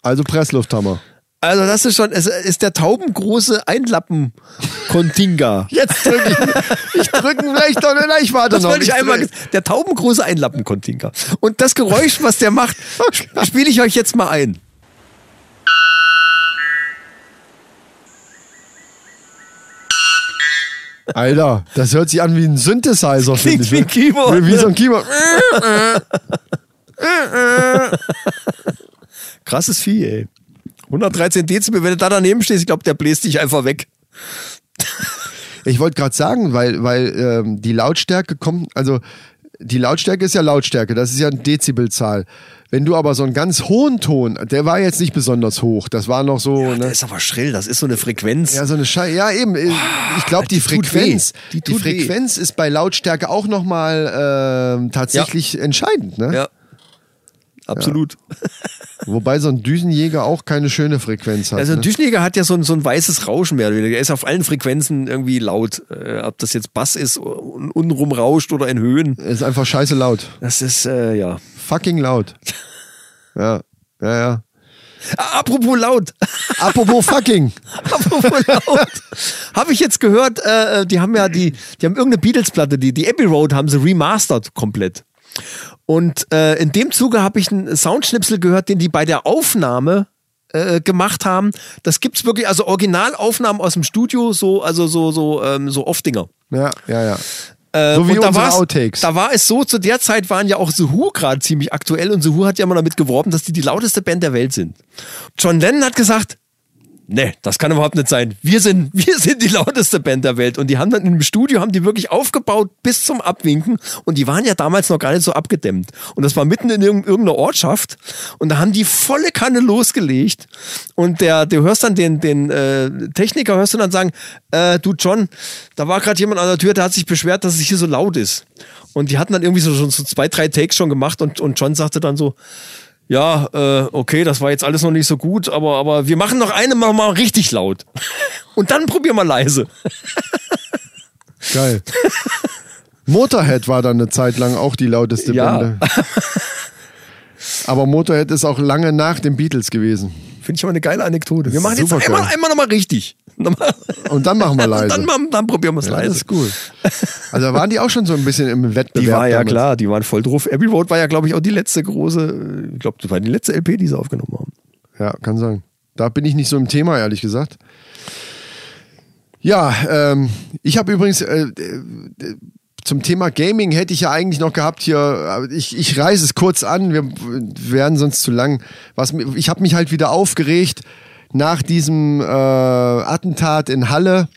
also Presslufthammer. Also das ist schon, es ist der taubengroße Einlappen Kontinga. Jetzt drücke ich. ich drücke vielleicht doch nicht. Ich warte Das noch. wollte ich einmal, ge- der taubengroße Einlappen Kontinga. Und das Geräusch, was der macht, sp- spiele ich euch jetzt mal ein. Alter, das hört sich an wie ein Synthesizer. finde ich, wie ein ne? Keyboard, Wie, wie so ein Keyboard. Krasses Vieh, ey. 113 Dezibel, wenn du da daneben stehst, ich glaube, der bläst dich einfach weg. Ich wollte gerade sagen, weil, weil ähm, die Lautstärke kommt, also die Lautstärke ist ja Lautstärke, das ist ja eine Dezibelzahl. Wenn du aber so einen ganz hohen Ton, der war jetzt nicht besonders hoch, das war noch so, Der ne? ist aber schrill, das ist so eine Frequenz. Ja, so eine Schei Ja, eben. Ich glaube, die, die tut Frequenz, weh. die, Die tut weh. Frequenz ist bei Lautstärke auch nochmal ähm, tatsächlich entscheidend. Ne? Ja. Absolut. Wobei so ein Düsenjäger auch keine schöne Frequenz hat. Also ein ne? Düschnäger hat ja so ein, so ein weißes Rauschen mehr oder weniger. Er ist auf allen Frequenzen irgendwie laut. Äh, ob das jetzt Bass ist, un unrum rauscht oder in Höhen. Ist einfach scheiße laut. Das ist, äh, ja. Fucking laut. Ja, ja, ja. Ah, Apropos laut. Apropos fucking. Apropos laut. Habe ich jetzt gehört, äh, die haben ja die, die haben irgendeine Beatles-Platte, die, die Abbey Road haben sie remastert komplett. Und äh, in dem Zuge habe ich einen Soundschnipsel gehört, den die bei der Aufnahme äh, gemacht haben. Das gibt's wirklich, also Originalaufnahmen aus dem Studio, so, also so, so, ähm, so Off-Dinger. Ja, ja, ja. Äh, So wie und da unsere war's- Outtakes. Da war es so, zu der Zeit waren ja auch The Who gerade ziemlich aktuell und The Who hat ja immer damit geworben, dass die die lauteste Band der Welt sind. John Lennon hat gesagt, nee, das kann überhaupt nicht sein. Wir sind, wir sind die lauteste Band der Welt. Und die haben dann im Studio, haben die wirklich aufgebaut bis zum Abwinken. Und die waren ja damals noch gar nicht so abgedämmt. Und das war mitten in irgend- irgendeiner Ortschaft. Und da haben die volle Kanne losgelegt. Und der, du hörst dann den, den äh, Techniker, hörst du dann sagen, äh, du John, da war gerade jemand an der Tür, der hat sich beschwert, dass es hier so laut ist. Und die hatten dann irgendwie so, so, so zwei, drei Takes schon gemacht. Und, und John sagte dann so, ja, äh, okay, das war jetzt alles noch nicht so gut, aber, aber wir machen noch eine mal, mal richtig laut. Und dann probieren wir leise. Geil. Motorhead war dann eine Zeit lang auch die lauteste Ja. Bande. Aber Motorhead ist auch lange nach den Beatles gewesen. Finde ich aber eine geile Anekdote. Wir machen jetzt Super einmal, geil. einmal nochmal richtig. Nochmal. Und dann machen wir leise. Und dann, machen- dann probieren wir es Ja, leise. Das ist gut. Also da waren die auch schon so ein bisschen im Wettbewerb. Die war ja damals. klar, die waren voll drauf. Abbey Road war ja, glaube ich, auch die letzte große, äh, ich glaube, das war die letzte LP, die sie aufgenommen haben. Ja, kann sein. Da bin ich nicht so im Thema, ehrlich gesagt. Ja, ähm, ich habe übrigens äh, äh, zum Thema Gaming hätte ich ja eigentlich noch gehabt hier, aber ich, ich reiße es kurz an, wir werden sonst zu lang. Was, mi- ich habe mich halt wieder aufgeregt nach diesem äh, Attentat in Halle.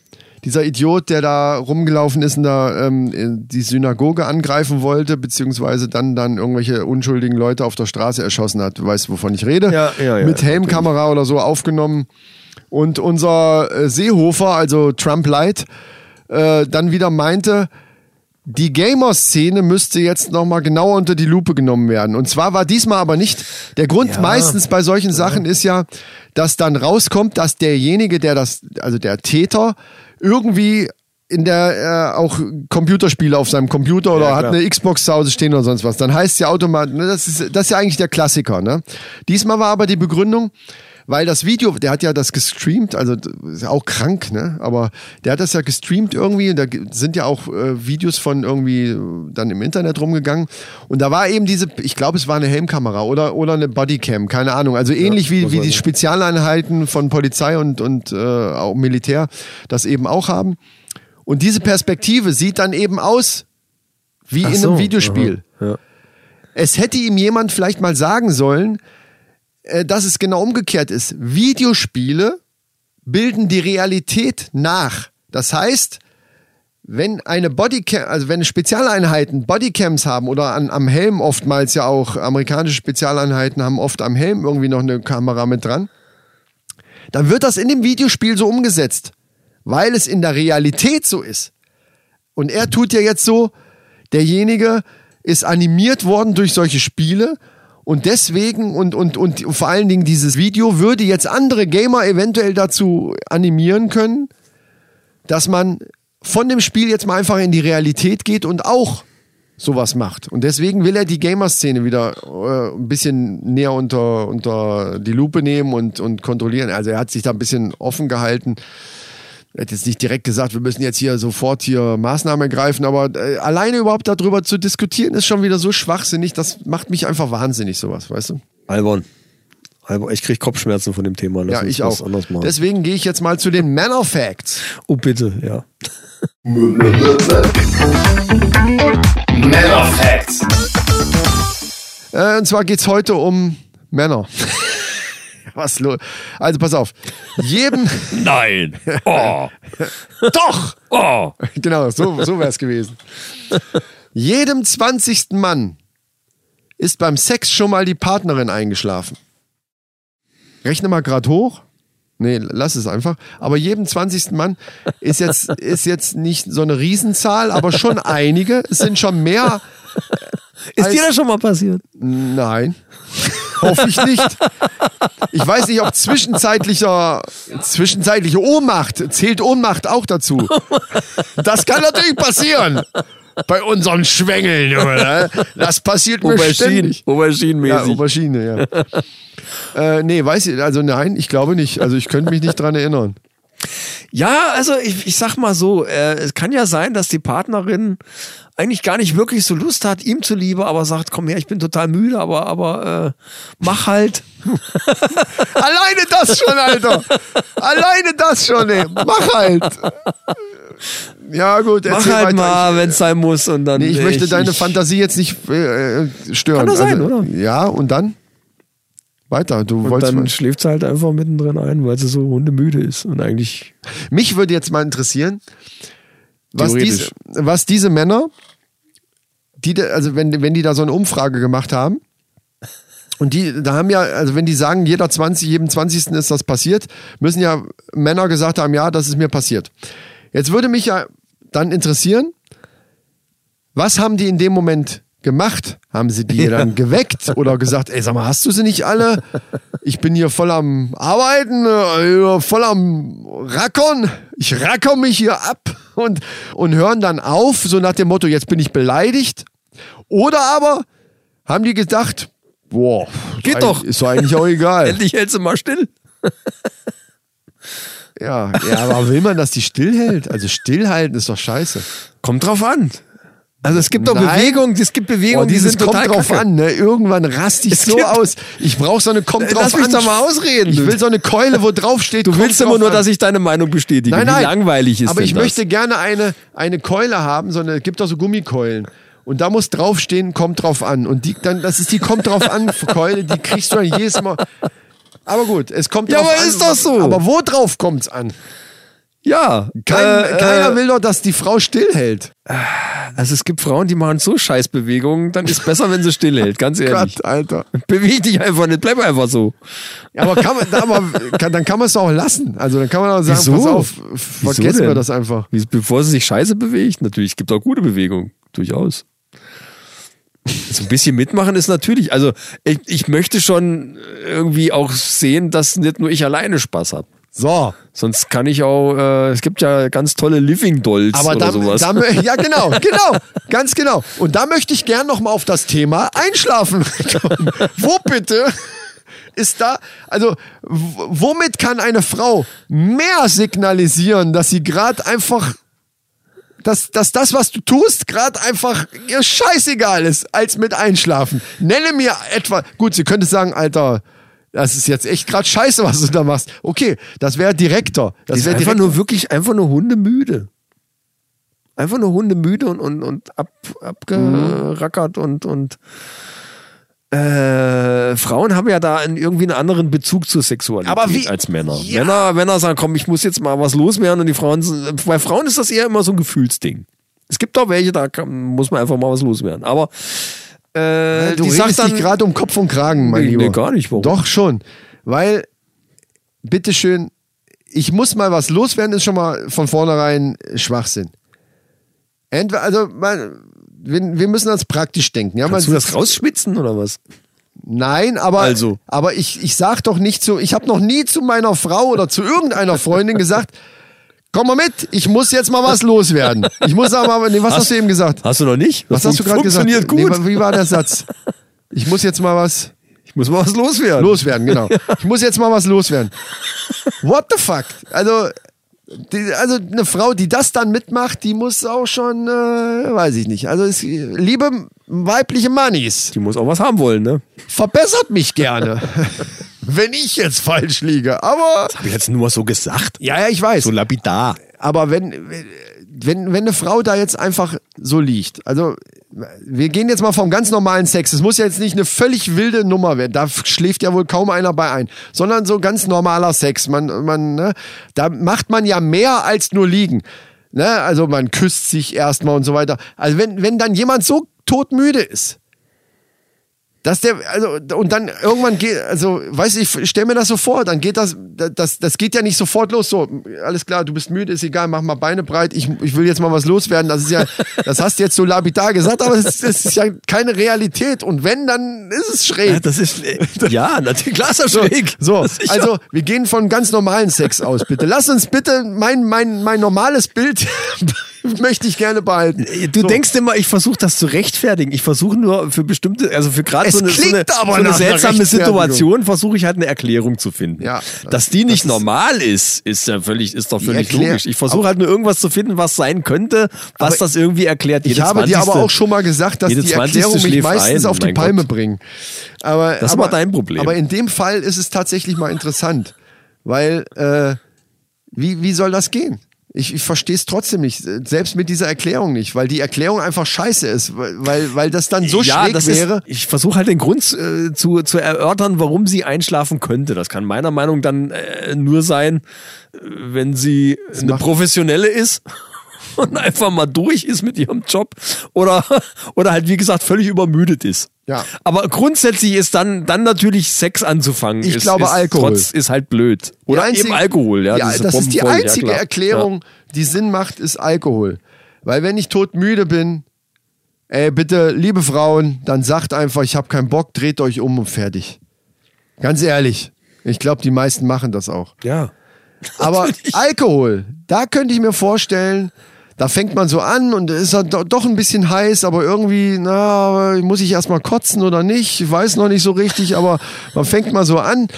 Dieser Idiot, der da rumgelaufen ist und da ähm, in die Synagoge angreifen wollte, beziehungsweise dann, dann irgendwelche unschuldigen Leute auf der Straße erschossen hat. Du weißt, wovon ich rede? Ja, ja, ja, Mit Helmkamera oder so aufgenommen. Und unser äh, Seehofer, also Trump Light, äh, dann wieder meinte, die Gamer-Szene müsste jetzt nochmal genauer unter die Lupe genommen werden. Und zwar war diesmal aber nicht. Der Grund meistens bei solchen Sachen ist ja, dass dann rauskommt, dass derjenige, der das, also der Täter, irgendwie in der äh, auch Computerspiele auf seinem Computer oder hat eine äh, Xbox zu Hause stehen oder sonst was. Dann heißt es ja automatisch, ne, das ist, das ist ja eigentlich der Klassiker. Ne? Diesmal war aber die Begründung, weil das Video, der hat ja das gestreamt, also d- ist ja auch krank, ne? Aber der hat das ja gestreamt irgendwie und da g- sind ja auch äh, Videos von irgendwie äh, dann im Internet rumgegangen und da war eben diese, ich glaube, es war eine Helmkamera oder oder eine Bodycam, keine Ahnung. Also ähnlich wie, wie die Spezialeinheiten von Polizei und und äh, auch Militär das eben auch haben. Und diese Perspektive sieht dann eben aus wie in einem Videospiel. Es hätte ihm jemand vielleicht mal sagen sollen, äh, dass es genau umgekehrt ist. Videospiele bilden die Realität nach. Das heißt, wenn eine Bodycam, also wenn Spezialeinheiten Bodycams haben oder an, am Helm oftmals ja auch, amerikanische Spezialeinheiten haben oft am Helm irgendwie noch eine Kamera mit dran, dann wird das in dem Videospiel so umgesetzt, weil es in der Realität so ist. Und er tut ja jetzt so, derjenige ist animiert worden durch solche Spiele und deswegen und, und, und vor allen Dingen dieses Video würde jetzt andere Gamer eventuell dazu animieren können, dass man von dem Spiel jetzt mal einfach in die Realität geht und auch sowas macht. Und deswegen will er die Gamer-Szene wieder äh, ein bisschen näher unter, unter die Lupe nehmen und, und kontrollieren. Also er hat sich da ein bisschen offen gehalten. Er hat jetzt nicht direkt gesagt, wir müssen jetzt hier sofort hier Maßnahmen ergreifen, aber äh, alleine überhaupt darüber zu diskutieren, ist schon wieder so schwachsinnig. Das macht mich einfach wahnsinnig, sowas, weißt du? Albon. Albon, ich krieg Kopfschmerzen von dem Thema. Lass Ja, uns ich was auch. Anders machen. Deswegen gehe ich jetzt mal zu den Manor Facts. oh, bitte, ja. Äh, und zwar geht's heute um Männer. Was los? Also pass auf. Jedem. Nein. Oh. Doch! Oh. Genau, so, so wär's gewesen. Jedem 20. Mann ist beim Sex schon mal die Partnerin eingeschlafen. Rechne mal grad hoch. Nee, lass es einfach. Aber jedem 20. Mann ist jetzt, ist jetzt nicht so eine Riesenzahl, aber schon einige. Es sind schon mehr Ist Als- dir das schon mal passiert? Nein. Hoffe ich nicht. Ich weiß nicht, ob zwischenzeitlicher, zwischenzeitliche Ohnmacht, zählt Ohnmacht auch dazu. Das kann natürlich passieren. Bei unseren Schwängeln, Junge. Ne? Das passiert mir ständig. Ja, Auberginenmäßig. Aubergine, ja. äh, nee, weiß ich, also nein, ich glaube nicht. Also ich könnte mich nicht dran erinnern. Ja, also ich, ich sag mal so, äh, es kann ja sein, dass die Partnerin eigentlich gar nicht wirklich so Lust hat, ihm zuliebe, aber sagt, komm her, ich bin total müde, aber, aber äh, mach halt. Alleine das schon, Alter. Alleine das schon, ey. Mach halt. Ja, gut, Mach erzähl halt weiter. mal, wenn's sein muss. Und dann, Nee, ich möchte deine ich- Fantasie jetzt nicht äh, äh, stören. Also, Kann doch sein, oder? Ja, und dann? Weiter. Du Und wolltest dann mal- schläft sie halt einfach mittendrin ein, weil sie so hundemüde ist und eigentlich Mich würde jetzt mal interessieren, was, diese, Theoretisch. was diese Männer, die da, also wenn, wenn die da so eine Umfrage gemacht haben, und die, da haben ja, also wenn die sagen, jeder 20, jedem 20. ist das passiert, müssen ja Männer gesagt haben, ja, das ist mir passiert. Jetzt würde mich ja dann interessieren, was haben die in dem Moment gemacht? Haben sie die dann geweckt oder gesagt, ey, sag mal, hast du sie nicht alle? Ich bin hier voll am Arbeiten, äh, voll am Rackern. Ich racker mich hier ab und, und hören dann auf, so nach dem Motto, jetzt bin ich beleidigt. Oder aber haben die gedacht, boah, Geht ist doch. Ist doch eigentlich auch egal. Endlich hältst du mal still. ja, ja, aber will man, dass die stillhält? Also stillhalten ist doch scheiße. Kommt drauf an. Oh, Also es gibt doch Nein. Bewegung, es gibt Bewegung, Boah, Oh, dieses die sind kommt total drauf kacke. an, ne? Irgendwann raste ich Es so gibt- Äh, aus. Ich brauche so eine kommt Lass drauf mich an. doch mal ausreden. Ich will so eine Keule, wo drauf steht. Du willst immer nur, dass ich deine Meinung bestätige. nein, nein. Wie langweilig ist Aber denn ich das? möchte gerne eine, eine Keule haben, so eine, gibt doch so Gummikeulen. Und da muss draufstehen, kommt drauf an. Und die, dann, das ist die kommt drauf an Keule, die kriegst du dann jedes Mal. Aber gut, es kommt Ja, drauf aber an. ist doch so. Aber wo drauf kommt's an? Ja, Kein, äh, keiner will doch, dass die Frau stillhält. Also es gibt Frauen, die machen so Scheißbewegungen, dann ist besser, wenn sie stillhält, ganz ehrlich. Oh Gott, Alter. Beweg dich einfach nicht, bleib einfach so. Ja, aber, kann man, da- aber kann, dann kann man es doch auch lassen. Also dann kann man auch sagen, Wieso? pass auf, Wieso vergessen wir denn? das einfach. Wie- Bevor sie sich scheiße bewegt, natürlich, es gibt auch gute Bewegungen, durchaus. So ein bisschen mitmachen ist natürlich, also ich, ich möchte schon irgendwie auch sehen, dass nicht nur ich alleine Spaß habe. So, Sonst kann ich auch, äh, es gibt ja ganz tolle Living Dolls aber oder da, sowas. da, ja genau, genau, ganz genau. Und da möchte ich gern nochmal auf das Thema Einschlafen kommen. Wo bitte ist da, also w- womit kann eine Frau mehr signalisieren, dass sie gerade einfach, dass, dass das, was du tust, gerade einfach ihr scheißegal ist, als mit Einschlafen? Nenne mir etwa, gut, sie könnte sagen, Alter, das ist jetzt echt gerade scheiße, was du da machst. Okay, das wäre direkter. Die Das sind wäre einfach direkter. nur wirklich, einfach nur hundemüde. Einfach Mhm. nur hundemüde und, und, und ab, abgerackert und, und äh, Frauen haben ja da einen, irgendwie einen anderen Bezug zur Sexualität Aber wie- als Männer. Ja. Männer. Männer sagen, komm, ich muss jetzt mal was loswerden und die Frauen, sind- bei Frauen ist das eher immer so ein Gefühlsding. Es gibt auch welche, da kann, muss man einfach mal was loswerden. Aber äh, Du die redest sagt dann, dich gerade um Kopf und Kragen, mein Nee, Lieber. nee, gar nicht. Warum? Doch schon. Weil, bitteschön, ich muss mal was loswerden, ist schon mal von vornherein Schwachsinn. Entweder, also, man, wir, wir müssen das praktisch denken. Ja, kannst du man, das rausschwitzen oder was? Nein, aber, Also. aber ich, ich sag doch nicht zu, ich habe noch nie zu meiner Frau oder zu irgendeiner Freundin gesagt, komm mal mit, ich muss jetzt mal was loswerden. Ich muss aber, mal, nee, was hast, du eben gesagt? Hast du noch nicht? Was Das hast du gerade gesagt? Funktioniert gut. Nee, wa- wie war der Satz? Ich muss jetzt mal was ich muss mal was loswerden. loswerden, genau. Ich muss jetzt mal was loswerden. What the fuck? Also, die, also eine Frau, die das dann mitmacht, die muss auch schon, äh, weiß ich nicht. Also es, liebe weibliche Mannis, Die muss auch was haben wollen, ne? verbessert mich gerne, wenn ich jetzt falsch liege. Aber Hab ich jetzt nur so gesagt. ja, ja, ich weiß. So lapidar. Aber wenn, wenn, wenn eine Frau da jetzt einfach so liegt, also wir gehen jetzt mal vom ganz normalen Sex. Es muss ja jetzt nicht eine völlig wilde Nummer werden. Da schläft ja wohl kaum einer bei ein, sondern so ganz normaler Sex. Man, man, ne, da macht man ja mehr als nur liegen. Ne? Also man küsst sich erstmal und so weiter. Also wenn, wenn dann jemand so todmüde ist, dass der, also, und dann irgendwann geht, also, weiß ich, stell mir das so vor, dann geht das, das, das geht ja nicht sofort los, so, alles klar, du bist müde, ist egal, mach mal Beine breit, ich, ich will jetzt mal was loswerden, das ist ja, das hast du jetzt so lapidar gesagt, aber es, es ist ja keine Realität und wenn, dann ist es schräg. Das ist, äh, ja, natürlich, klar ist das schräg. So, also, wir gehen von ganz normalen Sex aus, bitte. Lass uns bitte mein, mein, mein normales Bild möchte ich gerne behalten. Du denkst immer, ich versuche das zu rechtfertigen. Ich versuche nur für bestimmte, also für gerade Es so eine, so eine, klingt aber so eine nach einer seltsame Rechtfertigung. Situation, versuche ich halt eine Erklärung zu finden. Ja, Dass die nicht normal ist, ist ja völlig, ist doch völlig erklär- logisch. Ich versuche halt nur irgendwas zu finden, was sein könnte, was das irgendwie erklärt. Ich Jede habe dir 20. aber auch schon mal gesagt, dass jede die 20. Erklärung mich schläft meistens ein, auf die mein Palme Gott. bringen. Aber, Das ist aber, aber dein Problem. Aber in dem Fall ist es tatsächlich mal interessant, weil äh, wie, wie soll das gehen? Ich, ich verstehe es trotzdem nicht, selbst mit dieser Erklärung nicht, weil die Erklärung einfach scheiße ist, weil, weil, weil das dann so schräg das wäre. Ist, ich versuche halt den Grund äh, zu, zu erörtern, warum sie einschlafen könnte. Das kann meiner Meinung nach dann äh, nur sein, äh, wenn sie eine macht- professionelle ist und einfach mal durch ist mit ihrem Job oder, oder halt, wie gesagt, völlig übermüdet ist. Ja. Aber grundsätzlich ist dann, dann natürlich Sex anzufangen. Ich ist, glaube, ist, Alkohol. Trotz ist halt blöd. Oder Die eben Alkohol. Ja, diese das ist die Bombenvoll, ja, einzige klar. Erklärung, die Sinn macht, ist Alkohol. Weil wenn ich todmüde bin, ey, bitte, liebe Frauen, dann sagt einfach, ich habe keinen Bock, dreht euch um und fertig. Ganz ehrlich. Ich glaube, die meisten machen das auch. Ja. Aber Alkohol, da könnte ich mir vorstellen, da fängt man so an und ist dann do- doch ein bisschen heiß, aber irgendwie, na, muss ich erstmal kotzen oder nicht? Ich weiß noch nicht so richtig, aber man fängt mal so an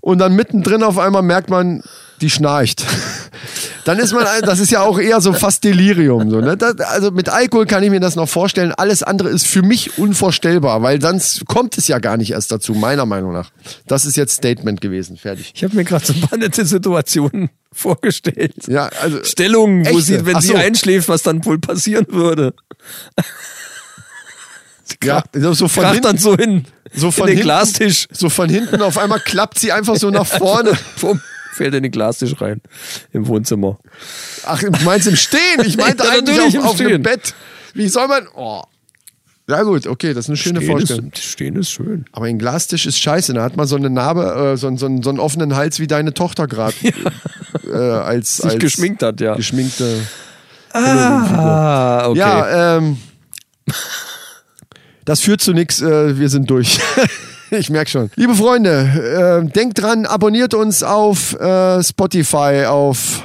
und dann mittendrin auf einmal merkt man, die schnarcht. Dann ist man, das ist ja auch eher so fast Delirium. So, ne? das, also mit Alkohol kann ich mir das noch vorstellen. Alles andere ist für mich unvorstellbar, weil sonst kommt es ja gar nicht erst dazu, meiner Meinung nach. Das ist jetzt Statement gewesen. Fertig. Ich habe mir gerade so spannende Situationen vorgestellt. Ja, also. Stellungen, wo Echte? sie, wenn Ach sie so. einschläft, was dann wohl passieren würde. Ja, so von Krach hinten, dann so hin, so von in den hinten, Glastisch. So von hinten auf einmal klappt sie einfach so nach vorne. Pum, fällt in den Glastisch rein im Wohnzimmer. Ach, du meinst im Stehen? Ich meinte Ja, eigentlich natürlich auf, im auf dem Stehen. Bett. Wie soll man. Oh. Ja, gut, okay, das ist eine schöne Vorstellung. ist, stehen ist schön. Aber ein Glastisch ist scheiße. Da hat man so eine Narbe, äh, so, einen- so, einen- so einen offenen Hals wie deine Tochter gerade. Äh, als, Sich als geschminkt hat, ja. Geschminkte. Ah, okay. Ja, ähm. Das führt zu nichts, äh, wir sind durch. ich merke schon. Liebe Freunde, äh, denkt dran, abonniert uns auf äh, Spotify, auf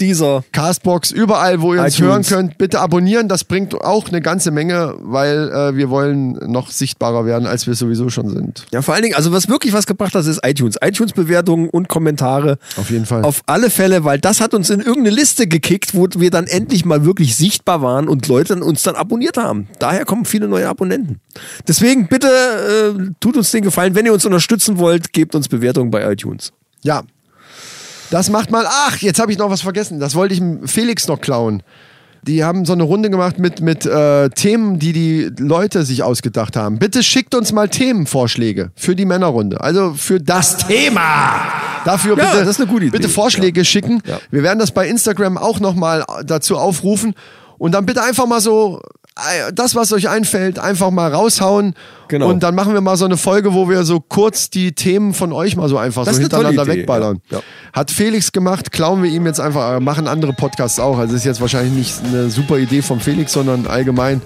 dieser. Castbox, überall, wo ihr uns hören iTunes. könnt. Bitte abonnieren, das bringt auch eine ganze Menge, weil äh, wir wollen noch sichtbarer werden, als wir sowieso schon sind. Ja, vor allen Dingen, also was wirklich was gebracht hat, ist iTunes. iTunes-Bewertungen und Kommentare. Auf jeden Fall. Auf alle Fälle, weil das hat uns in irgendeine Liste gekickt, wo wir dann endlich mal wirklich sichtbar waren und Leute uns dann abonniert haben. Daher kommen viele neue Abonnenten. Deswegen bitte äh, tut uns den Gefallen, wenn ihr uns unterstützen wollt, gebt uns Bewertungen bei iTunes. Ja. Das macht mal. Ach, jetzt habe ich noch was vergessen. Das wollte ich dem Felix noch klauen. Die haben so eine Runde gemacht mit, mit äh, Themen, die die Leute sich ausgedacht haben. Bitte schickt uns mal Themenvorschläge für die Männerrunde. Also für das Thema. Dafür Ja, bitte, das ist eine gute Idee. bitte Vorschläge schicken. Wir werden das bei Instagram auch nochmal dazu aufrufen. Und dann bitte einfach mal so äh, das, was euch einfällt, einfach mal raushauen. Genau. Und dann machen wir mal so eine Folge, wo wir so kurz die Themen von euch mal so einfach Das so ist eine tolle hintereinander Idee, wegballern. ja. Ja. Hat Felix gemacht, klauen wir ihm jetzt einfach, äh, machen andere Podcasts auch. Also ist jetzt wahrscheinlich nicht eine super Idee vom Felix, sondern allgemein.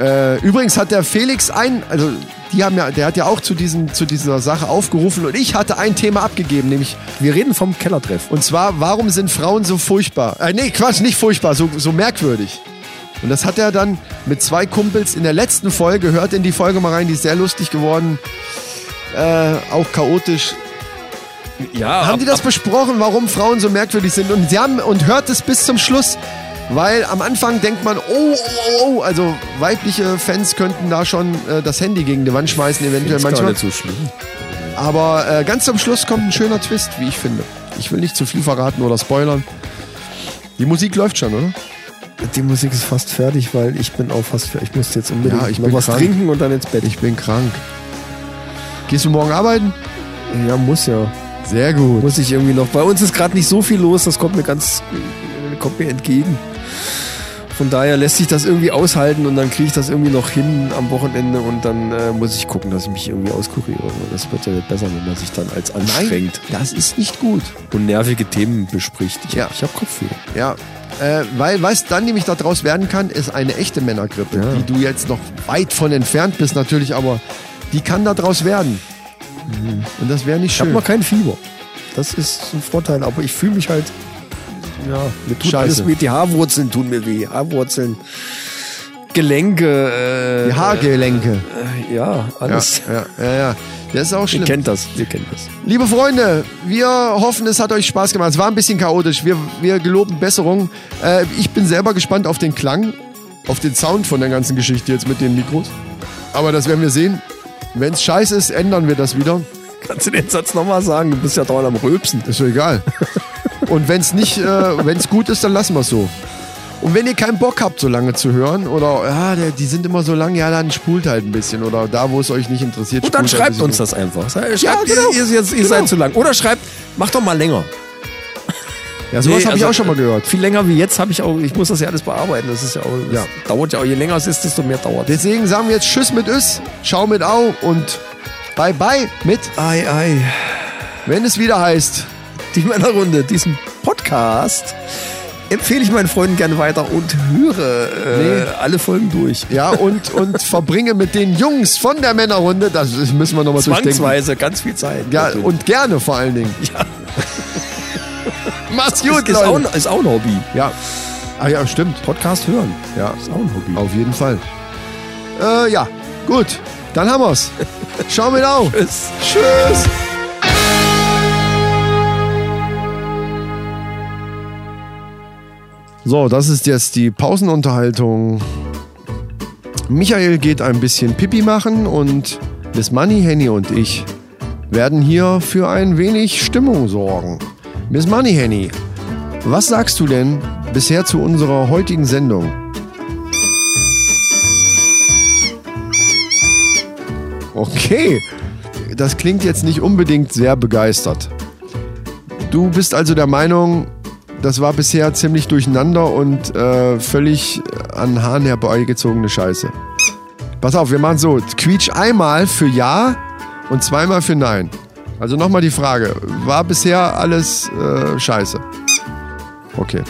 Äh, übrigens hat der Felix ein, also die haben ja, der hat ja auch zu, diesen, zu dieser Sache aufgerufen und ich hatte ein Thema abgegeben, nämlich Wir reden vom Kellertreff. und zwar, warum sind Frauen so furchtbar? Äh, nee, Quatsch, nicht furchtbar, so, so merkwürdig. Und das hat er dann mit zwei Kumpels in der letzten Folge, hört in die Folge mal rein, die ist sehr lustig geworden, äh, auch chaotisch. Ja, Haben die das besprochen, warum Frauen so merkwürdig sind? Und sie haben und hört es bis zum Schluss, weil am Anfang denkt man, oh, oh, oh, also weibliche Fans könnten da schon äh, das Handy gegen die Wand schmeißen, eventuell ist gar manchmal. nicht so schlimm. Aber äh, ganz zum Schluss kommt ein schöner Twist, wie ich finde. Ich will nicht zu viel verraten oder spoilern. Die Musik läuft schon, oder? Die Musik ist fast fertig, weil ich bin auch fast fertig. Ich muss jetzt unbedingt Ja, ich noch bin was krank. trinken und dann ins Bett. Ich bin krank. Gehst du morgen arbeiten? ja, muss ja. Sehr gut. Muss ich irgendwie noch. Bei uns ist gerade nicht so viel los, das kommt mir ganz äh, kommt mir entgegen. Von daher lässt sich das irgendwie aushalten und dann kriege ich das irgendwie noch hin am Wochenende und dann äh, muss ich gucken, dass ich mich irgendwie auskuriere. Das wird ja nicht besser, wenn man sich dann als anstrengt das ist nicht gut. und nervige Themen bespricht. Ich, Ja. ich habe Kopfweh. Ja. Äh, weil was dann nämlich daraus werden kann, ist eine echte Männergrippe, die du jetzt noch weit von entfernt bist natürlich, aber die kann daraus werden. Und das wäre nicht Mhm. Ich habe schön. mal kein Fieber. Das ist ein Vorteil, aber ich fühle mich halt. Ja, mir tut Scheiße. alles weh. Die Haarwurzeln tun mir weh. Haarwurzeln, Gelenke. Äh, Die Haargelenke. äh, ja, Ja, alles. ja, ja, ja. Das ist auch Ihr schlimm. kennt das, ihr kennt das. Liebe Freunde, wir hoffen, es hat euch Spaß gemacht. Es war ein bisschen chaotisch. Wir, wir geloben Besserung. Äh, ich bin selber gespannt auf den Klang, auf den Sound von der ganzen Geschichte jetzt mit den Mikros. Aber das werden wir sehen. Wenn es scheiße ist, ändern wir das wieder. Kannst du den Satz nochmal sagen? Du bist ja dauernd am Rülpsen. Ist doch egal. Und wenn es nicht, äh, wenn es gut ist, dann lassen wir es so. Und wenn ihr keinen Bock habt, so lange zu hören, oder ja, der, die sind immer so lang, ja, dann spult halt ein bisschen. Oder da, wo es euch nicht interessiert, Und dann spult halt ein schreibt bisschen uns das einfach. Schreibt, Ja, genau. ihr, ihr, ihr, ihr seid zu lang. Oder schreibt, mach doch mal länger. Ja, sowas Nee, habe ich also, auch schon mal gehört. Viel länger wie jetzt habe ich auch, ich muss das ja alles bearbeiten. Das ist ja auch, Ja. Das dauert ja auch, je länger es ist, desto mehr dauert es. Deswegen sagen wir jetzt Tschüss mit Üs, Ciao mit Au und Bye Bye mit, Ei, ei. wenn es wieder heißt. Die Männerrunde, diesen Podcast empfehle ich meinen Freunden gerne weiter und höre äh, alle Folgen durch. Ja, und, und verbringe mit den Jungs von der Männerrunde, das ist- müssen wir nochmal durchdenken. Zwangsweise, ganz viel Zeit. Ja, Natürlich. und gerne vor allen Dingen. Ja. Mach's ist, gut, ist, auch, ein- Leute. ist auch ein Hobby. Ja. Ah ja, stimmt. Podcast hören. Ja, Ist auch ein Hobby. auf jeden Fall. Äh, ja, gut. Dann haben wir's. Ciao mit Au. Tschüss. Tschüss. So, das ist jetzt die Pausenunterhaltung. Michael geht ein bisschen Pipi machen und Miss Money, Henny und ich werden hier für ein wenig Stimmung sorgen. Miss Money, Henny, was sagst du denn bisher zu unserer heutigen Sendung? Okay, das klingt jetzt nicht unbedingt sehr begeistert. Du bist also der Meinung, das war bisher ziemlich durcheinander und äh, völlig an Haaren herbeigezogene Scheiße. Pass auf, wir machen so: Quietsch einmal für Ja und zweimal für Nein. Also nochmal die Frage: War bisher alles äh, Scheiße? Okay.